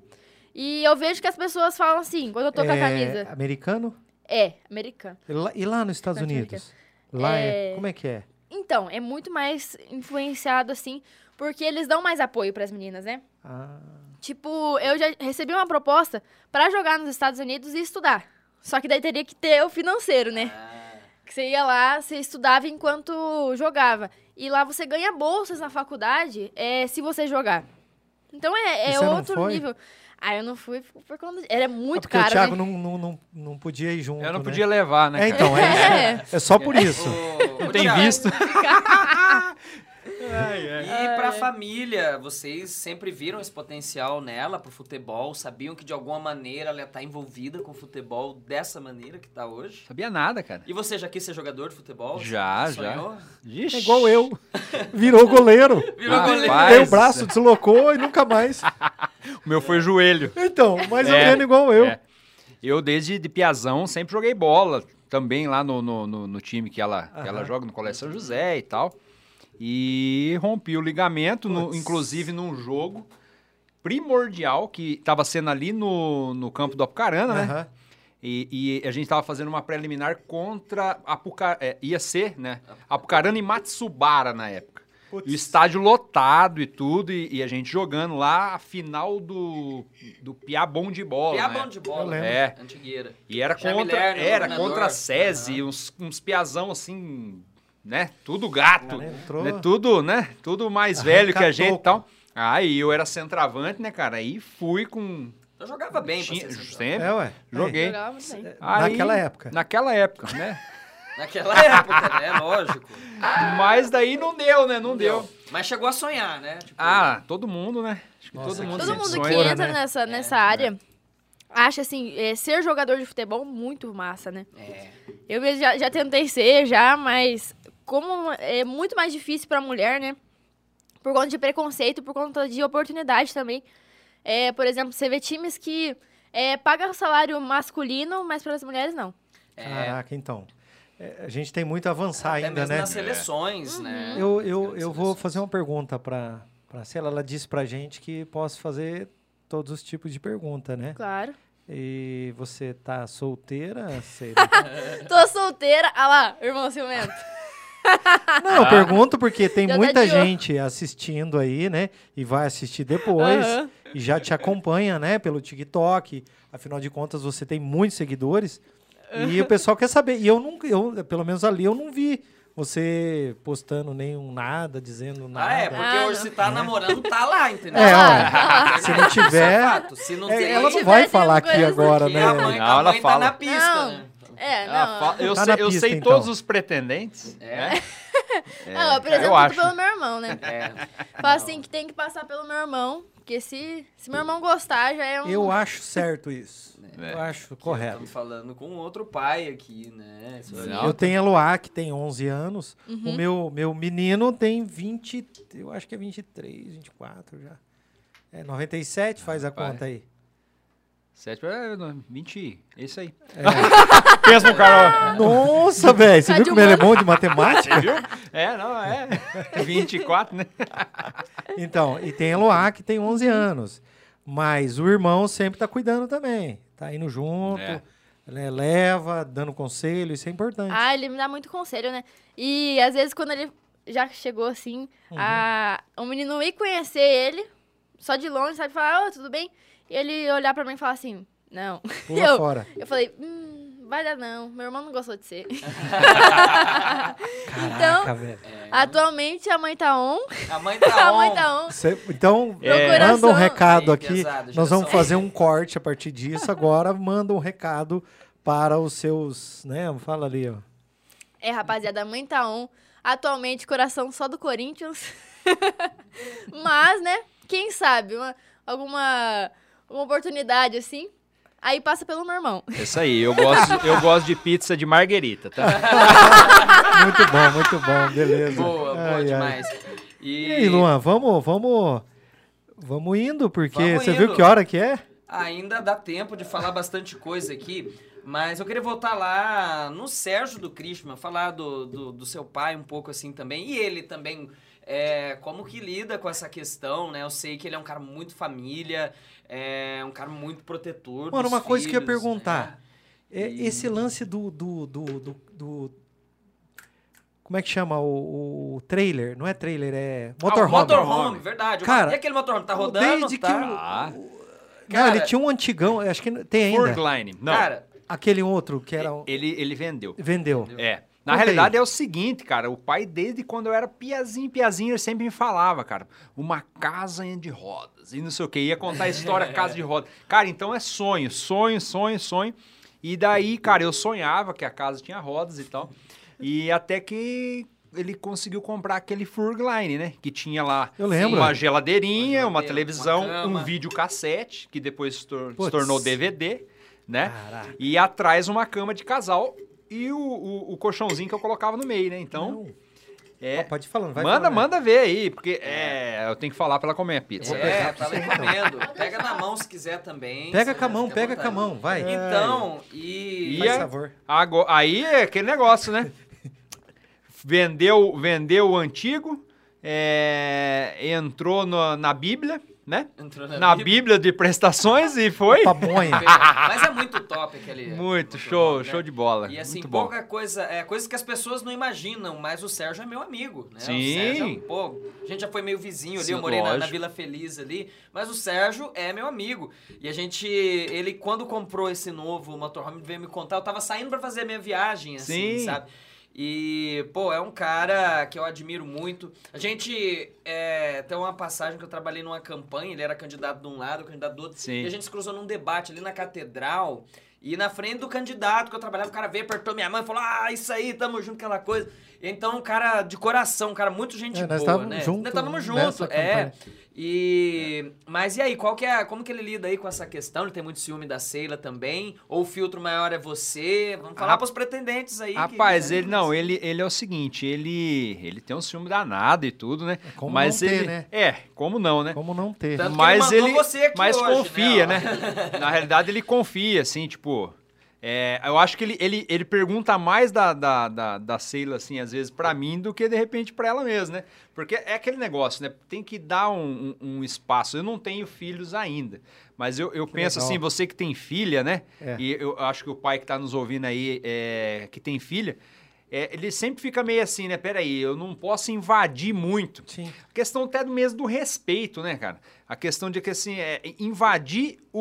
Speaker 3: E eu vejo que as pessoas falam assim, quando eu tô com a
Speaker 2: é
Speaker 3: camisa.
Speaker 2: Americano?
Speaker 3: É, americano.
Speaker 2: E lá, e lá nos Estados
Speaker 3: Norte-americano.
Speaker 2: Unidos? Lá é...
Speaker 3: É.
Speaker 2: Como é que é?
Speaker 3: Então, é muito mais influenciado, assim, porque eles dão mais apoio pras meninas, né?
Speaker 2: Ah,
Speaker 3: Tipo, eu já recebi uma proposta pra jogar nos Estados Unidos e estudar. Só que daí teria que ter o financeiro, né?
Speaker 1: Ah,
Speaker 3: Que você ia lá, você estudava enquanto jogava. E lá você ganha bolsas na faculdade é, se você jogar. Então
Speaker 2: E
Speaker 3: é, é
Speaker 2: você não
Speaker 3: outro
Speaker 2: foi?
Speaker 3: nível. Ah, eu não fui por conta. de- Era
Speaker 2: é
Speaker 3: muito
Speaker 2: porque
Speaker 3: caro.
Speaker 2: o Thiago
Speaker 3: né?
Speaker 2: não, não, não, não podia ir junto.
Speaker 4: Eu não
Speaker 2: né?
Speaker 4: podia levar, né?
Speaker 2: É,
Speaker 4: cara?
Speaker 2: então, é isso. É só por isso.
Speaker 1: ô, ô,
Speaker 4: Não tem
Speaker 1: Thiago,
Speaker 4: visto. É.
Speaker 3: É.
Speaker 1: E pra família, vocês sempre viram esse potencial nela pro futebol? Sabiam que de alguma maneira ela ia estar envolvida com o futebol dessa maneira que tá hoje?
Speaker 4: Sabia nada, cara.
Speaker 1: E você já quis ser jogador de futebol?
Speaker 4: Já, já.
Speaker 1: Sonhou?
Speaker 4: Ixi.
Speaker 2: É igual eu. Virou goleiro.
Speaker 1: Virou goleiro.
Speaker 4: Rapaz.
Speaker 2: Deu o braço, deslocou e nunca mais.
Speaker 4: O meu foi joelho.
Speaker 2: Então, mais ou
Speaker 4: É,
Speaker 2: menos igual eu.
Speaker 4: É. Eu, desde de piazão, sempre joguei bola. Também lá no, no, no- no time que ela, que ela
Speaker 2: Aham.
Speaker 4: joga, no Colégio São José e tal. E rompi o ligamento, no-
Speaker 2: Puts.
Speaker 4: inclusive num jogo primordial que tava sendo ali no, no campo do Apucarana, né?
Speaker 2: Aham.
Speaker 4: E, e a gente tava fazendo uma preliminar contra Apucarana. É, ia ser, né? Apucarana e Matsubara na época.
Speaker 2: Putz.
Speaker 4: E o estádio lotado e tudo, e, e a gente jogando lá a final do, do Piá Bom de Bola.
Speaker 1: Piá
Speaker 4: né?
Speaker 1: bom de né, bola,
Speaker 2: Eu lembro.
Speaker 1: né? Antigueira.
Speaker 4: E era
Speaker 1: Jaime
Speaker 4: contra,
Speaker 1: Lerner,
Speaker 4: era
Speaker 1: governador.
Speaker 4: contra a SESI, uns, uns piazão assim, né? Tudo gato.
Speaker 2: Ela entrou.
Speaker 4: Né? Tudo, né? Tudo mais velho que a
Speaker 2: Arranca
Speaker 4: gente e
Speaker 2: toco.
Speaker 4: tal. Aí eu era centroavante, né, cara? Aí fui com.
Speaker 1: Eu jogava bem pra
Speaker 4: tinha-
Speaker 1: ser central.
Speaker 4: sempre.
Speaker 2: É, ué.
Speaker 4: Joguei.
Speaker 3: Jogava muito bem.
Speaker 4: Aí-
Speaker 2: Naquela época.
Speaker 4: Naquela época, né?
Speaker 1: Naquela época, né? Lógico.
Speaker 4: Mas daí não deu, né? Não, deu.
Speaker 1: Mas chegou a sonhar, né? Tipo,
Speaker 4: Ah, todo mundo, né? Acho que
Speaker 2: Nossa,
Speaker 4: todo mundo,
Speaker 2: Mas
Speaker 3: Todo
Speaker 2: é
Speaker 4: tem
Speaker 3: mundo
Speaker 4: sonho,
Speaker 3: que
Speaker 2: né?
Speaker 3: entra nessa, nessa área acha assim, é, ser jogador de futebol muito massa, né?
Speaker 1: É.
Speaker 3: Eu mesmo já, já tentei ser, já, mas como é muito mais difícil pra mulher, né? Por conta de preconceito, por conta de oportunidade também. É, por exemplo, você vê times que é, pagam salário masculino, mas para as mulheres não.
Speaker 2: Caraca, então. É, a gente tem muito a avançar
Speaker 1: É. Até
Speaker 2: ainda,
Speaker 1: mesmo
Speaker 2: né?
Speaker 1: nas
Speaker 3: Uhum.
Speaker 1: seleções, né?
Speaker 2: Eu,
Speaker 1: Nas
Speaker 2: eu,
Speaker 1: grandes
Speaker 2: eu vou
Speaker 1: seleções.
Speaker 2: fazer uma pergunta para a Cela. Ela disse para gente que posso fazer todos os tipos de pergunta, né?
Speaker 3: Claro.
Speaker 2: E você tá solteira? Cela?
Speaker 3: Tô solteira. Ah lá, irmão ciumento.
Speaker 2: Não, Ah, eu pergunto porque tem
Speaker 3: Ah. Já tá
Speaker 2: muita
Speaker 3: de olho.
Speaker 2: gente assistindo aí, né? E vai assistir depois.
Speaker 3: Aham.
Speaker 2: E já te acompanha, né? Pelo TikTok. Afinal de contas, você tem muitos seguidores. E o pessoal quer saber. E eu nunca, eu, pelo menos ali, eu não vi você postando nenhum nada, dizendo um nada. né?
Speaker 1: Ah, é, porque
Speaker 3: Ah,
Speaker 1: hoje
Speaker 3: não.
Speaker 1: se tá namorando, tá lá, entendeu?
Speaker 2: É,
Speaker 3: ó,
Speaker 2: se não tiver-
Speaker 1: Fato, se não
Speaker 2: É,
Speaker 1: tem...
Speaker 2: ela não
Speaker 3: tiver
Speaker 2: vai
Speaker 3: alguma
Speaker 2: falar aqui
Speaker 3: coisa
Speaker 2: agora,
Speaker 1: Porque
Speaker 2: né?
Speaker 1: a mãe,
Speaker 4: Não,
Speaker 1: a
Speaker 4: ela
Speaker 1: mãe tá
Speaker 4: fala.
Speaker 1: na pista,
Speaker 3: Não.
Speaker 1: né?
Speaker 3: É, não.
Speaker 4: Ela fala- Ah, eu
Speaker 2: Tá
Speaker 4: sei,
Speaker 2: na
Speaker 4: eu
Speaker 2: pista,
Speaker 4: sei
Speaker 2: então.
Speaker 4: todos os pretendentes.
Speaker 1: É.
Speaker 4: né? É,
Speaker 3: Ah, eu apresento
Speaker 4: eu
Speaker 3: tudo
Speaker 4: acho.
Speaker 3: pelo meu irmão, né?
Speaker 1: É.
Speaker 3: Fala assim que tem que passar pelo meu irmão, porque se, se meu irmão gostar, já é um...
Speaker 2: Eu acho certo isso.
Speaker 4: É. né?
Speaker 2: Eu acho correto.
Speaker 1: Estamos falando com outro pai aqui, né? Isso aí.
Speaker 4: Não. tá. Uhum.
Speaker 2: Eu tenho a Luá, que tem 11 anos. O meu, meu menino tem 20, eu acho que é 23, 24 já. É 97, faz a
Speaker 4: rapaz.
Speaker 2: conta aí.
Speaker 4: Sete, é, não, 20. É isso aí.
Speaker 2: É.
Speaker 4: Mesmo, Carol.
Speaker 2: Nossa, velho, você
Speaker 3: Tá
Speaker 2: viu
Speaker 3: de
Speaker 2: como ele é
Speaker 3: humano.
Speaker 2: bom de matemática?
Speaker 4: Viu? É, não, é. 24, né?
Speaker 2: Então, e tem a Luá, que tem 11 anos. Mas o irmão sempre tá cuidando também. Tá indo junto,
Speaker 4: É.
Speaker 2: né, leva, dando conselho, isso é importante.
Speaker 3: Ah, ele me dá muito conselho, né? E às vezes quando ele já chegou assim, a...
Speaker 2: Uhum.
Speaker 3: o menino ir conhecer ele, só de longe, sabe? Falar, ô, tudo bem? E ele olhar pra mim e falar assim, não.
Speaker 2: Pula
Speaker 3: eu-
Speaker 2: fora.
Speaker 3: Eu falei, hum, vai dar não, meu irmão não gostou de ser. então,
Speaker 2: Caraca, velho.
Speaker 3: atualmente a mãe tá on,
Speaker 1: A mãe tá
Speaker 3: a mãe
Speaker 1: on.
Speaker 3: tá on.
Speaker 2: Cê- então,
Speaker 3: Meu
Speaker 4: É.
Speaker 3: coração-
Speaker 2: manda um recado
Speaker 1: Bem
Speaker 2: aqui.
Speaker 1: pesado,
Speaker 2: Nós
Speaker 1: geração
Speaker 2: vamos fazer um corte a partir disso. Agora, manda um recado para os seus, né? Fala ali, ó.
Speaker 3: É, rapaziada, a mãe tá on. Atualmente, coração só do Corinthians. Mas, né? Quem sabe? uma- alguma uma oportunidade assim. Aí passa pelo meu irmão.
Speaker 4: É isso aí. Eu gosto, eu gosto de pizza de marguerita, tá?
Speaker 2: Muito bom, muito bom, beleza.
Speaker 1: Boa, boa
Speaker 2: Ai, ai.
Speaker 1: demais. E...
Speaker 2: E aí, Luan, vamos, vamos, vamos indo, porque
Speaker 1: Vamos
Speaker 2: você
Speaker 1: indo.
Speaker 2: viu que hora que é?
Speaker 1: Ainda dá tempo de falar bastante coisa aqui, mas eu queria voltar lá no Sérgio do Krishma, falar do, do, do seu pai um pouco assim também, e ele também, é, como que lida com essa questão, né? Eu sei que ele é um cara muito família, é um cara muito protetor
Speaker 2: Mano,
Speaker 1: dos
Speaker 2: uma coisa que eu ia
Speaker 1: filhos,
Speaker 2: perguntar.
Speaker 1: né?
Speaker 2: É,
Speaker 1: E-
Speaker 2: Esse lance do, do, do, do, do- Como é que chama? O, o trailer? Não é trailer, é
Speaker 1: Ah, o
Speaker 2: motorhome.
Speaker 1: motorhome, verdade.
Speaker 2: Cara,
Speaker 1: e aquele motorhome tá rodando,
Speaker 2: Desde
Speaker 1: tá?
Speaker 2: que...
Speaker 4: Tá.
Speaker 2: o- o- Não,
Speaker 1: Cara-
Speaker 2: ele tinha um antigão, acho que tem ainda.
Speaker 4: Furgline. Não.
Speaker 1: Cara,
Speaker 2: Aquele outro que era... um-
Speaker 4: ele, ele vendeu.
Speaker 2: Vendeu.
Speaker 4: É. Na
Speaker 2: Conta aí.
Speaker 4: realidade é o seguinte, cara, o pai desde quando eu era piazinho, piazinho, ele sempre me falava, cara, uma casa de rodas e não sei o que, ia contar a
Speaker 2: É.
Speaker 4: história casa de rodas. Cara, então é sonho, sonho, sonho, sonho. E daí, cara, eu sonhava que a casa tinha rodas e tal. E até que ele conseguiu comprar aquele Furgline, né? Que tinha lá
Speaker 2: Eu lembro.
Speaker 4: uma geladeirinha,
Speaker 1: Uma
Speaker 4: uma
Speaker 1: geladeira,
Speaker 4: televisão,
Speaker 1: uma cama.
Speaker 4: um videocassete, que depois se tor-
Speaker 2: Puts.
Speaker 4: se tornou DVD, né?
Speaker 2: Caraca.
Speaker 4: E atrás uma cama de casal e o, o, o colchãozinho que eu colocava no meio, né? Então,
Speaker 2: Não.
Speaker 4: é.
Speaker 2: Ó, pode falar, não vai
Speaker 4: manda,
Speaker 2: falar, né?
Speaker 4: manda ver aí, porque é, eu tenho que falar pra ela comer a pizza.
Speaker 1: é, tá lá comendo. Pega na mão se quiser também.
Speaker 2: Pega
Speaker 1: se
Speaker 2: com a mão,
Speaker 1: fica à
Speaker 2: pega com a
Speaker 1: vontade.
Speaker 2: mão, vai. É.
Speaker 1: Então, e...
Speaker 4: E
Speaker 2: Faz
Speaker 4: a-
Speaker 2: favor.
Speaker 4: Ago- aí é aquele negócio, né? Vendeu, vendeu o antigo, é, entrou no- na Bíblia, né?
Speaker 1: Entrou
Speaker 4: Na Bíblia de prestações e foi.
Speaker 2: Pamonha.
Speaker 1: Mas é muito top aquele.
Speaker 4: Muito
Speaker 1: aquele
Speaker 4: show,
Speaker 1: motorhome, né?
Speaker 4: show de bola.
Speaker 1: E assim,
Speaker 4: Muito bom.
Speaker 1: pouca coisa, é coisa que as pessoas não imaginam, mas o Sérgio é meu amigo, né?
Speaker 4: Sim.
Speaker 1: O Sérgio, pô, a gente já foi meio vizinho ali,
Speaker 4: Sim,
Speaker 1: eu morei na, na
Speaker 4: lógico.
Speaker 1: Vila Feliz ali, mas o Sérgio é meu amigo. E a gente, ele quando comprou esse novo motorhome, veio me contar, eu tava saindo pra fazer a minha viagem, assim,
Speaker 4: Sim.
Speaker 1: sabe? E, pô, é um cara que eu admiro muito. A gente é, tem uma passagem que eu trabalhei numa campanha, ele era candidato de um lado, eu candidato do outro.
Speaker 4: Sim.
Speaker 1: E a gente se cruzou num debate ali na catedral. E na frente do candidato que eu trabalhava, o cara veio, apertou minha mão e falou: Ah, isso aí, tamo junto, aquela coisa. Então, um cara de coração, um cara muito gente
Speaker 2: É, nós
Speaker 1: boa,
Speaker 2: estávamos
Speaker 1: né?
Speaker 2: junto
Speaker 1: nós estávamos juntos,
Speaker 2: nessa
Speaker 1: é.
Speaker 2: campanha.
Speaker 1: E. Mas e aí, qual que é. Como que ele lida aí com essa questão? Ele tem muito ciúme da Seila também? Ou o filtro maior é você? Vamos falar
Speaker 4: Rap-
Speaker 1: pros pretendentes aí. que-
Speaker 4: Ah, Rapaz,
Speaker 1: né?
Speaker 4: ele não, ele, ele é o seguinte, ele ele tem um ciúme danado e tudo, né?
Speaker 2: É Como
Speaker 4: mas
Speaker 2: não ter,
Speaker 4: ele
Speaker 2: né?
Speaker 4: é, como não, né?
Speaker 2: Como não ter.
Speaker 1: Tanto que
Speaker 4: mas
Speaker 1: ele mandou
Speaker 4: ele-
Speaker 1: você aqui
Speaker 4: mas
Speaker 1: hoje,
Speaker 4: confia,
Speaker 1: ó.
Speaker 4: né? Na realidade ele confia assim, tipo, é, eu acho que ele, ele, ele pergunta mais da, da, da, da Sheila, assim, às vezes, pra mim, do que de repente pra ela mesma, né? Porque é aquele negócio, né? Tem que dar um, um- um espaço. Eu não tenho filhos ainda, mas eu, eu
Speaker 2: Que
Speaker 4: penso
Speaker 2: legal.
Speaker 4: assim, você que tem filha, né?
Speaker 2: É.
Speaker 4: E eu acho que o pai que tá nos ouvindo aí, é, que tem filha, é, ele sempre fica meio assim, né? Peraí, eu não posso invadir muito.
Speaker 2: Sim.
Speaker 4: A questão até do mesmo do respeito, né, cara? A questão de que, assim, é invadir o,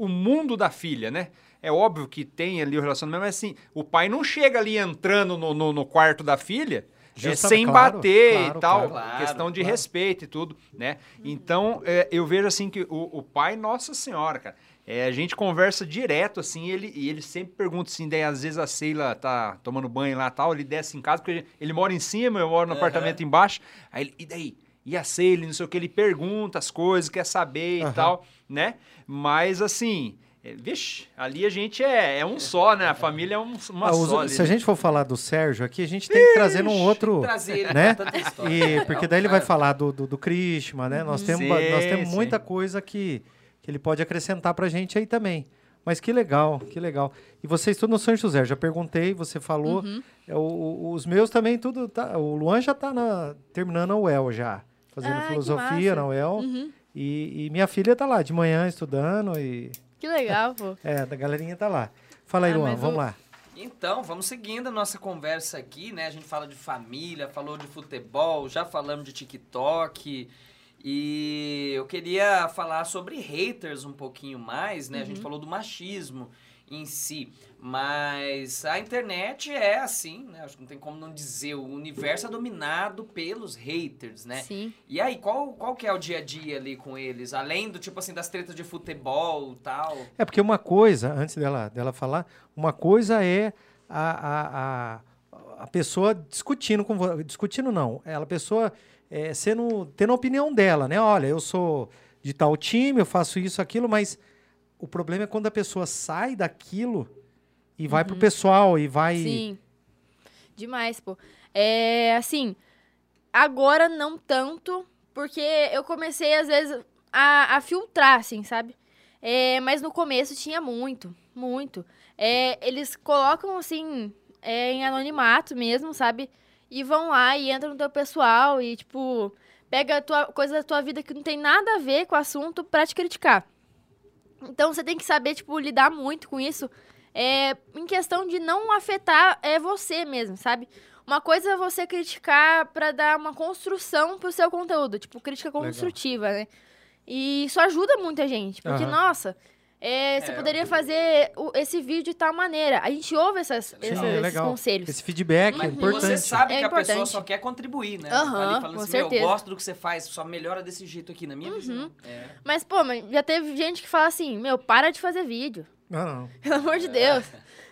Speaker 4: o, o mundo da filha, né? É óbvio que tem ali o relacionamento, mas assim, o pai não chega ali entrando no, no, no quarto da filha
Speaker 2: Justa-
Speaker 4: sem
Speaker 2: claro,
Speaker 4: bater
Speaker 2: claro,
Speaker 4: e tal,
Speaker 1: claro. Claro,
Speaker 4: questão de
Speaker 2: claro.
Speaker 4: respeito e tudo, né? Então, é, eu vejo assim que o, o pai, nossa senhora, cara, é, a gente conversa direto, assim, ele, e ele sempre pergunta assim, daí às vezes a Sheila tá tomando banho lá e tal, ele desce em casa, porque ele mora em cima, eu moro no
Speaker 1: Aham.
Speaker 4: apartamento embaixo, aí ele, e daí? E a Sheila, não sei o que, ele pergunta as coisas, quer saber
Speaker 2: Aham.
Speaker 4: e tal, né? Mas, assim... é, Vixe, ali a gente é, é um só, né? A família é um, uma
Speaker 2: Ah, os-
Speaker 4: só. Ali,
Speaker 2: se a
Speaker 4: né?
Speaker 2: gente for falar do Sérgio aqui, a gente tem que trazer um outro.
Speaker 1: Trazer ele
Speaker 2: Né?
Speaker 1: pra tanta história. É
Speaker 2: E, porque daí ele vai falar do, do, do Krishna, né? Nós temos, ba- nós
Speaker 4: é. Uhum. Sim,
Speaker 2: temos
Speaker 4: sim.
Speaker 2: muita coisa que, que ele pode acrescentar pra gente aí também. Mas que legal, que legal. E vocês tudo no São José, já perguntei, você falou.
Speaker 3: Uhum.
Speaker 2: É, o- o- os meus também, tudo. Tá, o Luan já tá na- terminando a UEL já. Fazendo
Speaker 3: Ah, que
Speaker 2: filosofia
Speaker 3: massa.
Speaker 2: na UEL.
Speaker 3: Uhum.
Speaker 2: E, e minha filha tá lá de manhã estudando. E,
Speaker 3: Que legal, pô.
Speaker 2: é, a galerinha tá lá. Fala aí,
Speaker 3: Ah,
Speaker 2: Luan,
Speaker 3: mas
Speaker 2: vamos
Speaker 3: o-
Speaker 2: lá.
Speaker 1: Então, vamos seguindo a nossa conversa aqui, né? A gente fala de família, falou de futebol, já falamos de TikTok. E eu queria falar sobre haters um pouquinho mais, né? A gente falou do machismo em si, mas a internet é assim, né? Acho que não tem como não dizer, o universo é dominado pelos haters, né?
Speaker 3: Sim.
Speaker 1: E aí, qual, qual que é o dia a dia ali com eles? Além do tipo assim das tretas de futebol, tal.
Speaker 2: É porque uma coisa, antes dela, dela falar, uma coisa é a, a, a, a pessoa discutindo com você. Discutindo não, ela a pessoa é, sendo, tendo a opinião dela, né? Olha, eu sou de tal time, eu faço isso, aquilo, mas o problema é quando a pessoa sai daquilo e vai
Speaker 1: Uhum.
Speaker 2: pro pessoal e vai.
Speaker 3: Sim. Demais, pô. É, assim, agora não tanto, porque eu comecei, às vezes, a, a filtrar, assim, sabe? É, mas no começo tinha muito, muito. É, eles colocam, assim, é, em anonimato mesmo, sabe? E vão lá e entram no teu pessoal e, tipo, pega a tua, coisa da tua vida que não tem nada a ver com o assunto pra te criticar. Então você tem que saber, tipo, lidar muito com isso é, em questão de não afetar é você mesmo, sabe? Uma coisa é você criticar pra dar uma construção pro seu conteúdo, tipo, crítica
Speaker 2: Legal.
Speaker 3: construtiva, né? E isso ajuda muita gente, porque,
Speaker 2: Aham.
Speaker 3: nossa, é, você
Speaker 1: É,
Speaker 3: poderia fazer o- esse vídeo de tal maneira. A gente ouve essas,
Speaker 1: Legal.
Speaker 3: essas-
Speaker 1: É,
Speaker 3: esses
Speaker 2: legal.
Speaker 3: conselhos.
Speaker 2: Esse feedback é
Speaker 1: Mas
Speaker 2: importante.
Speaker 1: Você sabe
Speaker 3: É
Speaker 1: que a pessoa
Speaker 3: importante.
Speaker 1: só quer contribuir, né?
Speaker 3: Aham,
Speaker 1: tá ali falando
Speaker 3: com
Speaker 1: assim, meu, eu
Speaker 3: certeza. Uhum.
Speaker 1: gosto do que você faz, só melhora desse jeito aqui na minha visão. É.
Speaker 3: Mas, pô, mas já teve gente que fala assim, meu, para de fazer vídeo.
Speaker 2: Não, não.
Speaker 3: Pelo amor de Deus.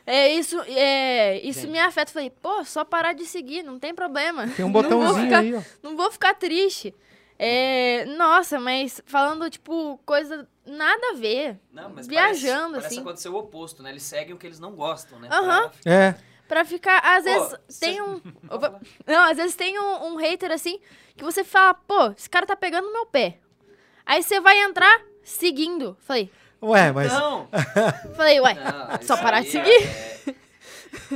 Speaker 3: É isso, é, isso
Speaker 1: Gente.
Speaker 3: me afeta. Falei, pô, só parar de seguir, não tem problema.
Speaker 2: Tem um
Speaker 3: não vou
Speaker 2: botãozinho
Speaker 3: ficar,
Speaker 2: aí, ó.
Speaker 3: Não vou ficar triste. É, nossa, mas falando, tipo, coisa nada a ver.
Speaker 1: Não, mas
Speaker 3: Viajando,
Speaker 1: parece, Parece
Speaker 3: assim.
Speaker 1: acontecer o oposto, né? Eles seguem o que eles não gostam, né?
Speaker 3: Aham.
Speaker 1: Pra-
Speaker 2: É,
Speaker 3: Pra ficar. Às
Speaker 1: Pô,
Speaker 3: vezes
Speaker 1: cê-
Speaker 3: tem um. Opa. Não, às vezes tem um, um hater assim que você fala, pô, esse cara tá pegando no meu pé. Aí você vai entrar seguindo. Falei,
Speaker 2: ué, mas.
Speaker 1: Não!
Speaker 3: falei, uai,
Speaker 1: Não, isso
Speaker 3: só parar
Speaker 1: aí
Speaker 3: de seguir.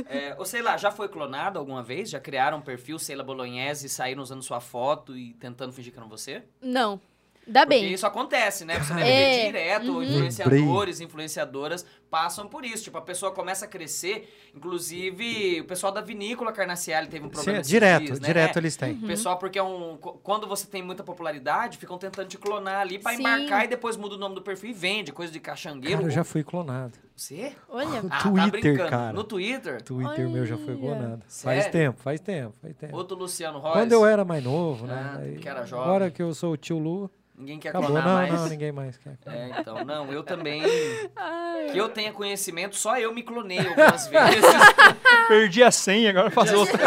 Speaker 1: É, é, ou sei lá, já foi clonado alguma vez? Já criaram um perfil, sei lá, Bolognese, e saíram usando sua foto e tentando fingir que era você?
Speaker 3: Não. Dá
Speaker 1: Porque
Speaker 3: bem.
Speaker 1: isso acontece, né? Você deve
Speaker 3: É.
Speaker 1: ver direto,
Speaker 3: Uhum.
Speaker 1: influenciadores, influenciadoras passam por isso. Tipo, a pessoa começa a crescer, inclusive o pessoal da vinícola Carnaciale teve um problema
Speaker 2: Sim,
Speaker 1: esses
Speaker 2: é direto,
Speaker 1: dias, né?
Speaker 2: direto
Speaker 1: É.
Speaker 2: eles têm.
Speaker 3: Uhum.
Speaker 1: O pessoal, porque é um. co- Quando você tem muita popularidade, ficam tentando te clonar ali pra
Speaker 3: Sim.
Speaker 1: embarcar e depois muda o nome do perfil e vende, coisa de caxangueiro.
Speaker 2: Cara, eu já fui clonado.
Speaker 1: Você?
Speaker 3: Olha.
Speaker 2: No
Speaker 1: Ah, tá
Speaker 2: Twitter,
Speaker 1: brincando.
Speaker 2: cara.
Speaker 1: No Twitter?
Speaker 2: Twitter meu já foi
Speaker 3: Olha.
Speaker 2: gonado. Faz
Speaker 1: Sério?
Speaker 2: tempo, faz tempo, faz tempo.
Speaker 1: Outro Luciano Royce.
Speaker 2: É. Quando eu era mais novo, né?
Speaker 1: Ah,
Speaker 2: Aí,
Speaker 1: que era jovem.
Speaker 2: Agora que eu sou o tio Lu,
Speaker 1: Ninguém quer
Speaker 2: acabou. Não,
Speaker 1: clonar mais.
Speaker 2: não, ninguém mais quer.
Speaker 1: É, então, não, eu também. Que eu tenha conhecimento, só eu me clonei algumas vezes.
Speaker 4: Perdi a senha, agora fazer outra.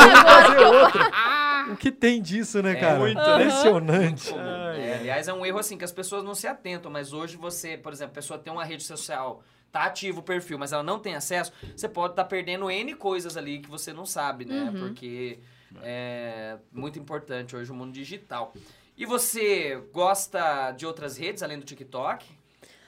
Speaker 3: Ah.
Speaker 2: O que tem disso, né,
Speaker 1: É
Speaker 2: cara?
Speaker 4: muito, né?
Speaker 2: Impressionante.
Speaker 1: É, aliás, é um erro assim que as pessoas não se atentam, mas hoje você, por exemplo, a pessoa tem uma rede social, tá ativo o perfil, mas ela não tem acesso, você pode estar perdendo N coisas ali que você não sabe, né?
Speaker 3: Uhum.
Speaker 1: Porque é muito importante hoje o mundo digital. E você gosta de outras redes além do TikTok?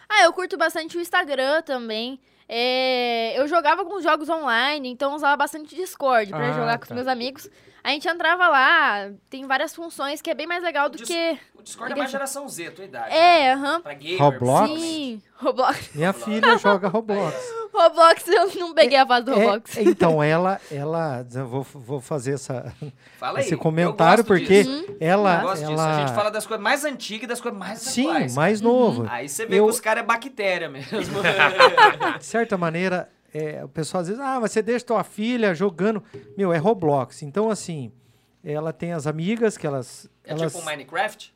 Speaker 3: Ah, eu curto bastante o Instagram também. É, eu jogava alguns jogos online, então usava bastante Discord pra
Speaker 2: Ah,
Speaker 3: jogar com os
Speaker 2: tá.
Speaker 3: meus amigos. A gente entrava lá, tem várias funções que é bem mais legal do
Speaker 1: Dis-
Speaker 3: que.
Speaker 1: O Discord é mais geração Z, tua idade. né?
Speaker 3: É, aham.
Speaker 1: Pra gamer,
Speaker 2: Roblox?
Speaker 1: principalmente.
Speaker 3: Sim,
Speaker 1: Uhum.
Speaker 3: Roblox.
Speaker 2: Minha filha joga Roblox.
Speaker 3: Roblox, eu não peguei a fase do Roblox.
Speaker 2: É, então, ela, ela, eu vou, vou fazer essa,
Speaker 1: Fala aí.
Speaker 2: esse
Speaker 1: eu
Speaker 2: comentário,
Speaker 1: gosto
Speaker 2: porque
Speaker 1: disso.
Speaker 3: Uhum.
Speaker 2: ela.
Speaker 1: Eu gosto disso.
Speaker 2: ela-
Speaker 1: A gente fala das coisas mais antigas e das coisas mais
Speaker 2: Sim,
Speaker 1: atuais.
Speaker 2: mais novo.
Speaker 3: Uhum.
Speaker 1: Aí você vê
Speaker 2: Eu-
Speaker 1: que os caras é bactéria mesmo.
Speaker 2: De certa maneira, é, o pessoal às vezes, ah, mas você deixa tua filha jogando. Meu, é Roblox. Então, assim, Ela tem as amigas que elas.
Speaker 1: É
Speaker 2: elas
Speaker 1: tipo um Minecraft?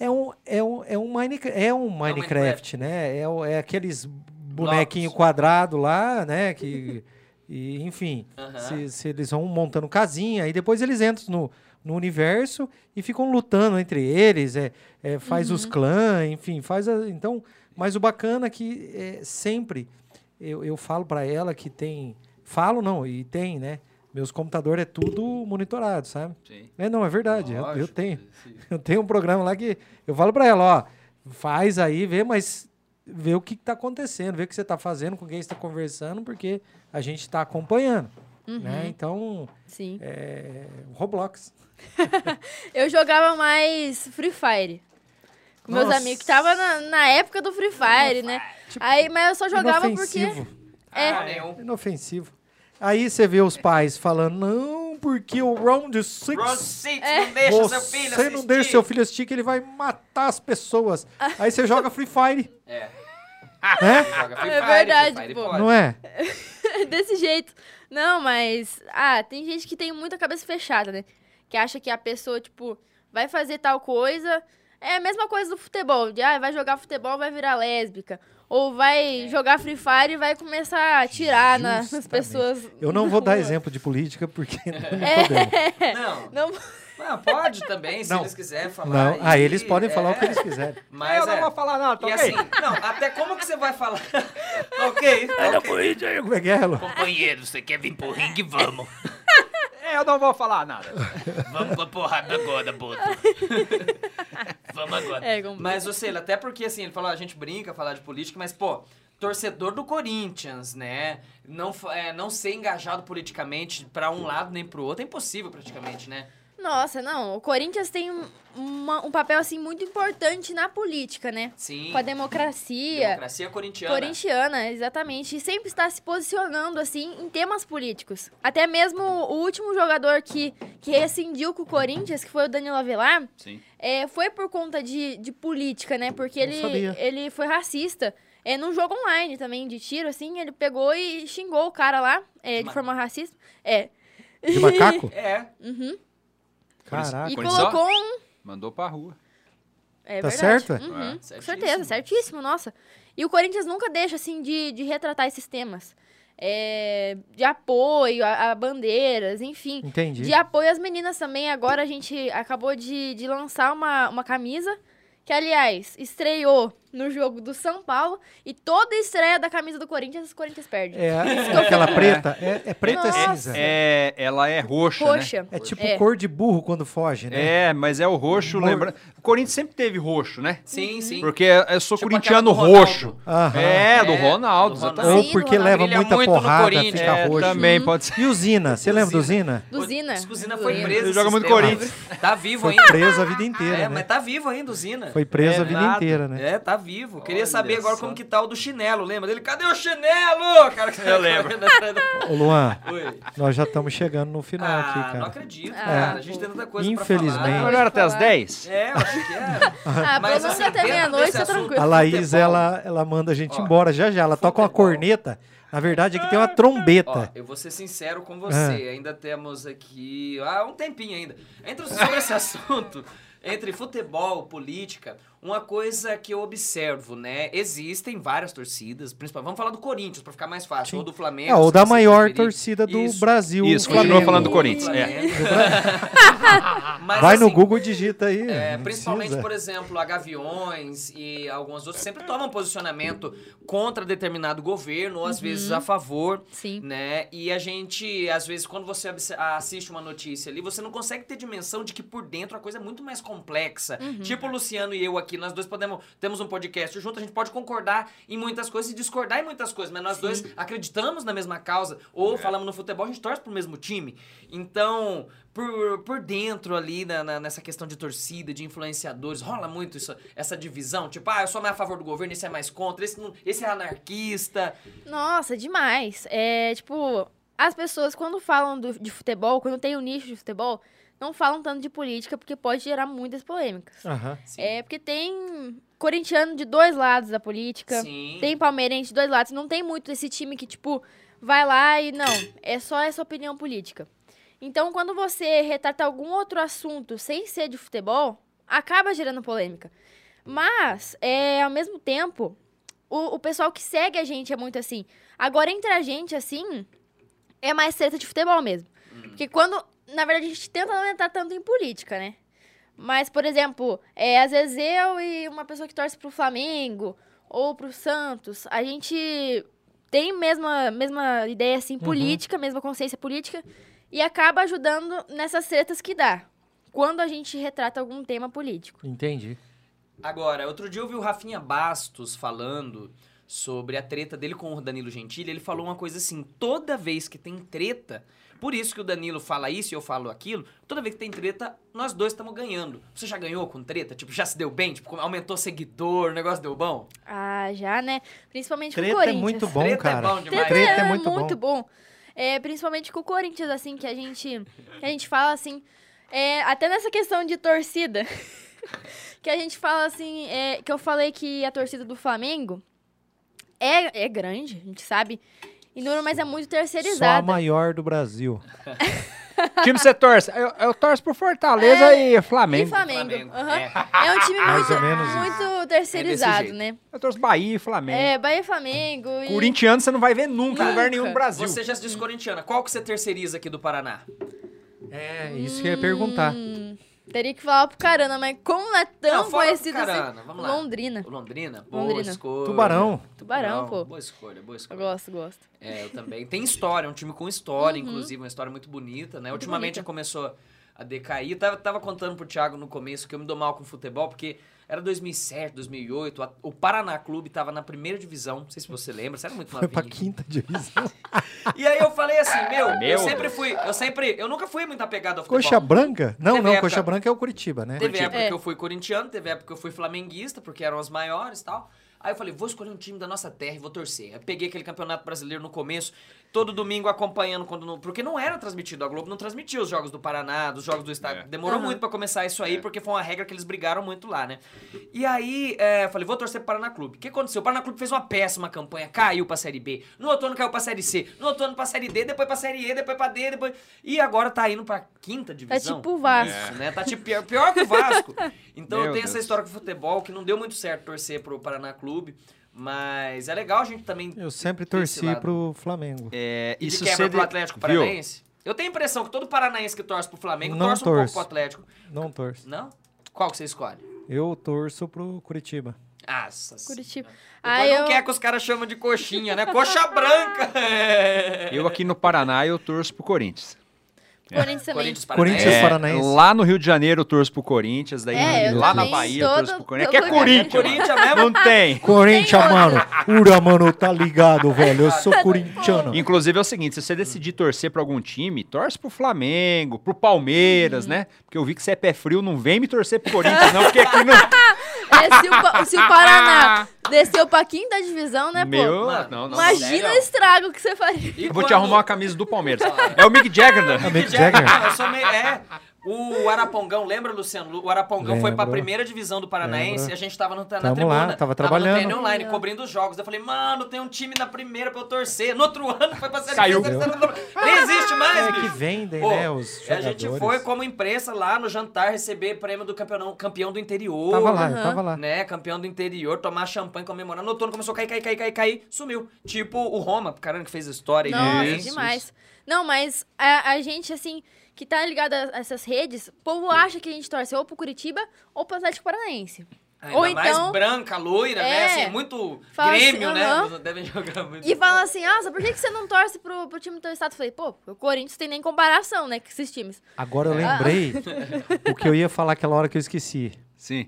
Speaker 2: é, um, é, um, é, um Minecraft, é um Minecraft, né? É, o- é aqueles bonequinho
Speaker 1: Blocos.
Speaker 2: quadrado lá, né? Que, e, enfim,
Speaker 1: Aham.
Speaker 2: se, se eles vão montando casinha, aí depois eles entram no, no universo e ficam lutando entre eles, é, é, faz
Speaker 4: Uhum.
Speaker 2: os clãs, enfim, faz. a- então, mas o bacana é que é, sempre eu, eu falo pra ela que tem. Falo não, e tem, né? Meus computadores é tudo monitorado, sabe?
Speaker 4: Sim.
Speaker 2: É, não, é verdade. eu- eu
Speaker 4: Lógico,
Speaker 2: tenho.
Speaker 4: sim.
Speaker 2: Eu tenho um programa lá que eu falo pra ela, ó, faz aí, vê, mas vê o que, que tá acontecendo, vê o que você tá fazendo, com quem você tá conversando, porque a gente tá acompanhando, né?
Speaker 3: Uhum.
Speaker 2: Então,
Speaker 3: Sim.
Speaker 2: é, Roblox.
Speaker 3: Eu jogava mais Free Fire. Com meus
Speaker 2: Nossa. tipo,
Speaker 3: amigos, que tava na, na época do Free Fire, né? Aí, mas eu só jogava porque.
Speaker 2: inofensivo,
Speaker 3: É.
Speaker 1: Ah, nenhum.
Speaker 2: inofensivo. Aí você vê os pais falando, não, porque o Round
Speaker 1: Round
Speaker 2: Six...
Speaker 1: Six, não deixa seu filho
Speaker 2: Você não deixa
Speaker 1: assistir.
Speaker 2: seu filho assistir que ele vai matar as pessoas. Aí você joga Free Fire,
Speaker 1: É.
Speaker 2: né?
Speaker 1: Joga Free
Speaker 3: É
Speaker 1: Fire,
Speaker 3: verdade,
Speaker 1: Free Fire
Speaker 3: pô.
Speaker 1: pode.
Speaker 2: Não é?
Speaker 3: Desse jeito. Não, mas. Ah, tem gente que tem muita cabeça fechada, né? Que acha que a pessoa, tipo, vai fazer tal coisa. É a mesma coisa do futebol. De, ah, vai jogar futebol, vai virar lésbica. Ou vai jogar Free Fire e vai começar a atirar na- nas
Speaker 2: É. Justamente.
Speaker 3: pessoas.
Speaker 2: Eu não
Speaker 3: na
Speaker 2: vou dar
Speaker 3: rua.
Speaker 2: exemplo de política porque não
Speaker 3: É.
Speaker 2: podemos.
Speaker 1: Não,
Speaker 3: Não,
Speaker 1: mas pode também, se
Speaker 2: é? Não.
Speaker 1: eles quiserem falar.
Speaker 2: Não, aí eles
Speaker 1: e-
Speaker 2: podem falar
Speaker 1: é,
Speaker 2: o que eles quiserem.
Speaker 1: Mas
Speaker 4: eu
Speaker 1: é.
Speaker 4: não vou falar nada, tá
Speaker 1: E
Speaker 4: ok?
Speaker 1: assim, não, até como que você vai falar? ok, ok.
Speaker 2: Como é que é, Elon?
Speaker 5: Companheiro, você quer vir pro ringue? Vamos.
Speaker 4: É, eu não vou falar nada.
Speaker 5: Vamos pra porrada agora, Boto. Vamos agora.
Speaker 3: é, como...
Speaker 1: Mas, ô Sheila, até porque, assim, ele falou, a gente brinca falar de política, mas, pô, torcedor do Corinthians, né? Não, fa- é, não ser engajado politicamente pra um lado nem pro outro é impossível, praticamente, né?
Speaker 3: Nossa, não. O Corinthians tem um- uma- um papel, assim, muito importante na política, né?
Speaker 1: Sim.
Speaker 3: Com a democracia.
Speaker 1: Democracia né? corintiana.
Speaker 3: Corintiana, exatamente. E sempre está se posicionando, assim, em temas políticos. Até mesmo o último jogador que, que rescindiu com o Corinthians, que foi o Danilo Avelar,
Speaker 4: Sim.
Speaker 3: é, foi por conta de, de política, né? Porque
Speaker 2: Não
Speaker 3: ele,
Speaker 2: sabia.
Speaker 3: ele foi racista. É, num jogo online também, de tiro, assim, ele pegou e xingou o cara lá, é, de
Speaker 1: Ma-
Speaker 3: forma racista. É.
Speaker 2: De macaco?
Speaker 1: É.
Speaker 2: Caraca.
Speaker 3: E
Speaker 4: Corinthians,
Speaker 3: colocou um
Speaker 4: Mandou pra rua.
Speaker 3: É
Speaker 2: Tá
Speaker 3: verdade.
Speaker 2: certo, é?
Speaker 3: Uhum.
Speaker 1: É,
Speaker 3: Com
Speaker 1: certíssimo.
Speaker 3: certeza, certíssimo, nossa. E o Corinthians nunca deixa, assim, de, de retratar esses temas. É, de apoio a, a bandeiras, enfim.
Speaker 2: Entendi.
Speaker 3: De apoio às meninas também. Agora a gente acabou de, de lançar uma, uma camisa que, aliás, estreou no jogo do São Paulo. E toda estreia da camisa do Corinthians, o Corinthians perde.
Speaker 2: É, a- aquela preta? É, é preta ou é
Speaker 3: Nossa.
Speaker 2: cinza? É,
Speaker 4: É, ela é roxa, né?
Speaker 3: Roxa.
Speaker 2: tipo
Speaker 3: É.
Speaker 2: cor de burro quando foge, né?
Speaker 4: É, mas é o roxo,
Speaker 2: Mor-
Speaker 4: lembra? O Corinthians sempre teve roxo, né?
Speaker 2: Uhum.
Speaker 1: Sim, sim.
Speaker 4: Porque eu sou
Speaker 1: Tipo
Speaker 4: corintiano
Speaker 1: aquela do Ronaldo.
Speaker 4: roxo.
Speaker 2: Aham.
Speaker 4: É, do
Speaker 1: É,
Speaker 4: Ronaldo,
Speaker 1: do Ronaldo.
Speaker 4: exatamente.
Speaker 2: Ou
Speaker 3: Sim,
Speaker 2: porque
Speaker 3: Ronaldo
Speaker 2: leva
Speaker 1: brilha
Speaker 2: muita
Speaker 1: muito no
Speaker 2: porrada,
Speaker 1: Corinthians.
Speaker 2: fica
Speaker 4: É,
Speaker 2: roxo.
Speaker 4: também pode ser.
Speaker 2: E o Zina? Você lembra do Zina?
Speaker 3: Do Zina.
Speaker 1: O Zina foi preso.
Speaker 4: Ele joga
Speaker 1: esses
Speaker 4: muito
Speaker 1: tempos.
Speaker 4: Corinthians.
Speaker 1: Tá vivo
Speaker 2: Foi
Speaker 1: ainda.
Speaker 2: preso a vida inteira,
Speaker 1: É,
Speaker 2: né?
Speaker 1: mas tá vivo ainda o Zina.
Speaker 2: Foi preso a vida
Speaker 4: Renato.
Speaker 2: inteira, né?
Speaker 1: É, tá vivo. Queria
Speaker 4: Olha
Speaker 1: saber agora
Speaker 4: só.
Speaker 1: como que tá o do chinelo, lembra dele? Cadê o chinelo? Cara, Tá que
Speaker 4: Eu lembro.
Speaker 2: Ô, Luan,
Speaker 1: Oi.
Speaker 2: nós já estamos chegando no final
Speaker 1: Ah,
Speaker 2: aqui,
Speaker 1: não
Speaker 2: cara. É.
Speaker 1: acredito,
Speaker 3: Ah,
Speaker 1: cara. A
Speaker 3: pô.
Speaker 1: gente tem tanta coisa pra
Speaker 2: Infelizmente.
Speaker 1: falar.
Speaker 4: Mas não era até as 10?
Speaker 1: É, eu acho que é.
Speaker 3: Ah,
Speaker 1: Mas,
Speaker 3: pelo menos
Speaker 1: assim,
Speaker 3: até
Speaker 1: dentro
Speaker 3: meia-noite,
Speaker 1: desse
Speaker 3: tá
Speaker 1: assunto-
Speaker 3: tranquilo.
Speaker 2: A Laís,
Speaker 1: Futebol.
Speaker 2: ela, ela manda a gente
Speaker 1: Ó,
Speaker 2: embora já já. Ela toca uma
Speaker 1: futebol.
Speaker 2: corneta. Na verdade, é que tem uma
Speaker 1: Ó,
Speaker 2: trombeta.
Speaker 1: eu vou ser sincero com você.
Speaker 2: É.
Speaker 1: Ainda temos aqui. Ah, um tempinho ainda. Entre sobre esse assunto. Entre futebol, política, uma coisa que eu observo, né? Existem várias torcidas, principalmente. Vamos falar do Corinthians, pra ficar mais fácil.
Speaker 2: Sim.
Speaker 1: Ou do Flamengo.
Speaker 2: É, ou
Speaker 1: se
Speaker 2: da
Speaker 1: você
Speaker 2: maior
Speaker 1: preferir.
Speaker 2: torcida do
Speaker 1: Isso.
Speaker 2: Brasil.
Speaker 4: Isso,
Speaker 2: o
Speaker 4: continua
Speaker 2: Flamengo.
Speaker 4: falando do Corinthians, é.
Speaker 1: Mas,
Speaker 2: Vai no
Speaker 1: assim,
Speaker 2: Google, digita aí.
Speaker 1: É,
Speaker 2: não
Speaker 1: principalmente,
Speaker 2: precisa.
Speaker 1: por exemplo, a Gaviões e algumas outras sempre tomam posicionamento contra determinado governo, ou às vezes a favor,
Speaker 3: Sim.
Speaker 1: né? E a gente, às vezes, quando você abs- assiste uma notícia ali, você não consegue ter dimensão de que por dentro a coisa é muito mais complexa.
Speaker 3: Uhum.
Speaker 1: Tipo o Luciano e eu aqui, nós dois podemos, temos um podcast junto, a gente pode concordar em muitas coisas e discordar em muitas coisas, mas nós dois acreditamos na mesma causa, ou
Speaker 3: É.
Speaker 1: falamos no futebol, a gente torce pro mesmo time. Então, por, por dentro ali, na- na- nessa questão de torcida, de influenciadores, rola muito isso- essa divisão? Tipo, ah, eu sou mais a favor do governo, esse é mais contra, esse, não- esse é anarquista.
Speaker 3: Nossa, demais. É, tipo, as pessoas quando falam do- de futebol, quando tem o nicho de futebol, não falam tanto de política porque pode gerar muitas polêmicas.
Speaker 2: Aham.
Speaker 1: Sim.
Speaker 3: É, porque tem corintiano de dois lados da política,
Speaker 1: Sim.
Speaker 3: tem palmeirense de dois lados, não tem muito esse time que, tipo, vai lá e não, é só essa opinião política. Então, quando você retrata algum outro assunto sem ser de futebol, acaba gerando polêmica. Mas, é, ao mesmo tempo, o, o pessoal que segue a gente é muito assim. Agora, entre a gente, assim, é mais treta de futebol mesmo. Porque quando. Na verdade, a gente tenta não entrar tanto em política, né? Mas, por exemplo, é, às vezes eu e uma pessoa que torce pro Flamengo ou pro Santos, a gente tem mesma, mesma ideia, assim,
Speaker 2: Uhum.
Speaker 3: política, mesma consciência política, e acaba ajudando nessas tretas que dá. Quando a gente retrata algum tema político.
Speaker 2: Entendi.
Speaker 1: Agora, outro dia eu vi o Rafinha Bastos falando sobre a treta dele com o Danilo Gentili. Ele falou uma coisa assim: toda vez que tem treta, por isso que o Danilo fala isso e eu falo aquilo, toda vez que tem treta, nós dois estamos ganhando. Você já ganhou com treta? Tipo, já se deu bem? Tipo, aumentou seguidor, o negócio deu bom?
Speaker 3: Ah, já, né? Principalmente com o
Speaker 2: Treta é
Speaker 3: Corinthians.
Speaker 2: muito bom,
Speaker 1: Treta é
Speaker 2: cara.
Speaker 1: bom demais.
Speaker 2: Treta é muito
Speaker 3: muito
Speaker 2: bom.
Speaker 3: bom. É, principalmente com o Corinthians, assim, que a gente, que a gente fala assim. é, até nessa questão de torcida. que a gente fala assim. é, que eu falei que a torcida do Flamengo é, é grande, a gente sabe. E número, mas é muito
Speaker 2: Só a
Speaker 3: terceirizada.
Speaker 2: maior do Brasil.
Speaker 4: time que você é torce? Eu, eu torço pro Fortaleza e
Speaker 3: E
Speaker 4: Flamengo.
Speaker 3: Flamengo.
Speaker 1: Flamengo,
Speaker 3: aham.
Speaker 1: é.
Speaker 3: É um time
Speaker 2: Mais
Speaker 3: muito,
Speaker 2: ou menos isso. É
Speaker 3: muito terceirizado,
Speaker 1: jeito.
Speaker 3: né?
Speaker 4: Eu torço Bahia e Flamengo.
Speaker 3: É, Bahia e Flamengo. e-
Speaker 4: Corintiano você não vai ver nunca, em lugar
Speaker 3: Nunca.
Speaker 4: nenhum no Brasil.
Speaker 1: Você já se diz corintiana. Qual que você terceiriza aqui do Paraná?
Speaker 2: É, isso que eu ia perguntar.
Speaker 3: Hum, teria que falar pro Carana, mas como não é tão
Speaker 1: Não, fala pro
Speaker 3: conhecido
Speaker 1: Carana,
Speaker 3: assim?
Speaker 1: vamos lá.
Speaker 3: Londrina.
Speaker 1: Londrina? Boa
Speaker 3: Londrina.
Speaker 1: escolha.
Speaker 2: Tubarão.
Speaker 3: Tubarão,
Speaker 1: Não,
Speaker 3: pô.
Speaker 1: Boa escolha, boa
Speaker 3: Eu
Speaker 1: escolha.
Speaker 3: gosto, gosto.
Speaker 1: É, eu também. Tem história, é um time com história, inclusive, uma história muito bonita, né? Ultimamente
Speaker 3: bonita.
Speaker 1: já começou a decair. Tava, tava contando pro Thiago no começo que eu me dou mal com futebol, porque era 2007, 2008, a- o Paraná Clube tava na primeira divisão, não sei se você lembra, você era muito
Speaker 2: Foi pra Ah,
Speaker 1: novinho.
Speaker 2: quinta divisão.
Speaker 1: E aí eu falei assim, meu, eu
Speaker 4: Meu.
Speaker 1: sempre fui, eu sempre, eu nunca fui muito apegado ao futebol.
Speaker 2: Coxa branca? Não,
Speaker 1: Teve
Speaker 2: não,
Speaker 1: época-
Speaker 2: coxa branca é o Curitiba, né?
Speaker 1: Teve época
Speaker 3: É.
Speaker 1: que eu fui corintiano, teve época que eu fui flamenguista, porque eram os maiores e tal. Aí eu falei, vou escolher um time da nossa terra e vou torcer. Aí peguei aquele campeonato brasileiro no começo, todo domingo acompanhando, quando não- porque não era transmitido. A Globo não transmitia os jogos do Paraná, dos jogos do Estado.
Speaker 4: É.
Speaker 1: Demorou
Speaker 3: Aham.
Speaker 1: muito pra começar isso aí, porque foi uma regra que eles brigaram muito lá, né? E aí, é, eu falei, vou torcer pro Paraná Clube. O que aconteceu? O Paraná Clube fez uma péssima campanha, caiu pra Série B. No outono caiu pra Série C. No outono pra Série D, depois pra Série E, depois pra D, depois... E agora tá indo pra quinta
Speaker 3: Tá
Speaker 1: divisão.
Speaker 3: tipo o Vasco.
Speaker 1: Isso, né? Tá tipo pior, pior que o Vasco. Então
Speaker 4: É. Meu
Speaker 1: tem
Speaker 4: Deus.
Speaker 1: essa história com o futebol que não deu muito certo torcer pro Paraná Clube. Mas é legal a gente também.
Speaker 2: Eu sempre
Speaker 1: Esse
Speaker 2: torci
Speaker 1: lado.
Speaker 2: pro Flamengo.
Speaker 4: É,
Speaker 1: E de
Speaker 4: isso
Speaker 1: quebra
Speaker 4: cedo-
Speaker 1: pro Atlético
Speaker 4: Viu?
Speaker 1: Paranaense. Eu tenho a impressão que todo paranaense que torce pro Flamengo
Speaker 2: Não
Speaker 1: torce um pouco
Speaker 2: torço.
Speaker 1: pro Atlético.
Speaker 2: Não torço.
Speaker 1: Não? Qual que você escolhe?
Speaker 2: Eu torço pro Curitiba.
Speaker 1: Nossa.
Speaker 3: Curitiba.
Speaker 1: Depois
Speaker 3: Ah,
Speaker 1: não
Speaker 3: eu...
Speaker 1: quer que os caras chamam de coxinha, né? Coxa branca!
Speaker 4: Eu aqui no Paraná, eu torço pro Corinthians. É,
Speaker 3: Corinthians também.
Speaker 1: é Corinthians
Speaker 2: Corinthians
Speaker 1: Paranaense.
Speaker 2: Paranaense.
Speaker 4: Lá no Rio de Janeiro eu torço pro Corinthians, daí
Speaker 3: É, eu
Speaker 4: lá na
Speaker 3: também,
Speaker 4: Bahia eu torço
Speaker 3: todo-
Speaker 4: pro Corinthians.
Speaker 3: todo
Speaker 4: Aqui é
Speaker 3: lugar.
Speaker 4: Corinthians.
Speaker 1: Corinthians
Speaker 4: mano.
Speaker 1: mesmo?
Speaker 4: Não tem.
Speaker 2: Corinthians, mano. Ura, mano, tá ligado, velho. Eu sou corintiano.
Speaker 4: Inclusive é o seguinte, se você decidir torcer pra algum time, torce pro Flamengo, pro Palmeiras, né? Porque eu vi que você é pé frio, não vem me torcer pro Corinthians não, porque aqui não...
Speaker 3: É, se, o, Pa- se o Paraná desceu pra quinta divisão, né, pô?
Speaker 4: Meu,
Speaker 1: Mano,
Speaker 4: não, não.
Speaker 3: Imagina
Speaker 1: sério.
Speaker 3: o estrago que você faria.
Speaker 1: E
Speaker 4: Eu Vou te
Speaker 1: quando-
Speaker 4: arrumar uma camisa do Palmeiras. É o Mick Jagger, né?
Speaker 2: Mick
Speaker 1: Não,
Speaker 2: Jagger.
Speaker 1: eu sou meio- é. O Arapongão, lembra, Luciano? O Arapongão foi pra
Speaker 2: Lembro.
Speaker 1: primeira divisão do Paranaense
Speaker 2: Lembro.
Speaker 1: e a gente tava no, na
Speaker 2: Tamo
Speaker 1: tribuna.
Speaker 2: lá, tava trabalhando.
Speaker 1: no TN online, cobrindo os jogos. Eu falei, mano, tem um time na primeira pra eu torcer. No outro ano foi pra série
Speaker 4: Caiu.
Speaker 1: B, terceira, quarta- Nem existe mais,
Speaker 2: É que
Speaker 1: bicho.
Speaker 2: vendem,
Speaker 1: Pô,
Speaker 2: né, os
Speaker 1: a
Speaker 2: jogadores.
Speaker 1: gente foi como imprensa lá no jantar receber prêmio do campeão, campeão do interior.
Speaker 2: Tava lá, eu
Speaker 3: Aham.
Speaker 2: tava lá.
Speaker 1: Né, campeão do interior, tomar champanhe, comemorar. No outono começou a cair, cair, cair, cair, cair, sumiu. Tipo o Roma, caramba, que fez a história. aí
Speaker 3: Nossa,
Speaker 1: também.
Speaker 3: demais. Não, mas a, a gente, assim, que tá ligado a a essas redes, o povo acha que a gente torce ou pro Curitiba ou pro Atlético Paranaense.
Speaker 1: Ainda
Speaker 3: Ou
Speaker 1: mais
Speaker 3: então-
Speaker 1: branca, loira, né?
Speaker 3: É.
Speaker 1: Assim, muito
Speaker 3: Fala assim,
Speaker 1: Grêmio, né?
Speaker 3: aham.
Speaker 1: Eles Devem jogar muito.
Speaker 3: E fala assim, nossa, por que, que você não torce pro, pro time do teu estado? Eu falei, pô, o Corinthians tem nem comparação, né, com esses times.
Speaker 2: Agora eu
Speaker 3: Ah.
Speaker 2: lembrei o que eu ia falar aquela hora que eu esqueci.
Speaker 4: Sim.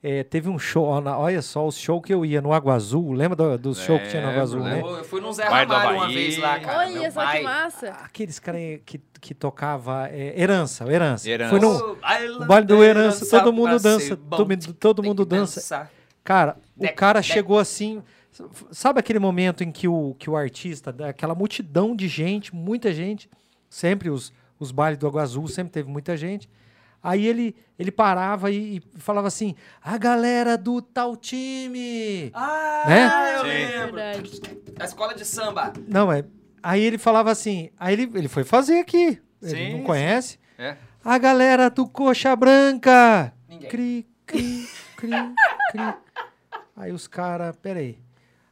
Speaker 2: É, teve um show, ó, na- olha só, o show que eu ia no Água Azul. Lembra do, do show que tinha no Água Azul, né?
Speaker 1: Eu fui num Zé
Speaker 4: Vai do
Speaker 1: Ramalho uma
Speaker 4: Havaí.
Speaker 1: vez lá, cara.
Speaker 3: Olha
Speaker 1: meu
Speaker 3: só
Speaker 1: pai. Ah,
Speaker 3: que massa.
Speaker 2: Aqueles caras que, que tocava é, herança, o herança.
Speaker 4: Herança.
Speaker 2: Foi no
Speaker 1: Island
Speaker 2: o baile do herança,
Speaker 1: dança
Speaker 2: todo mundo
Speaker 1: pra ser
Speaker 2: dança,
Speaker 1: bom.
Speaker 2: todo, todo
Speaker 1: Tem
Speaker 2: mundo
Speaker 1: que
Speaker 2: dança.
Speaker 1: dançar.
Speaker 2: Cara, o
Speaker 1: Dec,
Speaker 2: cara
Speaker 1: dec.
Speaker 2: chegou assim. Sabe aquele momento em que o, que o artista, da- aquela multidão de gente, muita gente, sempre os, os bailes do Água Azul, sempre teve muita gente. Aí ele, ele parava e, e falava assim: a galera do tal time.
Speaker 1: Ah,
Speaker 2: Né?
Speaker 1: eu
Speaker 4: Sim.
Speaker 1: lembro.
Speaker 3: Verdade.
Speaker 1: A escola de samba.
Speaker 2: Não, é. Aí ele falava assim, aí ele, ele foi fazer aqui. ele
Speaker 4: Sim,
Speaker 2: não
Speaker 4: sim.
Speaker 2: conhece.
Speaker 4: É.
Speaker 2: A galera do Coxa Branca!
Speaker 1: Ninguém.
Speaker 2: Cri, cri, cri, cri. Aí os caras, peraí.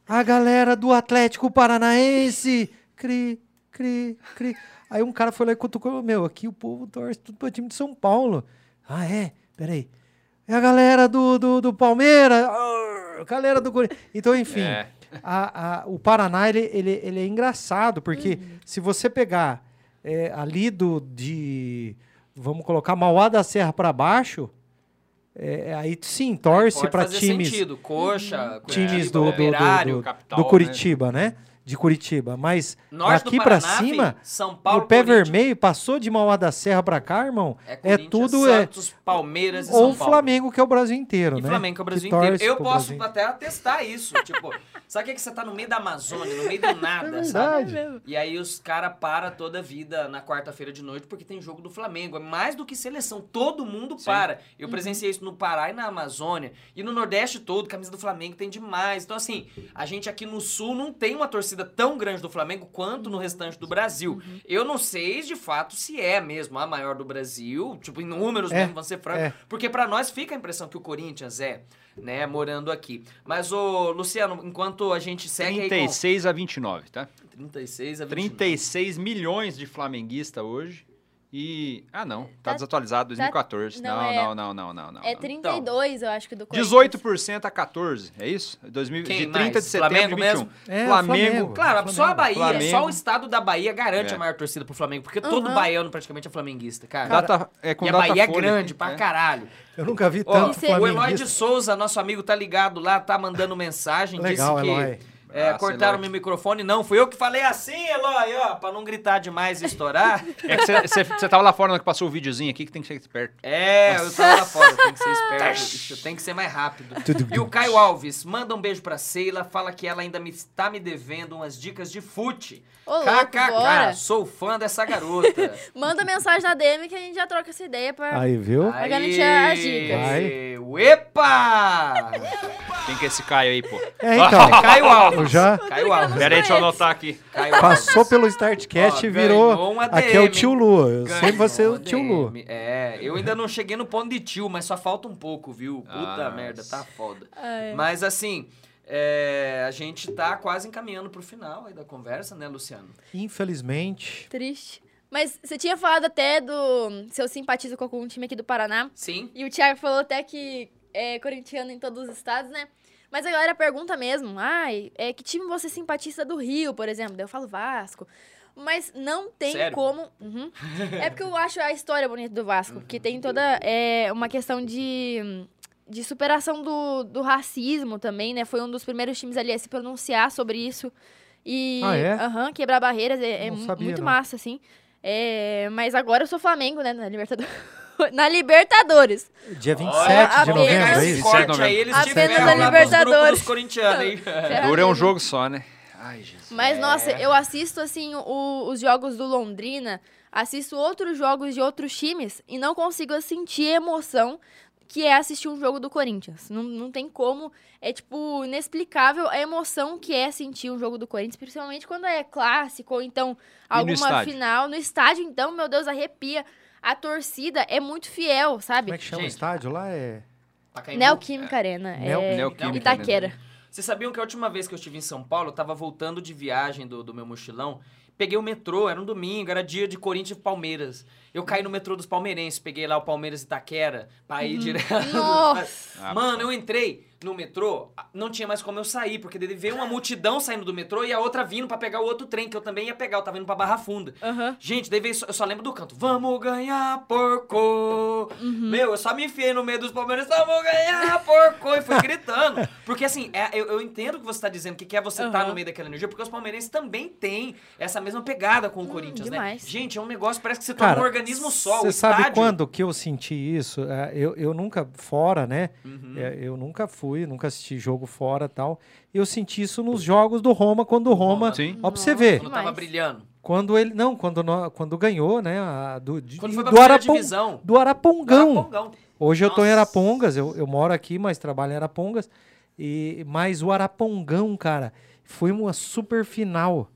Speaker 2: A galera do Atlético Paranaense! Cri, cri, cri. Aí um cara foi lá e cutucou, meu, aqui o povo torce tudo pro time de São Paulo. Ah, é? Peraí. É a galera do, do, do Palmeiras, a galera do Corinthians. Então, enfim,
Speaker 4: É.
Speaker 2: a- a- o Paraná, ele, ele, ele é engraçado, porque se você pegar é, ali do, de, vamos colocar, Mauá da Serra para baixo, é, é, aí sim, torce
Speaker 1: Pode
Speaker 2: para
Speaker 1: fazer
Speaker 2: times,
Speaker 1: sentido.
Speaker 3: Uhum.
Speaker 1: Coxa, Curitiba,
Speaker 2: times do, do, do,
Speaker 1: É, Operário,
Speaker 2: do-
Speaker 4: Capital,
Speaker 2: do
Speaker 4: né?
Speaker 2: Curitiba, né? De Curitiba. Mas
Speaker 1: Norte do
Speaker 2: daqui para
Speaker 1: Paraná, filho,
Speaker 2: cima,
Speaker 1: São Paulo,
Speaker 2: o pé
Speaker 1: Corinthians.
Speaker 2: vermelho passou de Mauá da Serra para cá, irmão, é,
Speaker 1: Corinthians,
Speaker 2: tudo... É,
Speaker 1: Santos, Palmeiras e
Speaker 2: ou
Speaker 1: São
Speaker 2: o
Speaker 1: Paulo.
Speaker 2: Flamengo, que é o Brasil inteiro,
Speaker 1: E
Speaker 2: né?
Speaker 1: Flamengo é o
Speaker 2: Que
Speaker 1: Brasil inteiro.
Speaker 2: torce
Speaker 1: Eu
Speaker 2: pro
Speaker 1: posso
Speaker 2: Brasil
Speaker 1: até atestar isso. tipo, sabe o que, é que você tá no meio da Amazônia, no meio do nada,
Speaker 2: É
Speaker 1: sabe?
Speaker 2: verdade.
Speaker 1: E aí os caras param toda a vida na quarta-feira de noite porque tem jogo do Flamengo. É mais do que seleção. Todo mundo
Speaker 4: Sim.
Speaker 1: para.
Speaker 2: Uhum.
Speaker 1: Eu presenciei isso no Pará e na Amazônia. E no Nordeste todo, camisa do Flamengo tem demais. Então, assim, a gente aqui no Sul não tem uma torcida tão grande do Flamengo quanto
Speaker 2: Uhum.
Speaker 1: no restante do Brasil. Eu não sei, de fato, se é mesmo a maior do Brasil. Tipo, em números
Speaker 2: É,
Speaker 1: mesmo, vão ser franco.
Speaker 2: é.
Speaker 1: Porque pra nós fica a impressão que o Corinthians é, né, morando aqui. Mas, ô, Luciano, enquanto a gente segue aí
Speaker 4: 36 a 29, tá?
Speaker 1: com 36 a um. 29.
Speaker 4: 36 milhões de flamenguista hoje. E. Ah, não. Tá
Speaker 3: Tá-
Speaker 4: desatualizado 2014.
Speaker 3: tá- não,
Speaker 4: não,
Speaker 3: é-
Speaker 4: não, não, não, não, não.
Speaker 3: É
Speaker 4: não.
Speaker 3: 32, eu acho que do Corinthians.
Speaker 4: 18% a 14, é isso? 2000, de
Speaker 1: Quem
Speaker 4: 30
Speaker 1: mais?
Speaker 4: de setembro
Speaker 1: Flamengo
Speaker 4: de 21.
Speaker 1: mesmo?
Speaker 2: É, o
Speaker 4: Flamengo.
Speaker 2: Flamengo.
Speaker 1: Claro, só a Bahia,
Speaker 4: Flamengo.
Speaker 1: só o estado da Bahia garante
Speaker 4: É.
Speaker 1: a maior torcida pro Flamengo, porque todo
Speaker 3: Aham.
Speaker 1: baiano praticamente é flamenguista, cara.
Speaker 4: Data, é com
Speaker 1: e a
Speaker 4: data
Speaker 1: Bahia é
Speaker 4: folha,
Speaker 1: grande pra
Speaker 4: é.
Speaker 1: caralho.
Speaker 2: Eu nunca vi
Speaker 1: Ó,
Speaker 2: tanto
Speaker 3: Isso é-
Speaker 1: o Eloy de
Speaker 2: flamenguista.
Speaker 1: Souza, nosso amigo, tá ligado lá, tá mandando mensagem,
Speaker 2: Legal,
Speaker 1: disse que
Speaker 2: Eloy.
Speaker 1: é,
Speaker 4: Abraço,
Speaker 1: cortaram
Speaker 4: Eloy.
Speaker 1: meu microfone. Não, fui eu que falei assim, Eloy, ó, pra não gritar demais e estourar.
Speaker 4: É que você tava lá fora na que passou o videozinho aqui que tem que ser esperto.
Speaker 1: É, eu tava lá fora, tem que ser esperto, bicho, tem que ser mais rápido. E o Caio Alves, manda um beijo pra Seila, fala que ela ainda me, tá me devendo umas dicas de fute.
Speaker 3: Ô, louco, bora.
Speaker 1: sou fã dessa garota.
Speaker 3: Manda mensagem na DM que a gente já troca essa ideia pra...
Speaker 2: Aí, viu?
Speaker 3: Vai garantir as dicas.
Speaker 1: Vai. Epa!
Speaker 4: Quem que é esse Caio aí, pô?
Speaker 2: É, então.
Speaker 1: Caio
Speaker 2: Eu
Speaker 1: Alves.
Speaker 2: já
Speaker 1: Caio Alves.
Speaker 4: Pera aí, deixa eu anotar aqui.
Speaker 1: Caio
Speaker 2: passou pelo StartCast
Speaker 1: Ó,
Speaker 2: e virou...
Speaker 1: ganhou um
Speaker 2: Aqui é o
Speaker 1: ADM.
Speaker 2: tio Lu. Eu sei que
Speaker 1: Ganhou um
Speaker 2: você é o
Speaker 1: ADM.
Speaker 2: tio Lu.
Speaker 1: É, eu ainda não cheguei no ponto de tio, mas só falta um pouco, viu? Puta
Speaker 4: Ah,
Speaker 1: merda, tá foda.
Speaker 3: Ai.
Speaker 1: Mas assim, é, a gente tá quase encaminhando pro final aí da conversa, né, Luciano?
Speaker 2: Infelizmente...
Speaker 3: Triste. Mas você tinha falado até do... Se eu simpatizo com algum time aqui do Paraná.
Speaker 1: Sim.
Speaker 3: E o Thiago falou até que é corintiano em todos os estados, né? Mas a galera pergunta mesmo, ai, é, que time você simpatiza do Rio, por exemplo? Daí eu falo Vasco. Mas não tem
Speaker 1: Sério?
Speaker 3: como. Uhum. É porque eu acho a história bonita do Vasco, porque tem toda é, uma questão de, de superação do, do racismo também, né? Foi um dos primeiros times ali a se pronunciar sobre isso. E
Speaker 2: Ah, é?
Speaker 3: aham, quebrar barreiras é, é
Speaker 2: Não
Speaker 3: mu-
Speaker 2: sabia,
Speaker 3: muito
Speaker 2: não.
Speaker 3: massa, assim. É, mas agora eu sou Flamengo, né? Na Libertadores. na Libertadores.
Speaker 2: Dia 27
Speaker 3: Olha,
Speaker 2: de
Speaker 3: apenas-
Speaker 2: novembro, é isso?
Speaker 4: Corte
Speaker 1: Corte aí, eles
Speaker 3: Apenas
Speaker 1: tiveram
Speaker 2: a
Speaker 1: lá nos
Speaker 3: Libertadores.
Speaker 1: grupos dos corintianos, hein?
Speaker 4: Dura é um jogo só, né? Ai, Jesus.
Speaker 2: É.
Speaker 3: Mas, nossa, eu assisto, assim, o- os jogos do Londrina, assisto outros jogos de outros times e não consigo sentir a emoção que é assistir um jogo do Corinthians. Não, não tem como. É, tipo, inexplicável a emoção que é sentir um jogo do Corinthians, principalmente quando é clássico ou então alguma
Speaker 4: estádio?
Speaker 3: final. No estádio, então, meu Deus, arrepia. A torcida é muito fiel, sabe?
Speaker 2: Como é que chama
Speaker 1: Gente.
Speaker 2: o estádio lá? É...
Speaker 1: Pacaembu.
Speaker 3: Neoquímica Arena.
Speaker 2: Neo-
Speaker 3: é...
Speaker 4: Neoquímica
Speaker 3: Itaquera.
Speaker 1: Vocês sabiam que a última vez que eu estive em São Paulo, eu tava voltando de viagem do, do meu mochilão, peguei o metrô, era um domingo, era dia de Corinthians e Palmeiras. Eu caí no metrô dos palmeirenses, peguei lá o Palmeiras e Itaquera, pra ir direto.
Speaker 3: Nossa!
Speaker 4: Ah,
Speaker 1: Mano,
Speaker 4: pô.
Speaker 1: eu entrei no metrô, não tinha mais como eu sair, porque daí veio uma multidão saindo do metrô e a outra vindo pra pegar o outro trem, que eu também ia pegar, eu tava indo pra Barra Funda.
Speaker 3: Aham.
Speaker 1: Gente, daí veio só- eu só lembro do canto. Vamos ganhar, porco!
Speaker 3: Uhum.
Speaker 1: Meu, eu só me enfiei no meio dos palmeiras. Vamos ganhar, porco! E fui gritando. Porque assim, é- eu, eu entendo o que você tá dizendo, que quer você tá
Speaker 3: Aham.
Speaker 1: no meio daquela energia, porque os palmeirenses também têm essa mesma pegada com o Corinthians,
Speaker 3: Hum, demais.
Speaker 1: né? Gente, é um negócio, parece que você torna
Speaker 2: Cara,
Speaker 1: um organismo só.
Speaker 2: Você
Speaker 1: o
Speaker 2: sabe
Speaker 1: estádio-
Speaker 2: quando que eu senti isso? É, Eu, eu nunca, fora, né?
Speaker 1: Uhum.
Speaker 2: É, Eu nunca fui, nunca assisti jogo fora e tal. Eu senti isso nos jogos do Roma, quando o Roma.
Speaker 1: Roma.
Speaker 4: Sim.
Speaker 2: Ó, pra você
Speaker 3: Nossa.
Speaker 2: ver,
Speaker 1: Quando tava
Speaker 3: Demais.
Speaker 1: brilhando.
Speaker 2: quando ele. Não, quando, nó- quando ganhou, né? a- do, de-
Speaker 1: Quando foi pra
Speaker 2: do,
Speaker 1: primeira
Speaker 2: Arapon-
Speaker 1: divisão.
Speaker 2: do Arapongão.
Speaker 1: Arapongão.
Speaker 2: Hoje eu tô em
Speaker 1: Nossa.
Speaker 2: Arapongas, eu, eu moro aqui, mas trabalho em Arapongas. E, mas o Arapongão, cara, foi uma super final.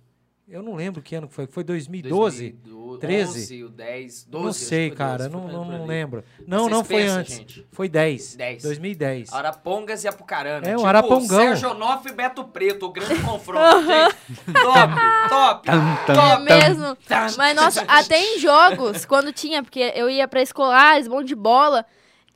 Speaker 2: Eu não lembro que ano que foi. Foi 2012? 13?
Speaker 1: 11, o 10, 12.
Speaker 2: não
Speaker 1: acho que foi
Speaker 2: sei,
Speaker 1: 12, foi
Speaker 2: cara. Não,
Speaker 1: por-
Speaker 2: não,
Speaker 1: por
Speaker 2: não
Speaker 1: ali.
Speaker 2: lembro. Não, não foi
Speaker 1: pensam,
Speaker 2: antes.
Speaker 1: gente? Ah.
Speaker 2: Foi 10.
Speaker 1: 10.
Speaker 2: 2010.
Speaker 1: Arapongas e Apucarana.
Speaker 2: É, um
Speaker 1: tipo,
Speaker 2: Arapongão.
Speaker 1: Sérgio Onofre e Beto Preto, o grande confronto, gente. Top, top,
Speaker 3: É
Speaker 1: top.
Speaker 3: mesmo. Mas, nossa, até em jogos, quando tinha, porque eu ia pra escolares, bom de bola,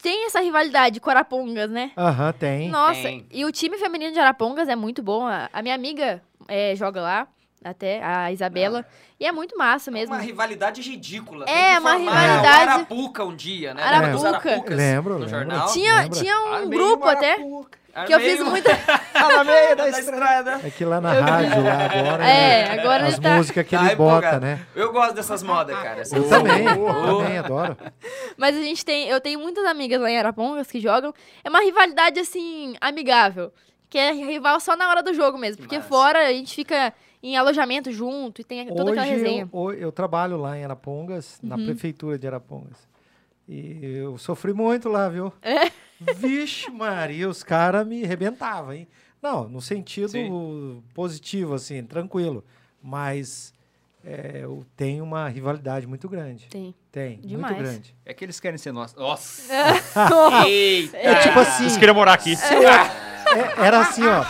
Speaker 3: tem essa rivalidade com Arapongas, né?
Speaker 2: Aham, tem.
Speaker 3: Nossa,
Speaker 1: Tem.
Speaker 3: e o time feminino de Arapongas é muito bom. A, a minha amiga é, joga lá, até, a Isabela. E é muito massa mesmo.
Speaker 1: Uma rivalidade ridícula.
Speaker 3: É,
Speaker 1: Tem que
Speaker 3: uma
Speaker 1: formar
Speaker 3: rivalidade-
Speaker 1: O Arapuca um dia, né?
Speaker 3: Arapuca.
Speaker 1: Lembra dos Arapucas
Speaker 2: Lembro,
Speaker 1: no
Speaker 2: lembro.
Speaker 1: jornal.
Speaker 3: Tinha,
Speaker 2: Lembra?
Speaker 3: tinha um
Speaker 4: Armei
Speaker 3: grupo
Speaker 4: uma
Speaker 3: até,
Speaker 4: arapuca.
Speaker 3: que eu fiz muito...
Speaker 4: Tá no meio da
Speaker 1: da
Speaker 4: estrada.
Speaker 1: estrada.
Speaker 2: É que lá na rádio, lá agora.
Speaker 3: É,
Speaker 2: né,
Speaker 3: agora
Speaker 2: As
Speaker 3: ele tá-
Speaker 2: músicas que
Speaker 1: Tá
Speaker 2: ele bota,
Speaker 1: empolgado.
Speaker 2: né?
Speaker 1: Eu gosto dessas modas, cara.
Speaker 2: Eu
Speaker 1: Essas-
Speaker 2: também, eu
Speaker 1: Oh.
Speaker 2: também adoro.
Speaker 3: Mas a gente tem, eu tenho muitas amigas lá em Arapongas que jogam. É uma rivalidade assim amigável, que é rival só na hora do jogo mesmo, porque
Speaker 1: Massa.
Speaker 3: fora a gente fica em alojamento junto e tem É toda aquela
Speaker 2: Hoje
Speaker 3: resenha.
Speaker 2: eu,
Speaker 3: Uhum.
Speaker 2: ho- eu trabalho lá em Arapongas, na prefeitura de Arapongas. E eu sofri muito lá, viu?
Speaker 3: É?
Speaker 2: Vixe, Maria, os caras me arrebentavam, hein? Não, no sentido positivo, assim, tranquilo. Mas é, eu tenho uma rivalidade muito grande.
Speaker 3: Tem.
Speaker 2: Tem,
Speaker 3: Demais.
Speaker 2: muito grande.
Speaker 4: É que eles querem ser nossos. Nossa!
Speaker 1: Eita.
Speaker 2: É tipo assim,
Speaker 6: Vocês queriam morar aqui.
Speaker 2: é- era assim, ó.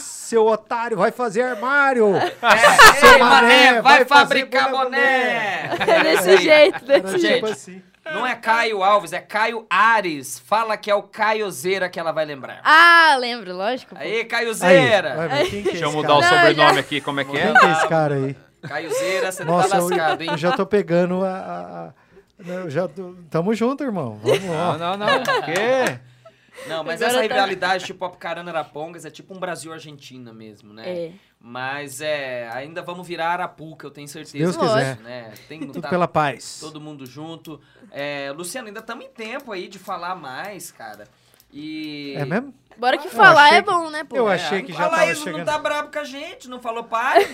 Speaker 2: Seu otário, vai fazer armário!
Speaker 1: É, ei,
Speaker 2: mané,
Speaker 1: mané, vai
Speaker 2: vai fazer
Speaker 1: fabricar
Speaker 2: boné,
Speaker 1: boné.
Speaker 3: É desse jeito,
Speaker 2: Era
Speaker 3: desse jeito.
Speaker 2: tipo
Speaker 1: Gente.
Speaker 2: assim.
Speaker 1: Não é Caio Alves, é Caio Ares. Fala que é o Caiozeira que ela vai lembrar.
Speaker 3: Ah, lembro, lógico. pô.
Speaker 1: Aí,
Speaker 2: Aí,
Speaker 1: Caiozeira.
Speaker 2: vai ver, quem que é
Speaker 6: Deixa eu
Speaker 2: esse
Speaker 6: mudar o
Speaker 2: cara?
Speaker 3: Não,
Speaker 6: sobrenome aqui, como é que é?
Speaker 2: Quem que é esse cara aí?
Speaker 1: Caiozeira, você
Speaker 2: Nossa,
Speaker 1: tá
Speaker 2: eu-
Speaker 1: lascado, hein?
Speaker 2: Eu já tô pegando a. a- a- né, eu já tô- Tamo junto, irmão. Vamos
Speaker 4: Não,
Speaker 2: lá.
Speaker 4: não, não. O quê?
Speaker 1: Não, mas
Speaker 3: Agora
Speaker 1: essa
Speaker 3: tá-
Speaker 1: rivalidade, tipo Apucarana e Arapongas, é tipo um Brasil-Argentina mesmo, né?
Speaker 3: É.
Speaker 1: Mas é, ainda vamos virar Arapuca, eu tenho certeza.
Speaker 2: Deus
Speaker 1: disso,
Speaker 2: quiser.
Speaker 1: Né? Tem que
Speaker 2: Tudo
Speaker 1: tá
Speaker 2: pela paz.
Speaker 1: todo mundo junto. É, Luciano, ainda estamos em tempo aí de falar mais, cara. E...
Speaker 2: É mesmo?
Speaker 3: Bora que
Speaker 2: Eu
Speaker 3: falar
Speaker 2: achei
Speaker 3: é
Speaker 2: que-
Speaker 3: bom, né, pô?
Speaker 2: eu
Speaker 1: É,
Speaker 2: achei que já
Speaker 1: a
Speaker 2: tava
Speaker 1: Laís não
Speaker 2: chegando.
Speaker 1: tá brabo com a gente, não falou pare.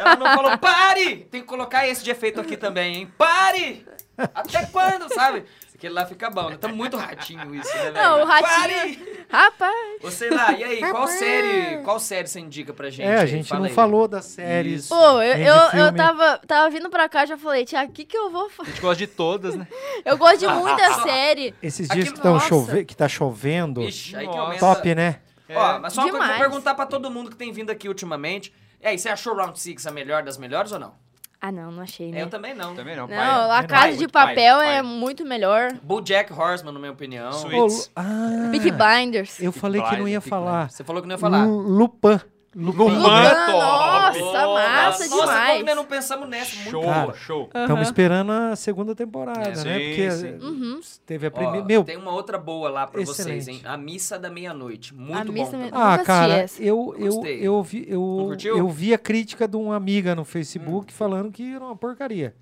Speaker 1: Ela não falou pare! Tem que colocar esse de efeito aqui também, hein? Pare! Até quando, sabe? Aquele lá fica bom, né? Tá muito ratinho isso, né, velho?
Speaker 3: Não, o ratinho-
Speaker 1: Pare!
Speaker 3: Rapaz,
Speaker 1: Ô, sei lá, e aí, qual série, qual série você indica pra gente?
Speaker 2: é, a
Speaker 1: aí?
Speaker 2: gente
Speaker 1: Fala
Speaker 2: não
Speaker 1: aí.
Speaker 2: falou das séries.
Speaker 1: Isso.
Speaker 3: pô, eu,
Speaker 2: nem de
Speaker 3: eu, eu
Speaker 2: filme.
Speaker 3: tava, tava vindo pra cá já falei, Tiago, o que que eu vou
Speaker 4: A
Speaker 3: fazer?
Speaker 4: gente gosta de todas, né?
Speaker 3: Eu gosto de muita série.
Speaker 2: Esses
Speaker 1: Aqui-
Speaker 2: dias que, tão
Speaker 3: Nossa.
Speaker 2: chove... que tá chovendo.
Speaker 1: Ixi, aí que
Speaker 4: Nossa.
Speaker 1: aumenta...
Speaker 2: top, né?
Speaker 1: Ó, mas só uma coisa que eu vou
Speaker 3: Demais.
Speaker 1: perguntar pra todo mundo que tem vindo aqui ultimamente. E aí, você achou Round Six a melhor das melhores ou não?
Speaker 3: Ah, não, não achei, né?
Speaker 1: Eu também não.
Speaker 4: Também não, pai.
Speaker 3: Não, La
Speaker 2: Não,
Speaker 3: Casa de
Speaker 4: muito pai,
Speaker 3: Papel é
Speaker 4: pai.
Speaker 3: muito melhor.
Speaker 1: BoJack Horseman, na minha opinião.
Speaker 6: Sweet.
Speaker 2: Ô, Lu-
Speaker 6: Tweets.
Speaker 2: ah,
Speaker 3: Peaky Blinders.
Speaker 2: eu falei que não ia
Speaker 1: Peaky
Speaker 2: falar.
Speaker 1: né? Você falou que não ia falar.
Speaker 2: Lu- Lupin. Lupin. né?
Speaker 6: Lupin.
Speaker 3: Lugan,
Speaker 6: Manto.
Speaker 3: nossa, massa
Speaker 1: Nossa, tá como
Speaker 3: demais.
Speaker 1: nós não pensamos nessa?
Speaker 4: Show,
Speaker 1: Muito boa.
Speaker 4: show.
Speaker 2: Estamos esperando a segunda temporada,
Speaker 1: É,
Speaker 2: né?
Speaker 6: sim,
Speaker 2: Porque
Speaker 6: sim.
Speaker 3: Uhum.
Speaker 2: teve a primeira.
Speaker 1: Ó,
Speaker 2: Meu,
Speaker 1: Tem uma outra boa lá pra vocês,
Speaker 2: Excelente.
Speaker 1: hein? A Missa da Meia-Noite. Muito
Speaker 3: A
Speaker 1: bom.
Speaker 3: Missa
Speaker 1: também.
Speaker 3: da-
Speaker 2: Ah,
Speaker 3: Nunca assisti
Speaker 2: cara,
Speaker 3: essa.
Speaker 2: eu, eu,
Speaker 1: Gostei.
Speaker 2: eu, vi,
Speaker 1: Não
Speaker 2: eu,
Speaker 1: curtiu? Hum.
Speaker 2: eu vi a crítica de uma amiga no Facebook falando que era uma porcaria.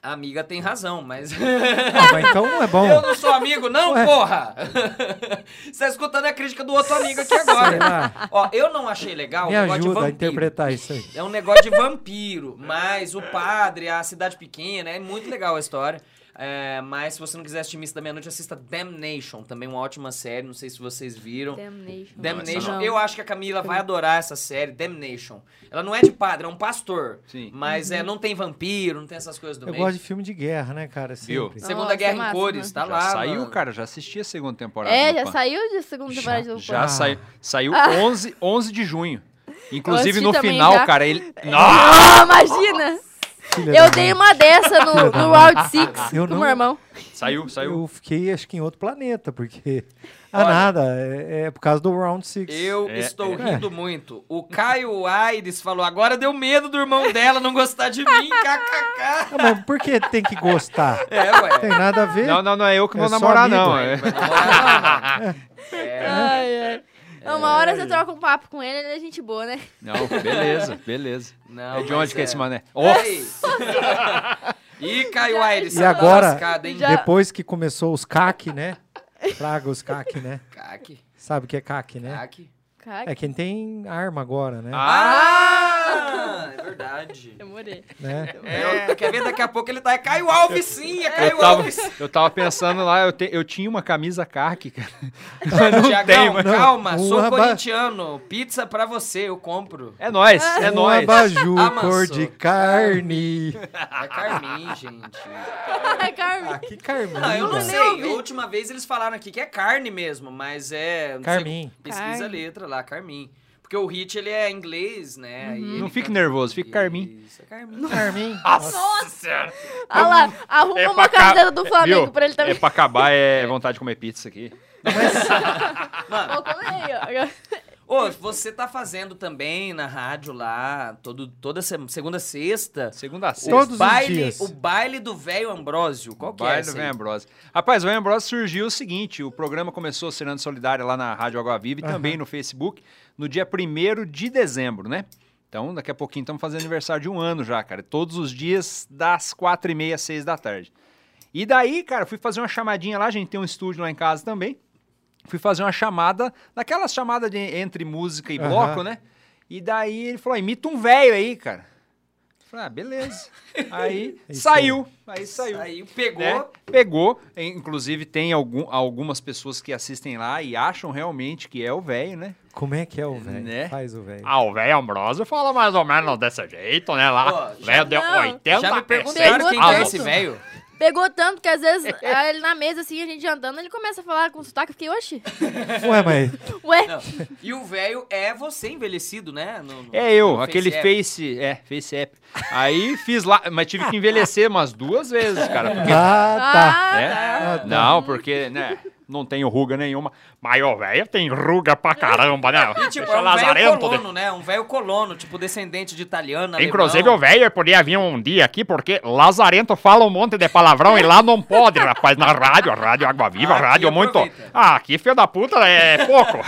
Speaker 1: A amiga tem razão, mas...
Speaker 2: Ah, mas então não é bom.
Speaker 1: Eu não sou amigo, não,
Speaker 2: Ué.
Speaker 1: porra! Você tá escutando a crítica do outro amigo aqui
Speaker 2: Sei
Speaker 1: agora.
Speaker 2: lá,
Speaker 1: Ó, eu não achei legal
Speaker 2: me
Speaker 1: o negócio de
Speaker 2: ajuda a
Speaker 1: vampiro.
Speaker 2: interpretar isso aí.
Speaker 1: É um negócio de vampiro, mas o padre, a cidade pequena, é muito legal a história. É, mas se você não quiser assistir Missa da Meia-Noite, assista Damnation, também uma ótima série, não sei se vocês viram.
Speaker 3: Damnation.
Speaker 1: um Damnation,
Speaker 3: Não.
Speaker 1: eu acho que a Camila vai adorar essa série, Damnation. Ela não é de padre, é um pastor.
Speaker 4: Sim.
Speaker 1: Mas é, não tem vampiro, não tem essas coisas do
Speaker 2: Eu
Speaker 1: meio.
Speaker 2: gosto de filme de guerra, né, cara?
Speaker 4: Viu?
Speaker 2: Sempre.
Speaker 1: Segunda
Speaker 3: Nossa,
Speaker 1: Guerra
Speaker 3: é
Speaker 1: em
Speaker 3: massa,
Speaker 1: Cores,
Speaker 3: né?
Speaker 1: tá
Speaker 4: já
Speaker 1: lá.
Speaker 4: saiu,
Speaker 1: mano.
Speaker 4: cara. Já assisti a segunda temporada.
Speaker 3: É,
Speaker 4: do
Speaker 3: já
Speaker 4: Pan.
Speaker 3: saiu de segunda temporada de
Speaker 4: Já
Speaker 2: Ah.
Speaker 4: saiu. Saiu 11, 11 de junho. Inclusive
Speaker 3: assisti
Speaker 4: no
Speaker 3: também
Speaker 4: final,
Speaker 3: já.
Speaker 4: cara, ele. Nossa!
Speaker 3: Ah, imagina!
Speaker 2: Filha da
Speaker 3: Eu
Speaker 2: mãe.
Speaker 3: dei uma dessa no,
Speaker 2: Filha da
Speaker 3: no
Speaker 2: mãe. Ah,
Speaker 3: Round 6
Speaker 2: Eu
Speaker 3: com
Speaker 2: não-
Speaker 3: meu irmão.
Speaker 4: Saiu, saiu.
Speaker 2: Eu fiquei, acho que em outro planeta, porque... Ah,
Speaker 1: Olha.
Speaker 2: nada, é, é por causa do Round Six.
Speaker 1: Eu
Speaker 4: É,
Speaker 1: estou
Speaker 4: é.
Speaker 1: rindo muito. O Caio Aires falou: agora deu medo do irmão dela não gostar de mim, kkk.
Speaker 2: Ah, mas por que tem que gostar?
Speaker 1: É, ué.
Speaker 2: Tem nada a ver?
Speaker 4: Não, não, não é eu que
Speaker 2: É
Speaker 4: vou
Speaker 2: só
Speaker 4: namorar,
Speaker 2: amigo,
Speaker 4: não.
Speaker 1: Vai
Speaker 4: É.
Speaker 1: namorar, não, mano. É.
Speaker 3: Ai, ai. Não, Uma hora
Speaker 2: É.
Speaker 3: você troca um papo com ele, ele é gente boa, né?
Speaker 4: Não, beleza, beleza.
Speaker 1: Não,
Speaker 4: é de
Speaker 1: mas
Speaker 4: onde que é esse mané? Ó,
Speaker 1: Ei. Ih, Caio Aires,
Speaker 2: E
Speaker 1: você tá
Speaker 2: agora-
Speaker 1: lascado, hein?
Speaker 3: Já-
Speaker 2: Depois que começou os CAC, né? Traga os CAC, né?
Speaker 1: Caque,
Speaker 2: Sabe o que é CAC, né?
Speaker 1: caque.
Speaker 3: Caraca.
Speaker 2: É quem tem arma agora, né?
Speaker 4: Ah,
Speaker 1: Ah! é verdade.
Speaker 3: Demorei.
Speaker 2: né?
Speaker 1: É, quer ver daqui a pouco ele tá. É Caio Alves, sim, é Caio
Speaker 4: Eu tava,
Speaker 1: Alves.
Speaker 4: eu tava pensando lá, eu, te- eu tinha uma camisa carque, cara.
Speaker 1: Tiagão,
Speaker 2: mas-
Speaker 1: calma,
Speaker 2: Não,
Speaker 1: sou
Speaker 2: uma ba-
Speaker 1: corintiano. Pizza pra você, eu compro.
Speaker 4: É nóis, é
Speaker 2: um
Speaker 4: nóis.
Speaker 2: abajur
Speaker 1: Amassou.
Speaker 2: cor de carne.
Speaker 1: É Carmin, gente.
Speaker 3: Ai, Carmen.
Speaker 2: Ah, que carmim.
Speaker 1: Não, eu não
Speaker 2: velho.
Speaker 1: sei. A última vez eles falaram aqui que é carne mesmo, mas é. não sei-
Speaker 2: Carmim.
Speaker 1: Pesquisa a
Speaker 3: Carne.
Speaker 1: letra lá, Carmin. Porque o hit ele é inglês, né? E ele
Speaker 4: Não fique
Speaker 1: canta-
Speaker 4: nervoso, fique Carmin.
Speaker 1: Isso, é Carmin.
Speaker 2: Carmim.
Speaker 4: Ah,
Speaker 5: Nossa senhora.
Speaker 2: Ah,
Speaker 3: Olha lá, arruma
Speaker 4: É
Speaker 3: uma
Speaker 4: pra ca-
Speaker 3: camiseta do Flamengo
Speaker 4: Viu?
Speaker 3: pra ele também.
Speaker 4: É pra acabar, é vontade de comer pizza aqui.
Speaker 1: Mano,
Speaker 3: Vou comer aí, ó.
Speaker 1: ô, você tá fazendo também na rádio lá, todo, toda se- segunda a sexta.
Speaker 4: Segunda a
Speaker 1: O
Speaker 4: sexta.
Speaker 2: Todos os
Speaker 1: baile,
Speaker 2: dias.
Speaker 1: o baile do velho Ambrósio. Qual que é
Speaker 4: Baile
Speaker 1: esse
Speaker 4: do
Speaker 1: aí?
Speaker 4: Venha Ambrose. Rapaz, o Venha Ambrose surgiu o seguinte: o programa começou Serando Solidária lá na Rádio Água Viva e também no Facebook no dia 1 de dezembro, né? Então, daqui a pouquinho estamos fazendo aniversário de um ano já, cara. Todos os dias, das 4h30 às 6 da tarde. E daí, cara, fui fazer uma chamadinha lá, a gente tem um estúdio lá em casa também. Fui fazer uma chamada, daquelas chamadas de entre música e
Speaker 2: Aham.
Speaker 4: bloco, né? E daí ele falou: "Ah, imita um velho aí, cara. Eu Falei, ah, beleza. Aí
Speaker 2: Isso
Speaker 4: saiu. Aí saiu
Speaker 1: Aí pegou.
Speaker 4: né? Pegou. E, Inclusive, tem algum- algumas pessoas que assistem lá e acham realmente que é o velho, né?
Speaker 2: Como é que é o velho?
Speaker 4: Né?
Speaker 2: Faz o velho.
Speaker 6: Ah, o velho Ambrosio fala mais ou menos desse jeito, né? Lá,
Speaker 1: Ó, já-
Speaker 6: velho deu
Speaker 3: não,
Speaker 6: 80
Speaker 1: Já me
Speaker 3: Pegou
Speaker 1: perguntaram quem que é
Speaker 3: tanto.
Speaker 1: esse velho.
Speaker 3: Pegou tanto que às vezes ah, ele na mesa, assim, a gente andando, ele começa a falar com sotaque. Eu fiquei, oxi,
Speaker 2: Tá. Ué, mas
Speaker 3: ué.
Speaker 1: Não. E o velho é você envelhecido, né? No- no-
Speaker 4: É eu,
Speaker 1: no
Speaker 4: aquele
Speaker 1: Face App.
Speaker 4: face. É, face app. Aí fiz lá, mas tive que envelhecer umas duas vezes, cara. porque-
Speaker 2: Ah, tá.
Speaker 4: né?
Speaker 2: Ah, tá.
Speaker 4: Não, porque, né? Não tenho ruga nenhuma.
Speaker 6: Mas o velho tem ruga pra caramba, né?
Speaker 1: E, tipo,
Speaker 6: Bicho
Speaker 1: é um velho
Speaker 6: lazarento,
Speaker 1: colono, tá
Speaker 6: né?
Speaker 1: né? Um velho colono, tipo, descendente de
Speaker 4: É,
Speaker 1: italiano,
Speaker 6: Inclusive,
Speaker 1: alemão.
Speaker 6: o velho podia vir um dia aqui, porque Lazarento fala um monte de palavrão e lá não pode, rapaz. Na rádio, a rádio Água Viva, a
Speaker 1: Aqui
Speaker 6: rádio muito.
Speaker 1: aproveita.
Speaker 6: Ah, aqui, filho da puta, é pouco.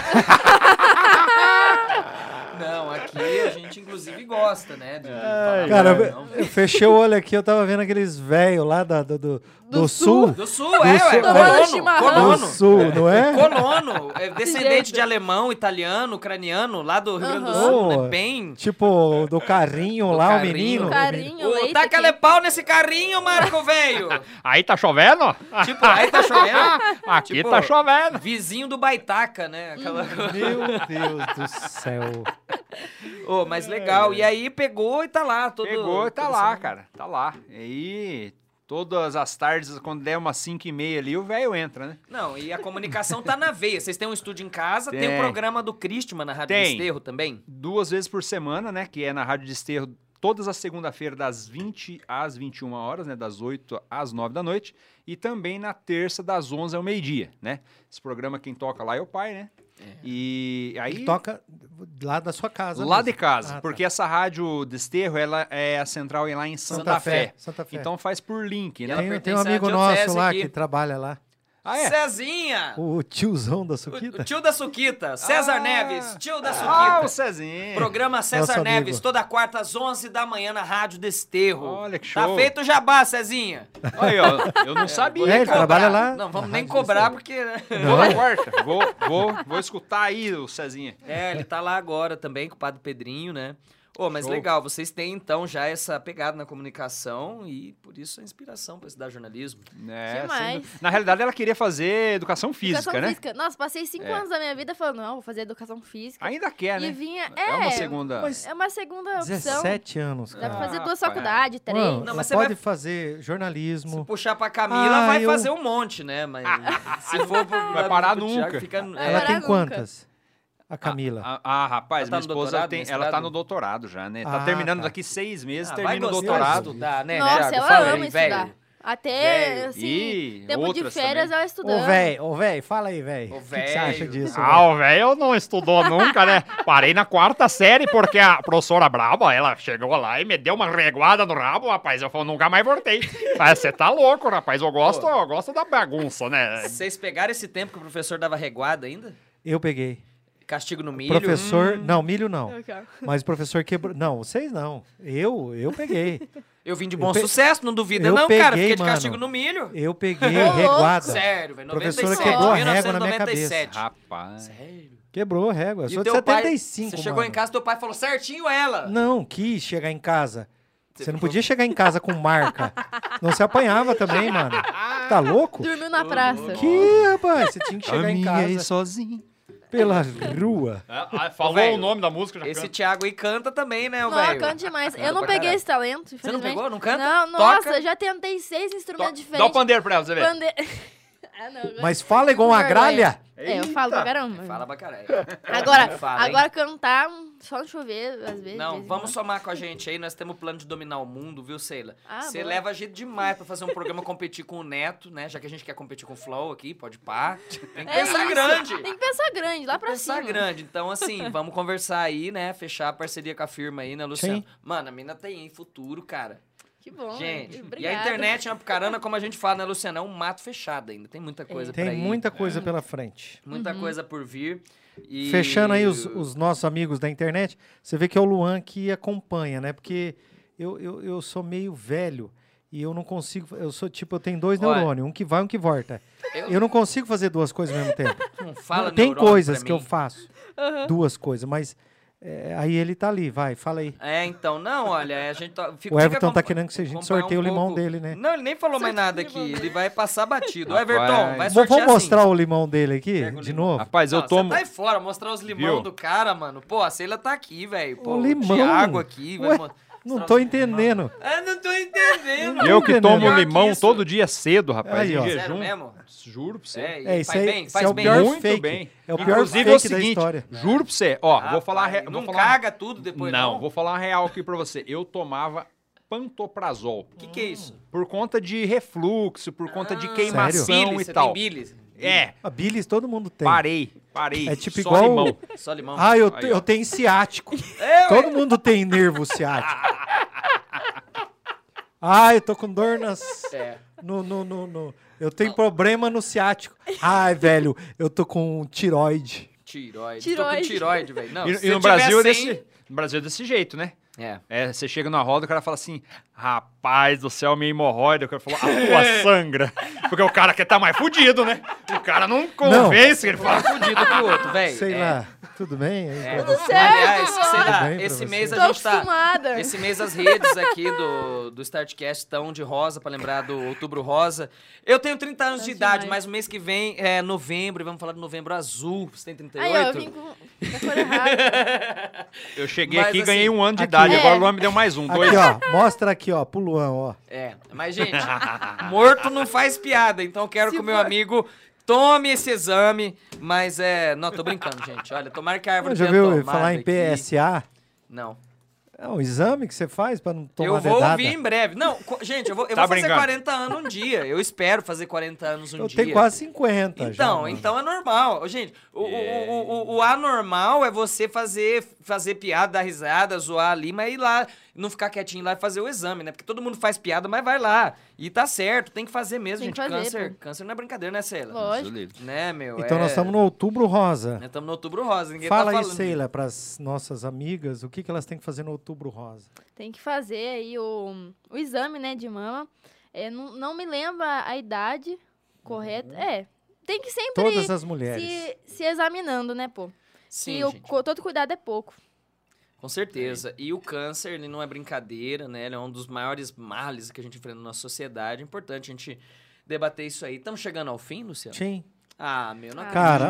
Speaker 1: Não, aqui a gente, inclusive, gosta, né? De, de falar
Speaker 2: Cara,
Speaker 1: velho,
Speaker 2: eu- eu fechei o olho aqui, eu tava vendo aqueles velhos lá da- do, do, do sul.
Speaker 1: Do sul, é,
Speaker 2: Do
Speaker 1: ué.
Speaker 2: sul,
Speaker 1: Colono,
Speaker 3: né? chimarrão.
Speaker 2: Do
Speaker 1: colono.
Speaker 2: sul, não é?
Speaker 1: Colono, é descendente
Speaker 3: Gente.
Speaker 1: de alemão, italiano, ucraniano, lá do Rio Grande do
Speaker 3: Aham.
Speaker 1: Sul, né?
Speaker 2: Boa.
Speaker 1: Bem...
Speaker 2: Tipo, do carrinho
Speaker 1: Do
Speaker 2: lá,
Speaker 1: carrinho.
Speaker 2: o menino.
Speaker 1: Do
Speaker 3: Carinho,
Speaker 1: Ô,
Speaker 3: leite
Speaker 1: Taca
Speaker 3: aqui.
Speaker 1: aquele pau nesse carrinho, Marco, velho!
Speaker 6: Aí tá chovendo?
Speaker 1: tipo, aí tá chovendo.
Speaker 6: Aqui
Speaker 1: Tipo,
Speaker 6: tá chovendo.
Speaker 1: Vizinho do Baitaca, né? Aquela...
Speaker 2: Meu Deus do céu.
Speaker 1: Ô, mas legal. E aí pegou e tá lá. Todo,
Speaker 4: É. Pegou e tá
Speaker 1: toda
Speaker 4: lá,
Speaker 1: semana.
Speaker 4: cara. Tá lá. E todas as tardes, quando der umas 5 e meia ali, o velho entra, né?
Speaker 1: Não, e a comunicação tá na veia. Vocês têm um estúdio em casa, tem, o
Speaker 4: Tem.
Speaker 1: programa do Christman na Rádio
Speaker 4: Tem.
Speaker 1: Desterro também.
Speaker 4: duas vezes por semana, né? Que é na Rádio Desterro, todas as segunda-feira, das 20 às 21 horas, né? Das 8 às 9 da noite. E também na terça, das 11 ao meio-dia, né? Esse programa, quem toca lá é o pai, né? E aí...
Speaker 2: Ele toca lá da sua casa.
Speaker 4: Lá
Speaker 2: mesmo.
Speaker 4: de casa,
Speaker 2: Ah, tá.
Speaker 4: porque essa rádio Desterro, ela é a central é lá em Santa, Fé.
Speaker 2: Santa Fé.
Speaker 4: Então faz por link, né?
Speaker 1: ela
Speaker 2: tem, tem um
Speaker 1: pertence à
Speaker 2: amigo
Speaker 1: diocese
Speaker 2: nosso lá
Speaker 1: aqui.
Speaker 2: que trabalha lá.
Speaker 4: Ah, é?
Speaker 1: Cezinha! O,
Speaker 2: O tiozão da
Speaker 1: o
Speaker 2: Suquita.
Speaker 1: tio da Suquita, César
Speaker 4: Ah.
Speaker 1: Neves, tio da
Speaker 4: Ah, o
Speaker 1: Suquita.
Speaker 4: Cezinho!
Speaker 1: Programa César
Speaker 2: Nosso
Speaker 1: Neves,
Speaker 2: amigo.
Speaker 1: toda quarta às 11 da manhã na Rádio Desterro.
Speaker 4: Olha que
Speaker 1: Tá
Speaker 4: show.
Speaker 1: feito o jabá, Cezinha.
Speaker 4: Aí, ó, eu não sabia.
Speaker 1: né,
Speaker 2: É, ele
Speaker 4: cara.
Speaker 2: trabalha lá
Speaker 1: Não, vamos
Speaker 2: na
Speaker 1: nem
Speaker 2: Rádio
Speaker 1: cobrar porque...
Speaker 4: Toda quarta. Vou, vou, vou escutar aí o Cezinha.
Speaker 1: É, ele tá lá agora também com o Padre Pedrinho, né? Ô, mas
Speaker 4: Show.
Speaker 1: legal, vocês têm então já essa pegada na comunicação e por isso a inspiração pra estudar jornalismo.
Speaker 4: É,
Speaker 3: Demais.
Speaker 4: sem dúvida. Na realidade, ela queria fazer educação física,
Speaker 3: Educação
Speaker 4: né?
Speaker 3: física. Nossa, passei cinco
Speaker 4: É.
Speaker 3: anos da minha vida falando, não, vou fazer educação física.
Speaker 4: Ainda quer,
Speaker 3: e
Speaker 4: né?
Speaker 3: vinha. É,
Speaker 4: É uma segunda.
Speaker 2: Mas
Speaker 3: é uma segunda opção.
Speaker 2: 17 anos,
Speaker 3: Dá pra
Speaker 2: cara.
Speaker 3: fazer
Speaker 4: Ah,
Speaker 3: duas
Speaker 4: pai.
Speaker 3: faculdades, três.
Speaker 2: Mano,
Speaker 1: Não,
Speaker 2: ela
Speaker 1: mas você
Speaker 2: pode
Speaker 1: vai-
Speaker 2: fazer
Speaker 1: Se
Speaker 2: jornalismo.
Speaker 1: puxar pra Camila,
Speaker 2: Ah,
Speaker 1: vai
Speaker 2: eu-
Speaker 1: fazer um monte, né? Mas se for pro,
Speaker 4: Vai parar
Speaker 1: pro Thiago,
Speaker 4: nunca.
Speaker 1: Fica,
Speaker 3: Vai
Speaker 2: Ela
Speaker 1: é,
Speaker 3: parar
Speaker 2: tem
Speaker 3: nunca.
Speaker 2: quantas? A Camila.
Speaker 4: Ah, ah, rapaz,
Speaker 1: Ela tá
Speaker 4: minha
Speaker 1: no
Speaker 4: esposa
Speaker 1: doutorado,
Speaker 4: tem, ela
Speaker 1: mestrado?
Speaker 4: tá no doutorado já, né? Tá
Speaker 2: Ah,
Speaker 4: terminando
Speaker 2: tá.
Speaker 4: daqui seis meses,
Speaker 1: ah, vai
Speaker 4: termina o
Speaker 1: gostar de
Speaker 4: doutorado.
Speaker 1: Estudar, né,
Speaker 3: Nossa,
Speaker 1: Thiago?
Speaker 3: ela
Speaker 1: Fala aí,
Speaker 3: ama estudar.
Speaker 1: velho.
Speaker 3: Até,
Speaker 4: Velho.
Speaker 3: assim,
Speaker 4: Ih,
Speaker 3: tempo de
Speaker 4: outras
Speaker 3: férias
Speaker 4: também.
Speaker 3: ela estudando.
Speaker 2: Ô, velho, ô, velho, fala aí, velho.
Speaker 1: Ô,
Speaker 2: O que que você acha
Speaker 1: velho.
Speaker 2: disso?
Speaker 6: Ah, o velho não estudou nunca, né? Parei na quarta série porque a professora Braba, ela chegou lá e me deu uma reguada no rabo, rapaz. Eu falei, nunca mais voltei. Mas você tá louco, rapaz. Eu gosto, eu gosto da bagunça, né?
Speaker 1: Vocês pegaram esse tempo que o professor dava reguada ainda?
Speaker 2: Eu peguei.
Speaker 1: Castigo no milho? Hum.
Speaker 2: Professor. Não, milho não.
Speaker 3: Eu quero.
Speaker 2: Mas o professor quebrou. Não, vocês não. Eu, eu peguei.
Speaker 1: Eu vim de bom
Speaker 2: Eu pe-
Speaker 1: sucesso, não duvida
Speaker 2: Eu
Speaker 1: não, cara.
Speaker 2: peguei,
Speaker 1: Fiquei de castigo
Speaker 2: mano.
Speaker 1: no milho.
Speaker 2: Eu peguei
Speaker 3: Ô, louco.
Speaker 1: é
Speaker 2: reguada.
Speaker 1: Sério, velho.
Speaker 2: Professora
Speaker 1: 97,
Speaker 3: quebrou
Speaker 2: a régua na minha
Speaker 1: 1997.
Speaker 4: Rapaz.
Speaker 1: Sério?
Speaker 2: Quebrou a régua. Eu
Speaker 1: E
Speaker 2: sou de
Speaker 1: teu pai-
Speaker 2: 75.
Speaker 1: Você chegou em
Speaker 2: mano.
Speaker 1: casa, teu pai falou certinho ela.
Speaker 2: Não, quis chegar em casa.
Speaker 1: Você
Speaker 2: Você não
Speaker 1: ficou-
Speaker 2: podia chegar em casa com marca. Não se apanhava também, mano. Tá louco?
Speaker 3: Dormiu na praça.
Speaker 2: Que, rapaz? Você tinha que chegar em
Speaker 4: Caminhei
Speaker 2: casa
Speaker 4: sozinho.
Speaker 2: pela rua.
Speaker 6: Ah, ah, falou
Speaker 1: Ô, velho,
Speaker 6: o nome da música, já
Speaker 1: Esse
Speaker 6: canta.
Speaker 1: Thiago aí canta também, né,
Speaker 3: Não,
Speaker 1: velho?
Speaker 3: canta demais.
Speaker 1: Canta
Speaker 3: Eu não
Speaker 1: pra
Speaker 3: peguei
Speaker 1: caralho.
Speaker 3: esse talento,
Speaker 1: Você não
Speaker 3: infelizmente.
Speaker 1: pegou? Não canta?
Speaker 3: Não,
Speaker 1: Toca.
Speaker 3: nossa, eu já tentei seis instrumentos
Speaker 6: Dá o
Speaker 3: diferentes.
Speaker 6: pandeiro pra ela, você vê.
Speaker 3: Pande- ah, não. agora-
Speaker 2: Mas fala igual uma
Speaker 3: Vergonha.
Speaker 2: gralha.
Speaker 3: É, eu falo pra caramba.
Speaker 1: Fala pra caralho.
Speaker 3: Agora,
Speaker 1: Fala, hein?
Speaker 3: agora cantar hum, só no chover, às vezes. de
Speaker 1: Não,
Speaker 3: vez em
Speaker 1: vamos
Speaker 3: quando.
Speaker 1: somar com a gente aí. Nós temos o plano de dominar o mundo, viu, Seila?
Speaker 3: Ah,
Speaker 1: Você
Speaker 3: boa.
Speaker 1: leva jeito demais pra fazer um programa competir com o Neto, né? Já que a gente quer competir com o Flow aqui, pode pá. Tem que
Speaker 3: É
Speaker 1: pensar
Speaker 3: isso.
Speaker 1: grande.
Speaker 3: Tem que pensar grande, lá pra
Speaker 1: pensar
Speaker 3: cima.
Speaker 1: grande. Então, assim, vamos conversar aí, né? Fechar a parceria com a firma aí, né, Luciano?
Speaker 2: Sim.
Speaker 1: Mano, a mina tem futuro, cara.
Speaker 3: Que bom.
Speaker 1: gente, e
Speaker 3: obrigada.
Speaker 1: a internet é uma carana, como a gente fala, né, Luciano? É um mato fechado ainda. Tem muita coisa pra
Speaker 2: Tem
Speaker 1: ir.
Speaker 2: muita coisa pela frente.
Speaker 1: Muita coisa por vir. E-
Speaker 2: Fechando aí os, os nossos amigos da internet, você vê que é o Luan que acompanha, né? Porque eu, eu, eu sou meio velho e eu não consigo. Eu sou tipo, eu tenho dois
Speaker 1: Olha.
Speaker 2: neurônios, um que vai e um que volta.
Speaker 1: Eu-
Speaker 2: Eu não consigo fazer duas coisas ao mesmo tempo.
Speaker 1: Não fala
Speaker 2: Tem
Speaker 1: neurônio
Speaker 2: coisas
Speaker 1: pra
Speaker 2: que eu
Speaker 1: mim.
Speaker 2: faço, duas coisas, mas é, aí ele tá ali, vai, fala aí.
Speaker 1: É, então, não, olha, a gente tá, fica,
Speaker 2: O Everton
Speaker 1: fica
Speaker 2: tá querendo que a gente
Speaker 1: acompanhar um
Speaker 2: sorteie o limão
Speaker 1: pouco.
Speaker 2: dele, né?
Speaker 1: Não, ele nem falou mais nada aqui, ele vai passar batido. Ô, Everton,
Speaker 4: Rapaz.
Speaker 1: vai
Speaker 2: Vou,
Speaker 1: sortear
Speaker 2: vou mostrar
Speaker 1: assim.
Speaker 2: o limão dele aqui,
Speaker 1: Pega o
Speaker 2: de
Speaker 1: limão.
Speaker 2: novo.
Speaker 4: Rapaz, eu
Speaker 1: Não,
Speaker 4: tomo.
Speaker 1: Você tá aí fora, mostrar os limão
Speaker 4: Viu?
Speaker 1: do cara, mano. Pô, a Ceila tá aqui, velho. Pô,
Speaker 2: O
Speaker 1: o
Speaker 2: limão?
Speaker 1: Thiago aqui. vai
Speaker 2: Ué,
Speaker 1: mo-
Speaker 2: Não
Speaker 1: mostrar
Speaker 2: tô
Speaker 1: os limão.
Speaker 2: entendendo.
Speaker 1: Ah, não tô entendendo.
Speaker 2: Não
Speaker 4: Eu
Speaker 2: tô
Speaker 4: que
Speaker 2: entendendo.
Speaker 4: tomo
Speaker 1: Pior que
Speaker 4: limão
Speaker 1: isso.
Speaker 4: todo dia cedo, rapaz.
Speaker 2: Aí,
Speaker 4: em
Speaker 2: ó.
Speaker 4: jejum.
Speaker 1: Sério mesmo?
Speaker 4: Juro pra você.
Speaker 1: É, e
Speaker 2: É, isso
Speaker 1: faz
Speaker 2: aí,
Speaker 1: bem,
Speaker 2: isso
Speaker 1: faz
Speaker 2: é o
Speaker 1: bem.
Speaker 2: pior
Speaker 4: Muito
Speaker 2: fake.
Speaker 4: bem.
Speaker 2: É o pior
Speaker 4: Inclusive
Speaker 2: fake
Speaker 4: é o
Speaker 2: da
Speaker 4: seguinte,
Speaker 2: história.
Speaker 4: juro pra você, ó, vou
Speaker 1: Rapaz,
Speaker 4: falar, re- vou
Speaker 1: não
Speaker 4: falar um
Speaker 1: caga tudo depois, não?
Speaker 4: não, vou falar uma real aqui pra você. Eu tomava pantoprazol
Speaker 1: O que que é isso?
Speaker 4: por conta de refluxo, por conta de
Speaker 1: Ah,
Speaker 4: queimação
Speaker 1: Bile,
Speaker 4: e
Speaker 1: você
Speaker 4: tal.
Speaker 1: tem bile?
Speaker 4: É,
Speaker 2: A bilis todo mundo tem.
Speaker 4: parei, parei.
Speaker 2: É tipo
Speaker 4: Só
Speaker 2: igual-
Speaker 4: limão.
Speaker 1: Só limão.
Speaker 2: Ah, eu,
Speaker 4: Aí, ó.
Speaker 2: eu tenho ciático.
Speaker 1: É, ué.
Speaker 2: Todo mundo tem nervo ciático. Ah, eu tô com dor nas...
Speaker 1: É.
Speaker 2: No, no, no, no- Eu tenho problema no ciático. Ai, velho, eu tô com um tiroide.
Speaker 1: Tiroide. Tô
Speaker 3: Tiroide.
Speaker 1: com tiroide, velho. Não,
Speaker 4: E-
Speaker 1: se
Speaker 4: e
Speaker 1: eu
Speaker 4: no Brasil é
Speaker 1: tiver cem-
Speaker 4: desse, no Brasil é desse jeito, né?
Speaker 1: É.
Speaker 4: É, você chega na roda, o cara fala assim: Rapaz do céu, minha hemorroida. O cara falou: A tua sangra. Porque o cara quer tá mais fudido, né? O cara não convence, ele fala:
Speaker 1: Tá fudido que o outro, velho.
Speaker 2: Sei
Speaker 1: É.
Speaker 2: lá, tudo bem? aí
Speaker 1: É.
Speaker 2: pra você?
Speaker 1: Aliás,
Speaker 3: Certo,
Speaker 1: sei
Speaker 2: mano.
Speaker 1: lá,
Speaker 2: Tudo bem
Speaker 1: esse
Speaker 2: pra
Speaker 1: mês
Speaker 2: você?
Speaker 3: Tô
Speaker 1: a gente tá.
Speaker 3: acostumada.
Speaker 1: Esse mês as redes aqui do, do Startcast estão de rosa, pra lembrar do Outubro Rosa. Eu tenho 30 anos de
Speaker 3: Tá
Speaker 1: idade,
Speaker 3: demais.
Speaker 1: mas o mês que vem é novembro, e vamos falar do novembro azul. Você tem 38?
Speaker 3: Aí, ó, eu vim com com a cor errada.
Speaker 4: Eu cheguei
Speaker 1: Mas,
Speaker 4: aqui e
Speaker 1: assim,
Speaker 4: ganhei um ano de
Speaker 2: aqui-
Speaker 4: idade.
Speaker 3: É.
Speaker 4: Agora o Luan me deu mais um, dois.
Speaker 2: Aqui, ó. Mostra aqui, ó, pro Luan, ó.
Speaker 1: É, mas gente, morto não faz piada, então eu quero
Speaker 3: Se
Speaker 1: que o meu
Speaker 3: for-
Speaker 1: amigo tome esse exame, mas é... Não, tô brincando, gente. Olha, tomara que a árvore
Speaker 2: Já
Speaker 1: tenha
Speaker 2: viu
Speaker 1: tomado
Speaker 2: falar em
Speaker 1: aqui.
Speaker 2: PSA?
Speaker 1: Não.
Speaker 2: É um exame que você faz pra não tomar
Speaker 1: eu vou
Speaker 2: dedada.
Speaker 1: ouvir em breve. Não, co- gente, eu vou, eu
Speaker 4: Tá
Speaker 1: vou fazer
Speaker 4: brincando.
Speaker 1: 40 anos um dia. Eu espero fazer 40 anos um
Speaker 2: Eu
Speaker 1: dia.
Speaker 2: tenho quase 50 Tá, já,
Speaker 1: Então,
Speaker 2: mano.
Speaker 1: então é normal. Ô, Gente, o, o- o, o, o anormal é você fazer, fazer piada, dar risada, zoar ali, mas ir lá, não ficar quietinho lá e fazer o exame, né? Porque todo mundo faz piada, mas vai lá. E tá certo, tem que fazer mesmo,
Speaker 3: Tem
Speaker 1: gente.
Speaker 3: que fazer,
Speaker 1: câncer, câncer não é brincadeira, né, Sheila?
Speaker 3: Lógico.
Speaker 1: Né, meu?
Speaker 2: Então nós estamos no outubro rosa.
Speaker 1: Estamos no outubro rosa, ninguém
Speaker 2: Fala
Speaker 1: tá
Speaker 2: aí,
Speaker 1: falando.
Speaker 2: Seila, pras nossas amigas, o que, que elas têm que fazer no outubro rosa?
Speaker 3: Tem que fazer aí o, o exame, né, de mama. É, não, não me lembro a a idade
Speaker 1: Uhum.
Speaker 3: correta. É, tem que sempre
Speaker 2: Todas
Speaker 3: ir
Speaker 2: as mulheres.
Speaker 3: se, se examinando, né, pô?
Speaker 1: Sim,
Speaker 3: que o
Speaker 1: gente.
Speaker 3: co- todo cuidado é pouco.
Speaker 1: Com certeza. E o câncer, ele não é brincadeira, né? Ele é um dos maiores males que a gente enfrenta na nossa sociedade. É importante a gente debater isso aí. Estamos chegando ao fim, Luciano?
Speaker 2: Sim.
Speaker 1: Ah, meu, não
Speaker 3: Ah,
Speaker 2: Cara,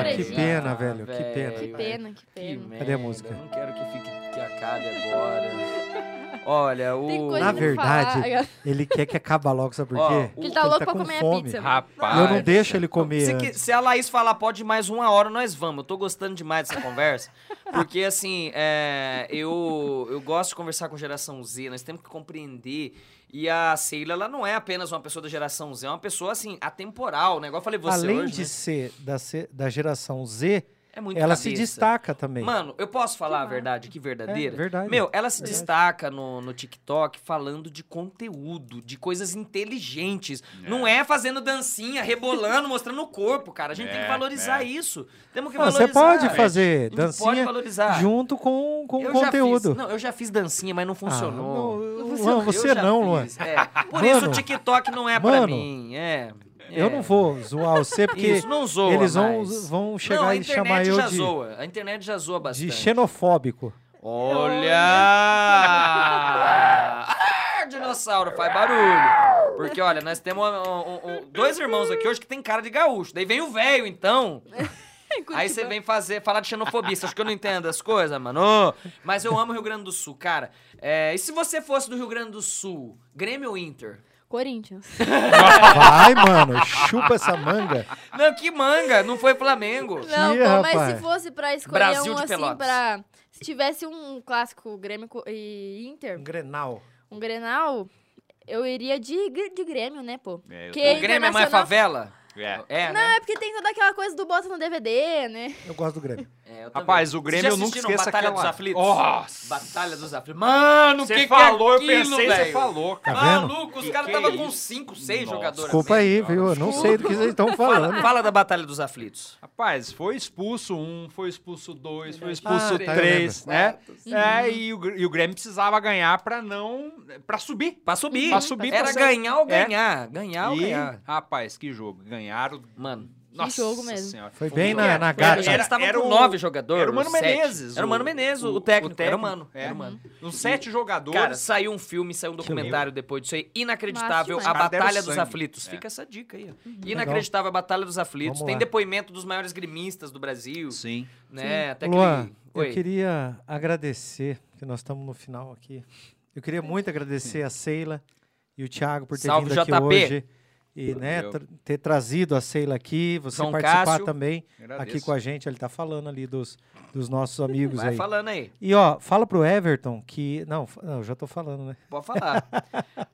Speaker 1: acredito,
Speaker 2: ah,
Speaker 1: velho.
Speaker 2: que pena,
Speaker 1: Ah,
Speaker 2: velho, que pena.
Speaker 3: Que
Speaker 1: velho.
Speaker 3: pena, que
Speaker 1: Que
Speaker 3: pena.
Speaker 1: merda,
Speaker 2: Cadê a música?
Speaker 1: eu Não quero que fique que acabe agora. Olha, o
Speaker 3: Tem coisa
Speaker 2: Na
Speaker 3: não
Speaker 2: verdade,
Speaker 3: falar.
Speaker 2: ele quer que acaba logo, sabe por
Speaker 1: Ó,
Speaker 2: quê?
Speaker 1: o- Ele
Speaker 3: tá louco pra
Speaker 2: com
Speaker 3: comer a
Speaker 2: fome.
Speaker 3: pizza.
Speaker 2: E eu
Speaker 4: Rapaz.
Speaker 2: não deixo ele comer.
Speaker 1: se, que-
Speaker 2: antes.
Speaker 1: se a Laís falar pode mais uma hora, nós vamos. Eu tô gostando demais dessa conversa. Porque, assim, é, eu, eu gosto de conversar com geração Z, nós temos que compreender. E a Sheila, ela não é apenas uma pessoa da geração Z, é uma pessoa, assim, atemporal, né? Igual eu falei você
Speaker 2: Além
Speaker 1: hoje,
Speaker 2: de
Speaker 1: né?
Speaker 2: ser da, se- da geração Z,
Speaker 1: É muito
Speaker 2: ela se
Speaker 1: cabeça.
Speaker 2: destaca também.
Speaker 1: Mano, eu posso falar a verdade aqui, verdadeira?
Speaker 2: É, verdade.
Speaker 1: Meu, ela se
Speaker 2: Verdade.
Speaker 1: destaca no, no TikTok falando de conteúdo, de coisas inteligentes. Não é fazendo dancinha, rebolando, mostrando o corpo, cara. A gente tem que
Speaker 4: É,
Speaker 1: valorizar
Speaker 4: é.
Speaker 1: isso. Temos que
Speaker 2: Ah,
Speaker 1: valorizar.
Speaker 2: você pode
Speaker 1: velho.
Speaker 2: fazer
Speaker 1: A gente pode
Speaker 2: dancinha
Speaker 1: valorizar.
Speaker 2: junto com, com
Speaker 1: Eu já
Speaker 2: conteúdo.
Speaker 1: fiz- não, eu já fiz dancinha, mas não funcionou.
Speaker 2: Ah, não,
Speaker 1: Eu
Speaker 2: Luan, você
Speaker 1: já
Speaker 2: não, Luan.
Speaker 1: fiz, é. Por
Speaker 2: Mano.
Speaker 1: isso o TikTok não é pra
Speaker 2: Mano.
Speaker 1: mim. É.
Speaker 2: Eu não vou zoar você, porque
Speaker 1: Isso, não zoa
Speaker 2: eles vão,
Speaker 1: mais.
Speaker 2: vão
Speaker 1: não,
Speaker 2: chegar
Speaker 1: a
Speaker 2: e
Speaker 1: internet
Speaker 2: chamar eu
Speaker 1: já
Speaker 2: de,
Speaker 1: zoa. A internet já zoa
Speaker 2: de
Speaker 1: bastante.
Speaker 2: xenofóbico.
Speaker 1: Olha! Ah, dinossauro, faz barulho. Porque, olha, nós temos um, um, um, dois irmãos aqui hoje que tem cara de gaúcho. Daí vem o velho, então. Aí você vem fazer, falar de xenofobia. Você acha que eu não entendo as coisas, mano? Ô, Mas eu amo o Rio Grande do Sul, cara. É, e se você fosse do Rio Grande do Sul, Grêmio ou Inter?
Speaker 3: Corinthians.
Speaker 2: Vai, mano, chupa essa manga.
Speaker 1: Não, que manga! Não foi Flamengo.
Speaker 3: Não,
Speaker 2: Ih,
Speaker 3: pô, mas
Speaker 2: rapaz.
Speaker 3: se fosse pra escolher
Speaker 1: Brasil
Speaker 3: um
Speaker 1: de
Speaker 3: assim
Speaker 1: Pelotas.
Speaker 3: pra. Se tivesse um clássico Grêmio co- e Inter,
Speaker 2: Um grenal.
Speaker 3: um Grenal, eu iria de, gr- de Grêmio, né, pô?
Speaker 4: É, eu
Speaker 3: Que
Speaker 4: também.
Speaker 1: O Grêmio é mais
Speaker 3: Internacional-
Speaker 1: favela?
Speaker 4: É.
Speaker 1: É,
Speaker 3: Não,
Speaker 1: né?
Speaker 3: é porque tem toda aquela coisa do bota no DVD, né?
Speaker 2: Eu gosto do Grêmio.
Speaker 1: É, eu também.
Speaker 4: Rapaz, o
Speaker 1: Vocês
Speaker 4: Grêmio
Speaker 1: já
Speaker 4: eu nunca
Speaker 1: assistiram
Speaker 4: esqueço
Speaker 1: Batalha
Speaker 4: aquela...
Speaker 1: dos Aflitos?
Speaker 4: Nossa!
Speaker 1: Batalha dos Aflitos. Mano, o que
Speaker 6: Você
Speaker 1: que
Speaker 6: falou,
Speaker 1: é
Speaker 6: eu
Speaker 1: aquilo,
Speaker 6: pensei, você
Speaker 1: velho?
Speaker 6: falou, cara.
Speaker 2: Tá vendo?
Speaker 1: Maluco, os
Speaker 6: Que
Speaker 1: caras
Speaker 6: que
Speaker 1: estavam
Speaker 6: é
Speaker 1: com
Speaker 6: isso?
Speaker 1: 5, 6
Speaker 6: Nossa,
Speaker 1: jogadores.
Speaker 2: Desculpa aí, viu? Eu não sei do que vocês estão
Speaker 1: Fala,
Speaker 2: falando.
Speaker 1: fala da Batalha dos Aflitos.
Speaker 4: Rapaz, foi expulso um, foi expulso dois, foi
Speaker 2: Ah,
Speaker 4: expulso
Speaker 2: tá, eu
Speaker 4: três, né? É, e o, Gr- e o Grêmio precisava ganhar pra não... pra subir.
Speaker 1: Pra subir.
Speaker 4: Pra subir,
Speaker 1: Era
Speaker 4: pra ser-
Speaker 1: ganhar ou
Speaker 4: É.
Speaker 1: ganhar. Ganhar ou
Speaker 4: E,
Speaker 1: ganhar.
Speaker 4: rapaz, que jogo. Ganharam...
Speaker 1: Mano.
Speaker 4: Nossa
Speaker 3: jogo mesmo.
Speaker 4: Senhora.
Speaker 2: Foi bem
Speaker 4: Foi-
Speaker 2: na,
Speaker 1: Cara,
Speaker 2: na gata.
Speaker 1: eles
Speaker 4: era-
Speaker 1: estavam
Speaker 4: era
Speaker 1: com
Speaker 4: o-
Speaker 1: 9 jogadores.
Speaker 4: Era o Mano
Speaker 1: sete.
Speaker 4: Menezes.
Speaker 1: Era o Mano Menezes, o, técnico, Era o Mano.
Speaker 4: É.
Speaker 1: Era o Mano.
Speaker 4: Uns sete jogadores.
Speaker 1: Cara, saiu um filme, saiu um documentário depois disso aí. Inacreditável.
Speaker 3: Massa
Speaker 1: A
Speaker 4: demais.
Speaker 1: Batalha dos
Speaker 4: Sangue.
Speaker 1: Aflitos.
Speaker 4: É.
Speaker 1: Fica essa dica aí. ó. Inacreditável a Batalha dos Aflitos.
Speaker 2: Vamos
Speaker 1: Tem
Speaker 2: lá.
Speaker 1: depoimento dos maiores grimistas do Brasil.
Speaker 4: Sim.
Speaker 1: Né? Até
Speaker 2: Luan,
Speaker 1: aquele... Oi.
Speaker 2: eu queria agradecer, que nós estamos no final aqui. Eu queria muito agradecer a Seila e o Thiago por ter
Speaker 1: Salve,
Speaker 2: vindo aqui
Speaker 1: JP.
Speaker 2: hoje. E né,
Speaker 4: Valeu.
Speaker 2: tra- ter trazido a Seila aqui, você
Speaker 1: João
Speaker 2: participar
Speaker 1: Cássio.
Speaker 2: também
Speaker 4: Agradeço.
Speaker 2: aqui com a gente. Ele tá falando ali dos, dos nossos amigos
Speaker 1: Vai
Speaker 2: aí.
Speaker 1: falando aí.
Speaker 2: E ó, fala pro Everton que. Não, fa- não, eu já tô falando, né?
Speaker 1: Pode falar.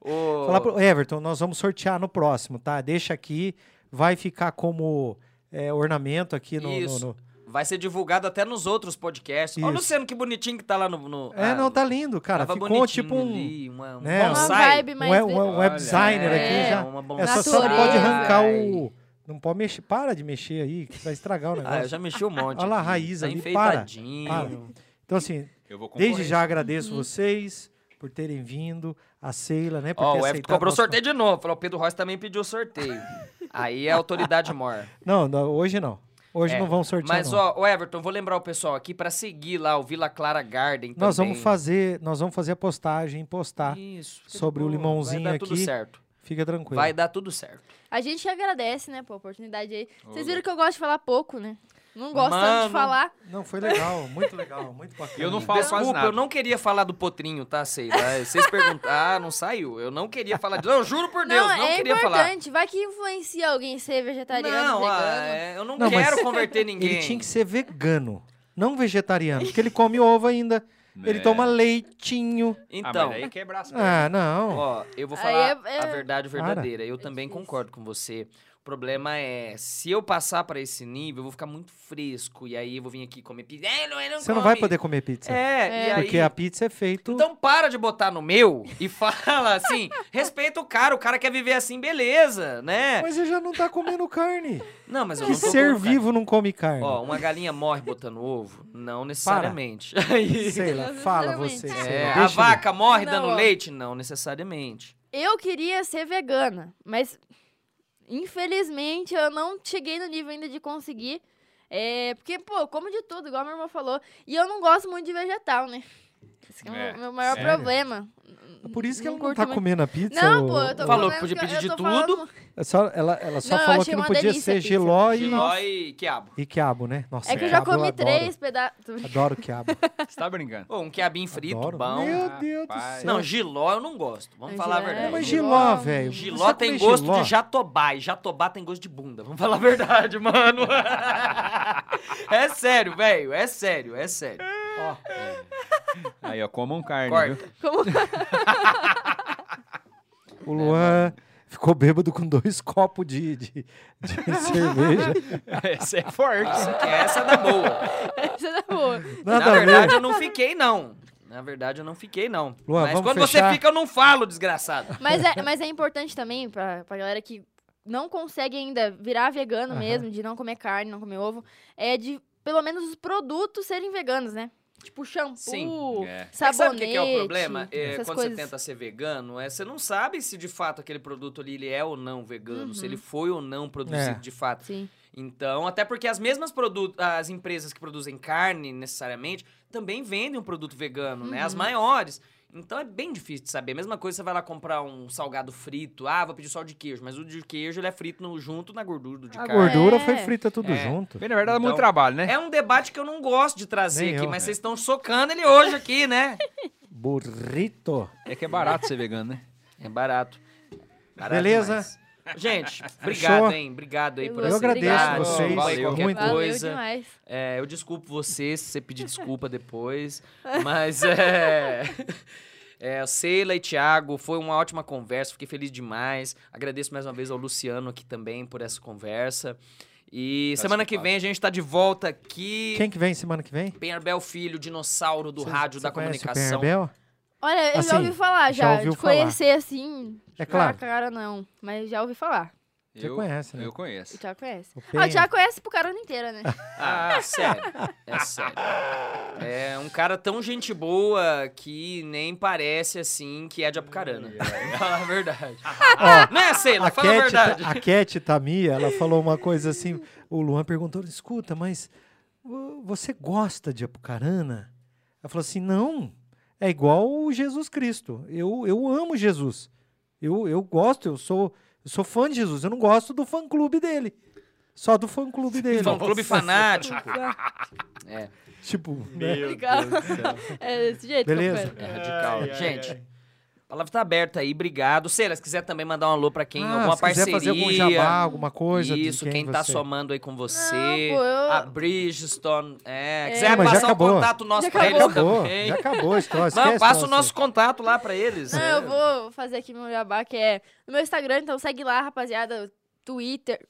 Speaker 1: Ô,
Speaker 2: Falar pro Everton, nós vamos sortear no próximo, tá? Deixa aqui, vai ficar como é, ornamento aqui no. no-
Speaker 1: Isso.
Speaker 2: no-
Speaker 1: Vai ser divulgado até nos outros podcasts. Olha o
Speaker 2: Isso.
Speaker 1: Luciano, que bonitinho que tá lá no. no-
Speaker 2: É,
Speaker 1: ah,
Speaker 2: não, tá lindo, cara.
Speaker 1: tava
Speaker 2: Ficou
Speaker 1: bonitinho
Speaker 2: tipo um.
Speaker 1: ali, uma, um
Speaker 2: né, uma
Speaker 3: Uma
Speaker 1: bonsai.
Speaker 3: vibe mais.
Speaker 2: Um, é-
Speaker 3: ve-
Speaker 2: um, um web
Speaker 4: Olha,
Speaker 2: designer
Speaker 1: é,
Speaker 2: aqui já.
Speaker 1: uma
Speaker 2: É,
Speaker 1: bonsai.
Speaker 2: só, só não pode
Speaker 3: Natureza.
Speaker 2: arrancar o. Não pode mexer. Para de mexer aí, que vai estragar o
Speaker 1: Ah, eu
Speaker 2: negócio.
Speaker 1: já mexi um monte.
Speaker 2: Olha lá a
Speaker 1: aqui.
Speaker 2: raiz
Speaker 1: tá
Speaker 2: ali,
Speaker 1: enfeitadinho.
Speaker 2: para, Então, assim,
Speaker 4: Eu vou
Speaker 2: desde
Speaker 4: concorrer.
Speaker 2: já agradeço vocês por terem vindo, a Seila, né? Por
Speaker 1: Ó,
Speaker 2: ter
Speaker 1: o F
Speaker 2: aceitado
Speaker 1: cobrou
Speaker 2: nosso-
Speaker 1: sorteio de novo. Falou, o Pedro Rocha também pediu sorteio. Aí é autoridade mor.
Speaker 2: Não, não, hoje não. Hoje
Speaker 1: É,
Speaker 2: não vão sortear.
Speaker 1: Mas,
Speaker 2: não.
Speaker 1: ó, o Everton, vou lembrar o pessoal aqui pra seguir lá o Vila Clara Garden
Speaker 2: nós
Speaker 1: também.
Speaker 2: vamos fazer, nós vamos fazer a postagem, postar.
Speaker 1: Isso, fica de
Speaker 2: sobre o
Speaker 1: boa.
Speaker 2: limãozinho
Speaker 1: Vai dar tudo
Speaker 2: aqui.
Speaker 1: certo.
Speaker 2: Fica tranquilo.
Speaker 1: Vai dar tudo certo.
Speaker 3: A gente que agradece, né, pô, a oportunidade aí.
Speaker 4: Ô,
Speaker 3: Vocês viram que eu gosto de falar pouco, né? Não gosto tanto
Speaker 1: Mano.
Speaker 3: de falar.
Speaker 2: Não, foi legal, muito legal, muito bacana.
Speaker 4: Eu não falo quase
Speaker 1: Desculpa,
Speaker 4: nada.
Speaker 1: eu não queria falar do potrinho, tá, sei lá. Vocês perguntaram, ah, não saiu. Eu não queria falar disso. Não, juro por Deus, não,
Speaker 3: não, é
Speaker 1: queria falar.
Speaker 3: importante. Vai que influencia alguém ser vegetariano,
Speaker 1: Não, ah,
Speaker 3: vegano.
Speaker 1: é, eu não,
Speaker 2: tá Não, mas
Speaker 1: quero converter ninguém.
Speaker 2: Ele tinha que ser vegano, não vegetariano, porque ele come ovo ainda. Ele
Speaker 4: É.
Speaker 2: toma leitinho.
Speaker 4: Ah,
Speaker 1: Então,
Speaker 4: mas aí quebra as pernas.
Speaker 2: Ah, não.
Speaker 1: ó, eu vou
Speaker 3: Aí
Speaker 1: falar
Speaker 3: é- é-
Speaker 1: a verdade verdadeira.
Speaker 2: É
Speaker 1: Eu também
Speaker 3: difícil.
Speaker 1: concordo com você. O problema é, se eu passar pra esse nível, eu vou ficar muito fresco. E aí eu vou vir aqui comer pizza. É, não, é, não
Speaker 2: Você não vai
Speaker 1: come.
Speaker 2: poder comer pizza.
Speaker 1: É, e aí...
Speaker 2: Porque a pizza é feita.
Speaker 1: Então para de botar no meu e fala assim, respeita o cara, o cara quer viver assim, beleza, né?
Speaker 2: Mas você já não tá comendo carne.
Speaker 1: Não, mas eu
Speaker 2: Que
Speaker 1: não tô
Speaker 2: É ser
Speaker 1: colocando.
Speaker 2: vivo não come carne.
Speaker 1: Ó, uma galinha morre botando ovo? Não necessariamente. Aí-
Speaker 2: Sei lá, fala você.
Speaker 3: É,
Speaker 2: sei lá,
Speaker 1: É,
Speaker 2: deixa
Speaker 1: a
Speaker 2: ele.
Speaker 1: vaca morre
Speaker 3: Não,
Speaker 1: dando
Speaker 3: ó.
Speaker 1: leite? Não necessariamente.
Speaker 3: Eu queria ser vegana, mas infelizmente eu não cheguei no nível ainda de conseguir. É, porque, pô, eu como de tudo, igual meu irmão falou. E eu não gosto muito de vegetal, né? Esse que é o
Speaker 4: É,
Speaker 3: meu, meu maior
Speaker 2: sério?
Speaker 3: problema.
Speaker 2: É Por isso que ela não
Speaker 3: curto
Speaker 2: tá
Speaker 3: muito.
Speaker 2: comendo a pizza.
Speaker 3: Não,
Speaker 2: ô-
Speaker 3: pô, eu tô
Speaker 1: Falou
Speaker 3: falando
Speaker 1: que podia
Speaker 3: eu- eu
Speaker 1: pedir de
Speaker 3: tô
Speaker 1: tudo.
Speaker 3: falando-
Speaker 2: É só- ela, ela só
Speaker 3: Não, eu
Speaker 2: falou
Speaker 3: achei
Speaker 2: que não
Speaker 3: uma
Speaker 2: podia
Speaker 3: delícia a
Speaker 2: ser
Speaker 3: pizza.
Speaker 2: giló e,
Speaker 1: Giló e quiabo.
Speaker 2: e quiabo, né? Nossa,
Speaker 3: É que eu já
Speaker 2: quiabo
Speaker 3: comi
Speaker 2: adoro.
Speaker 3: três pedaços.
Speaker 2: Adoro quiabo.
Speaker 4: Você tá brincando?
Speaker 1: Ou um quiabinho frito,
Speaker 2: adoro.
Speaker 1: bom.
Speaker 2: Meu Deus do
Speaker 4: Rapaz.
Speaker 2: céu.
Speaker 1: Não, giló eu não gosto. Vamos
Speaker 3: É,
Speaker 1: falar a
Speaker 3: giló é
Speaker 1: verdade.
Speaker 2: Mas
Speaker 3: giló-
Speaker 2: giló, velho.
Speaker 1: Giló
Speaker 2: você
Speaker 1: tem
Speaker 2: comer
Speaker 1: gosto
Speaker 2: giló?
Speaker 1: de jatobá e jatobá tem gosto de bunda. Vamos falar a verdade, mano. é sério, velho. É sério, é sério.
Speaker 2: Ó,
Speaker 4: É. Aí, ó, comam carne, viu?
Speaker 1: Corta.
Speaker 3: Como...
Speaker 2: o Luan ficou bêbado com dois copos de, de, de cerveja.
Speaker 4: Esse é forte.
Speaker 1: Que essa é da boa.
Speaker 3: Essa é boa.
Speaker 2: Nada
Speaker 1: Na
Speaker 2: a ver.
Speaker 1: verdade, eu não fiquei, não. Na verdade, eu não fiquei, não.
Speaker 2: Luan,
Speaker 1: Mas
Speaker 2: vamos
Speaker 1: quando
Speaker 2: fechar?
Speaker 1: você fica, eu não falo, desgraçado.
Speaker 3: Mas é, mas é importante também pra, pra galera que não consegue ainda virar vegano
Speaker 2: Aham.
Speaker 3: mesmo, de não comer carne, não comer ovo, é de pelo menos os produtos serem veganos, né? Tipo shampoo,
Speaker 1: Sim.
Speaker 4: É.
Speaker 1: É
Speaker 3: sabonete.
Speaker 1: que Sabe o que, que é o problema? É,
Speaker 3: essas
Speaker 1: quando
Speaker 3: coisas.
Speaker 1: você tenta ser vegano, é, você não sabe se de fato aquele produto ali ele é ou não vegano, se
Speaker 3: Uhum.
Speaker 1: ele foi ou não produzido
Speaker 2: É.
Speaker 1: de fato.
Speaker 3: Sim.
Speaker 1: Então, até porque as mesmas produ- as empresas que produzem carne, necessariamente, também vendem um produto vegano, né?
Speaker 3: Uhum.
Speaker 1: As maiores. Então é bem difícil de saber. A mesma coisa, você vai lá comprar um salgado frito. Ah, vou pedir só o de queijo. Mas o de queijo, ele é frito no- junto na gordura do de
Speaker 2: A
Speaker 1: carne.
Speaker 2: gordura
Speaker 3: É.
Speaker 2: foi frita tudo
Speaker 1: É.
Speaker 2: junto.
Speaker 4: Bem, na verdade, é muito
Speaker 1: Então-
Speaker 4: trabalho, né?
Speaker 1: É um debate que eu não gosto de trazer
Speaker 2: Nem
Speaker 1: aqui,
Speaker 2: eu,
Speaker 1: mas
Speaker 2: é.
Speaker 1: vocês estão socando ele hoje aqui, né?
Speaker 2: Burrito.
Speaker 4: É que é barato ser vegano, né?
Speaker 1: É barato. Barato
Speaker 2: Beleza?
Speaker 1: demais. Gente, obrigado,
Speaker 2: Fechou?
Speaker 1: hein? Obrigado aí por
Speaker 3: Eu
Speaker 1: aceitar,
Speaker 2: agradeço
Speaker 1: desculpa aí
Speaker 4: vocês,
Speaker 1: qualquer
Speaker 2: muito.
Speaker 3: Valeu
Speaker 1: coisa.
Speaker 3: demais.
Speaker 1: É, eu desculpo você se você pedir desculpa depois, mas é... é, Sheila e Thiago, foi uma ótima conversa, fiquei feliz demais. Agradeço mais uma vez ao Luciano aqui também por essa conversa. E
Speaker 4: Tá
Speaker 1: semana que
Speaker 4: escutado.
Speaker 1: vem a gente tá de volta aqui.
Speaker 2: Quem que vem semana que vem?
Speaker 1: Penharbel Filho, dinossauro do
Speaker 2: Cê-
Speaker 1: rádio
Speaker 2: cê
Speaker 1: da
Speaker 2: conhece o
Speaker 1: comunicação.
Speaker 2: Perbel?
Speaker 3: Olha, eu já
Speaker 2: Assim,
Speaker 3: ouvi falar
Speaker 2: já
Speaker 3: já.
Speaker 2: ouviu
Speaker 3: de conhecer assim.
Speaker 2: É claro.
Speaker 3: Na cara não, mas já ouvi falar.
Speaker 2: Você conhece, né?
Speaker 4: Eu
Speaker 3: O
Speaker 4: conheço.
Speaker 3: Thiago conhece.
Speaker 2: O
Speaker 3: Ah, o
Speaker 2: Penha.
Speaker 3: Thiago conhece pro carona inteira, né?
Speaker 1: Ah, sério. É sério. É um cara tão gente boa que nem parece assim que é de Apucarana. Fala a verdade.
Speaker 2: Ó,
Speaker 1: Não é, Sheila?
Speaker 2: a
Speaker 1: Fala a
Speaker 2: Cat,
Speaker 1: verdade.
Speaker 2: a Cat Tamia, ela falou uma coisa assim. O Luan perguntou: escuta, mas vo- você gosta de Apucarana? Ela falou assim: não, é igual o Jesus Cristo. Eu, eu amo Jesus. Eu, eu gosto, eu sou, eu sou fã de Jesus. Eu não gosto do fã-clube dele. Só do fã-clube dele.
Speaker 1: Fã um clube fanático. É.
Speaker 2: Tipo, né?
Speaker 3: Legal. é desse jeito. que eu
Speaker 2: Beleza.
Speaker 3: conheço.
Speaker 1: radical. Gente, a palavra tá aberta aí, obrigado. Sei lá, se quiser também mandar um alô pra quem,
Speaker 2: Ah,
Speaker 1: alguma
Speaker 2: se quiser
Speaker 1: parceria.
Speaker 2: fazer algum jabá, alguma coisa. de
Speaker 1: Isso, quem, tá
Speaker 2: você-
Speaker 1: somando aí com você.
Speaker 3: Não, pô, eu-
Speaker 1: A Bridgestone. É,
Speaker 3: É.
Speaker 1: quiser
Speaker 2: Mas já
Speaker 1: passar o
Speaker 2: acabou.
Speaker 1: contato nosso
Speaker 3: Já
Speaker 1: pra eles
Speaker 2: Já acabou,
Speaker 1: também.
Speaker 2: já acabou a história.
Speaker 1: Não,
Speaker 2: esquece
Speaker 1: passa o
Speaker 2: nossa-
Speaker 1: nosso contato lá pra eles.
Speaker 3: Não, eu vou fazer aqui meu jabá, que é no meu Instagram, então segue lá, rapaziada, Twitter.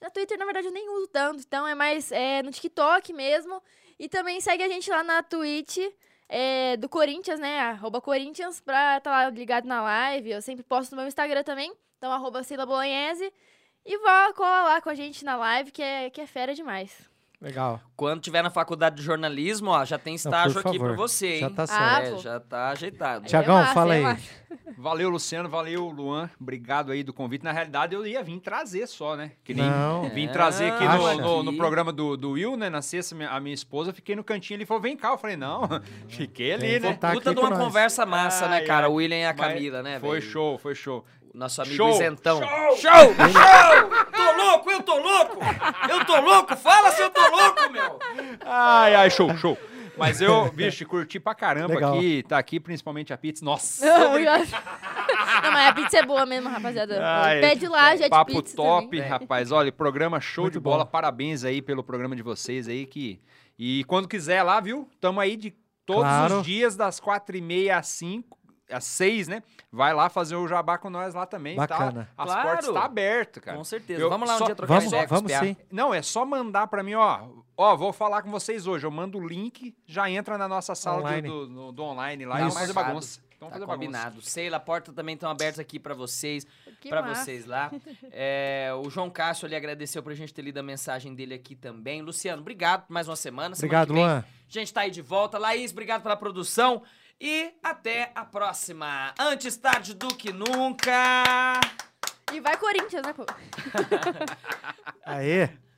Speaker 3: Na Twitter, na verdade, eu nem uso tanto, então é mais é, no TikTok mesmo. E também segue a gente lá na Twitch é, do Corinthians, né? Arroba Corinthians, pra tá lá ligado na live. Eu sempre posto no meu Instagram também, então arroba Sheila Bolognese. E vá, cola lá com a gente na live, que é, que é fera demais.
Speaker 2: Legal.
Speaker 1: Quando tiver na faculdade de jornalismo, ó, já tem estágio
Speaker 2: por
Speaker 1: aqui pra
Speaker 2: favor.
Speaker 1: você, hein?
Speaker 2: Já tá certo.
Speaker 3: Ah,
Speaker 1: É,
Speaker 3: pô.
Speaker 1: já tá ajeitado.
Speaker 3: Aí
Speaker 2: Tiagão,
Speaker 3: é massa,
Speaker 2: fala
Speaker 3: é
Speaker 2: aí.
Speaker 3: massa.
Speaker 4: Valeu, Luciano. Valeu, Luan. Obrigado aí do convite. Na realidade, eu ia vir trazer só, né? Que nem
Speaker 2: Não.
Speaker 4: Vim trazer aqui
Speaker 2: Acha?
Speaker 4: no, no- no programa do, do Will, né? Na sexta, minha- a minha esposa, fiquei no cantinho ali e falou: vem cá. Eu falei, não, fiquei ali,
Speaker 2: Vem
Speaker 4: né?
Speaker 2: Tá
Speaker 1: Puta de
Speaker 2: aqui
Speaker 1: uma
Speaker 2: com nós.
Speaker 1: conversa massa, né,
Speaker 4: Ai,
Speaker 1: cara?
Speaker 4: ai.
Speaker 1: O William e a
Speaker 4: Mas
Speaker 1: Camila, né,
Speaker 4: Foi
Speaker 1: velho?
Speaker 4: show, foi show.
Speaker 1: Nosso amigo
Speaker 4: Show!
Speaker 1: isentão.
Speaker 4: Show!
Speaker 1: Show! Show! Tô louco, eu tô louco! Eu tô louco! Fala se eu tô louco, meu!
Speaker 4: Ai, ai, show, show. Mas eu, bicho, curti pra caramba
Speaker 2: Legal.
Speaker 4: aqui, tá aqui, principalmente a pizza. Nossa!
Speaker 3: Não, mas a pizza é boa mesmo, rapaziada.
Speaker 4: Ai, é
Speaker 3: Pede lá, já de
Speaker 4: Papo
Speaker 3: pizza
Speaker 4: top,
Speaker 3: também.
Speaker 4: rapaz. Olha, programa show
Speaker 2: Muito
Speaker 4: de bola.
Speaker 2: bom.
Speaker 4: Parabéns aí pelo programa de vocês aí que e quando quiser lá, viu? Tamo aí de todos
Speaker 2: Claro.
Speaker 4: os dias das quatro e meia às cinco, às seis, né? Vai lá fazer o jabá com nós lá também.
Speaker 2: Bacana.
Speaker 4: Tá? As
Speaker 1: Claro.
Speaker 4: portas tá aberto, cara.
Speaker 1: Com certeza.
Speaker 4: Eu
Speaker 1: vamos lá um
Speaker 4: só-
Speaker 1: dia trocar
Speaker 2: Vamos,
Speaker 1: ideia com os
Speaker 2: vamos
Speaker 1: PA.
Speaker 2: sim.
Speaker 4: Não, é só mandar pra mim, ó. Ó, vou falar com vocês hoje. Eu mando o link, já entra na nossa sala
Speaker 2: Online.
Speaker 4: Do, do- do- do online lá
Speaker 1: Tá
Speaker 4: e vamos fazer
Speaker 1: marcado.
Speaker 4: bagunça. Vamos
Speaker 1: Tá
Speaker 4: fazer bagunça.
Speaker 1: combinado. Sei lá, a porta também estão abertas aqui pra vocês.
Speaker 3: Que
Speaker 1: Pra
Speaker 3: massa.
Speaker 1: vocês lá. É, o João Cássio ele agradeceu pra gente ter lido a mensagem dele aqui também. Luciano, obrigado por mais uma semana. semana
Speaker 2: Obrigado,
Speaker 1: que vem,
Speaker 2: Luan.
Speaker 1: A gente tá aí de volta. Laís, obrigado pela produção. E até a próxima. Antes tarde do que nunca.
Speaker 3: E vai Corinthians, né, pô?
Speaker 2: Aê.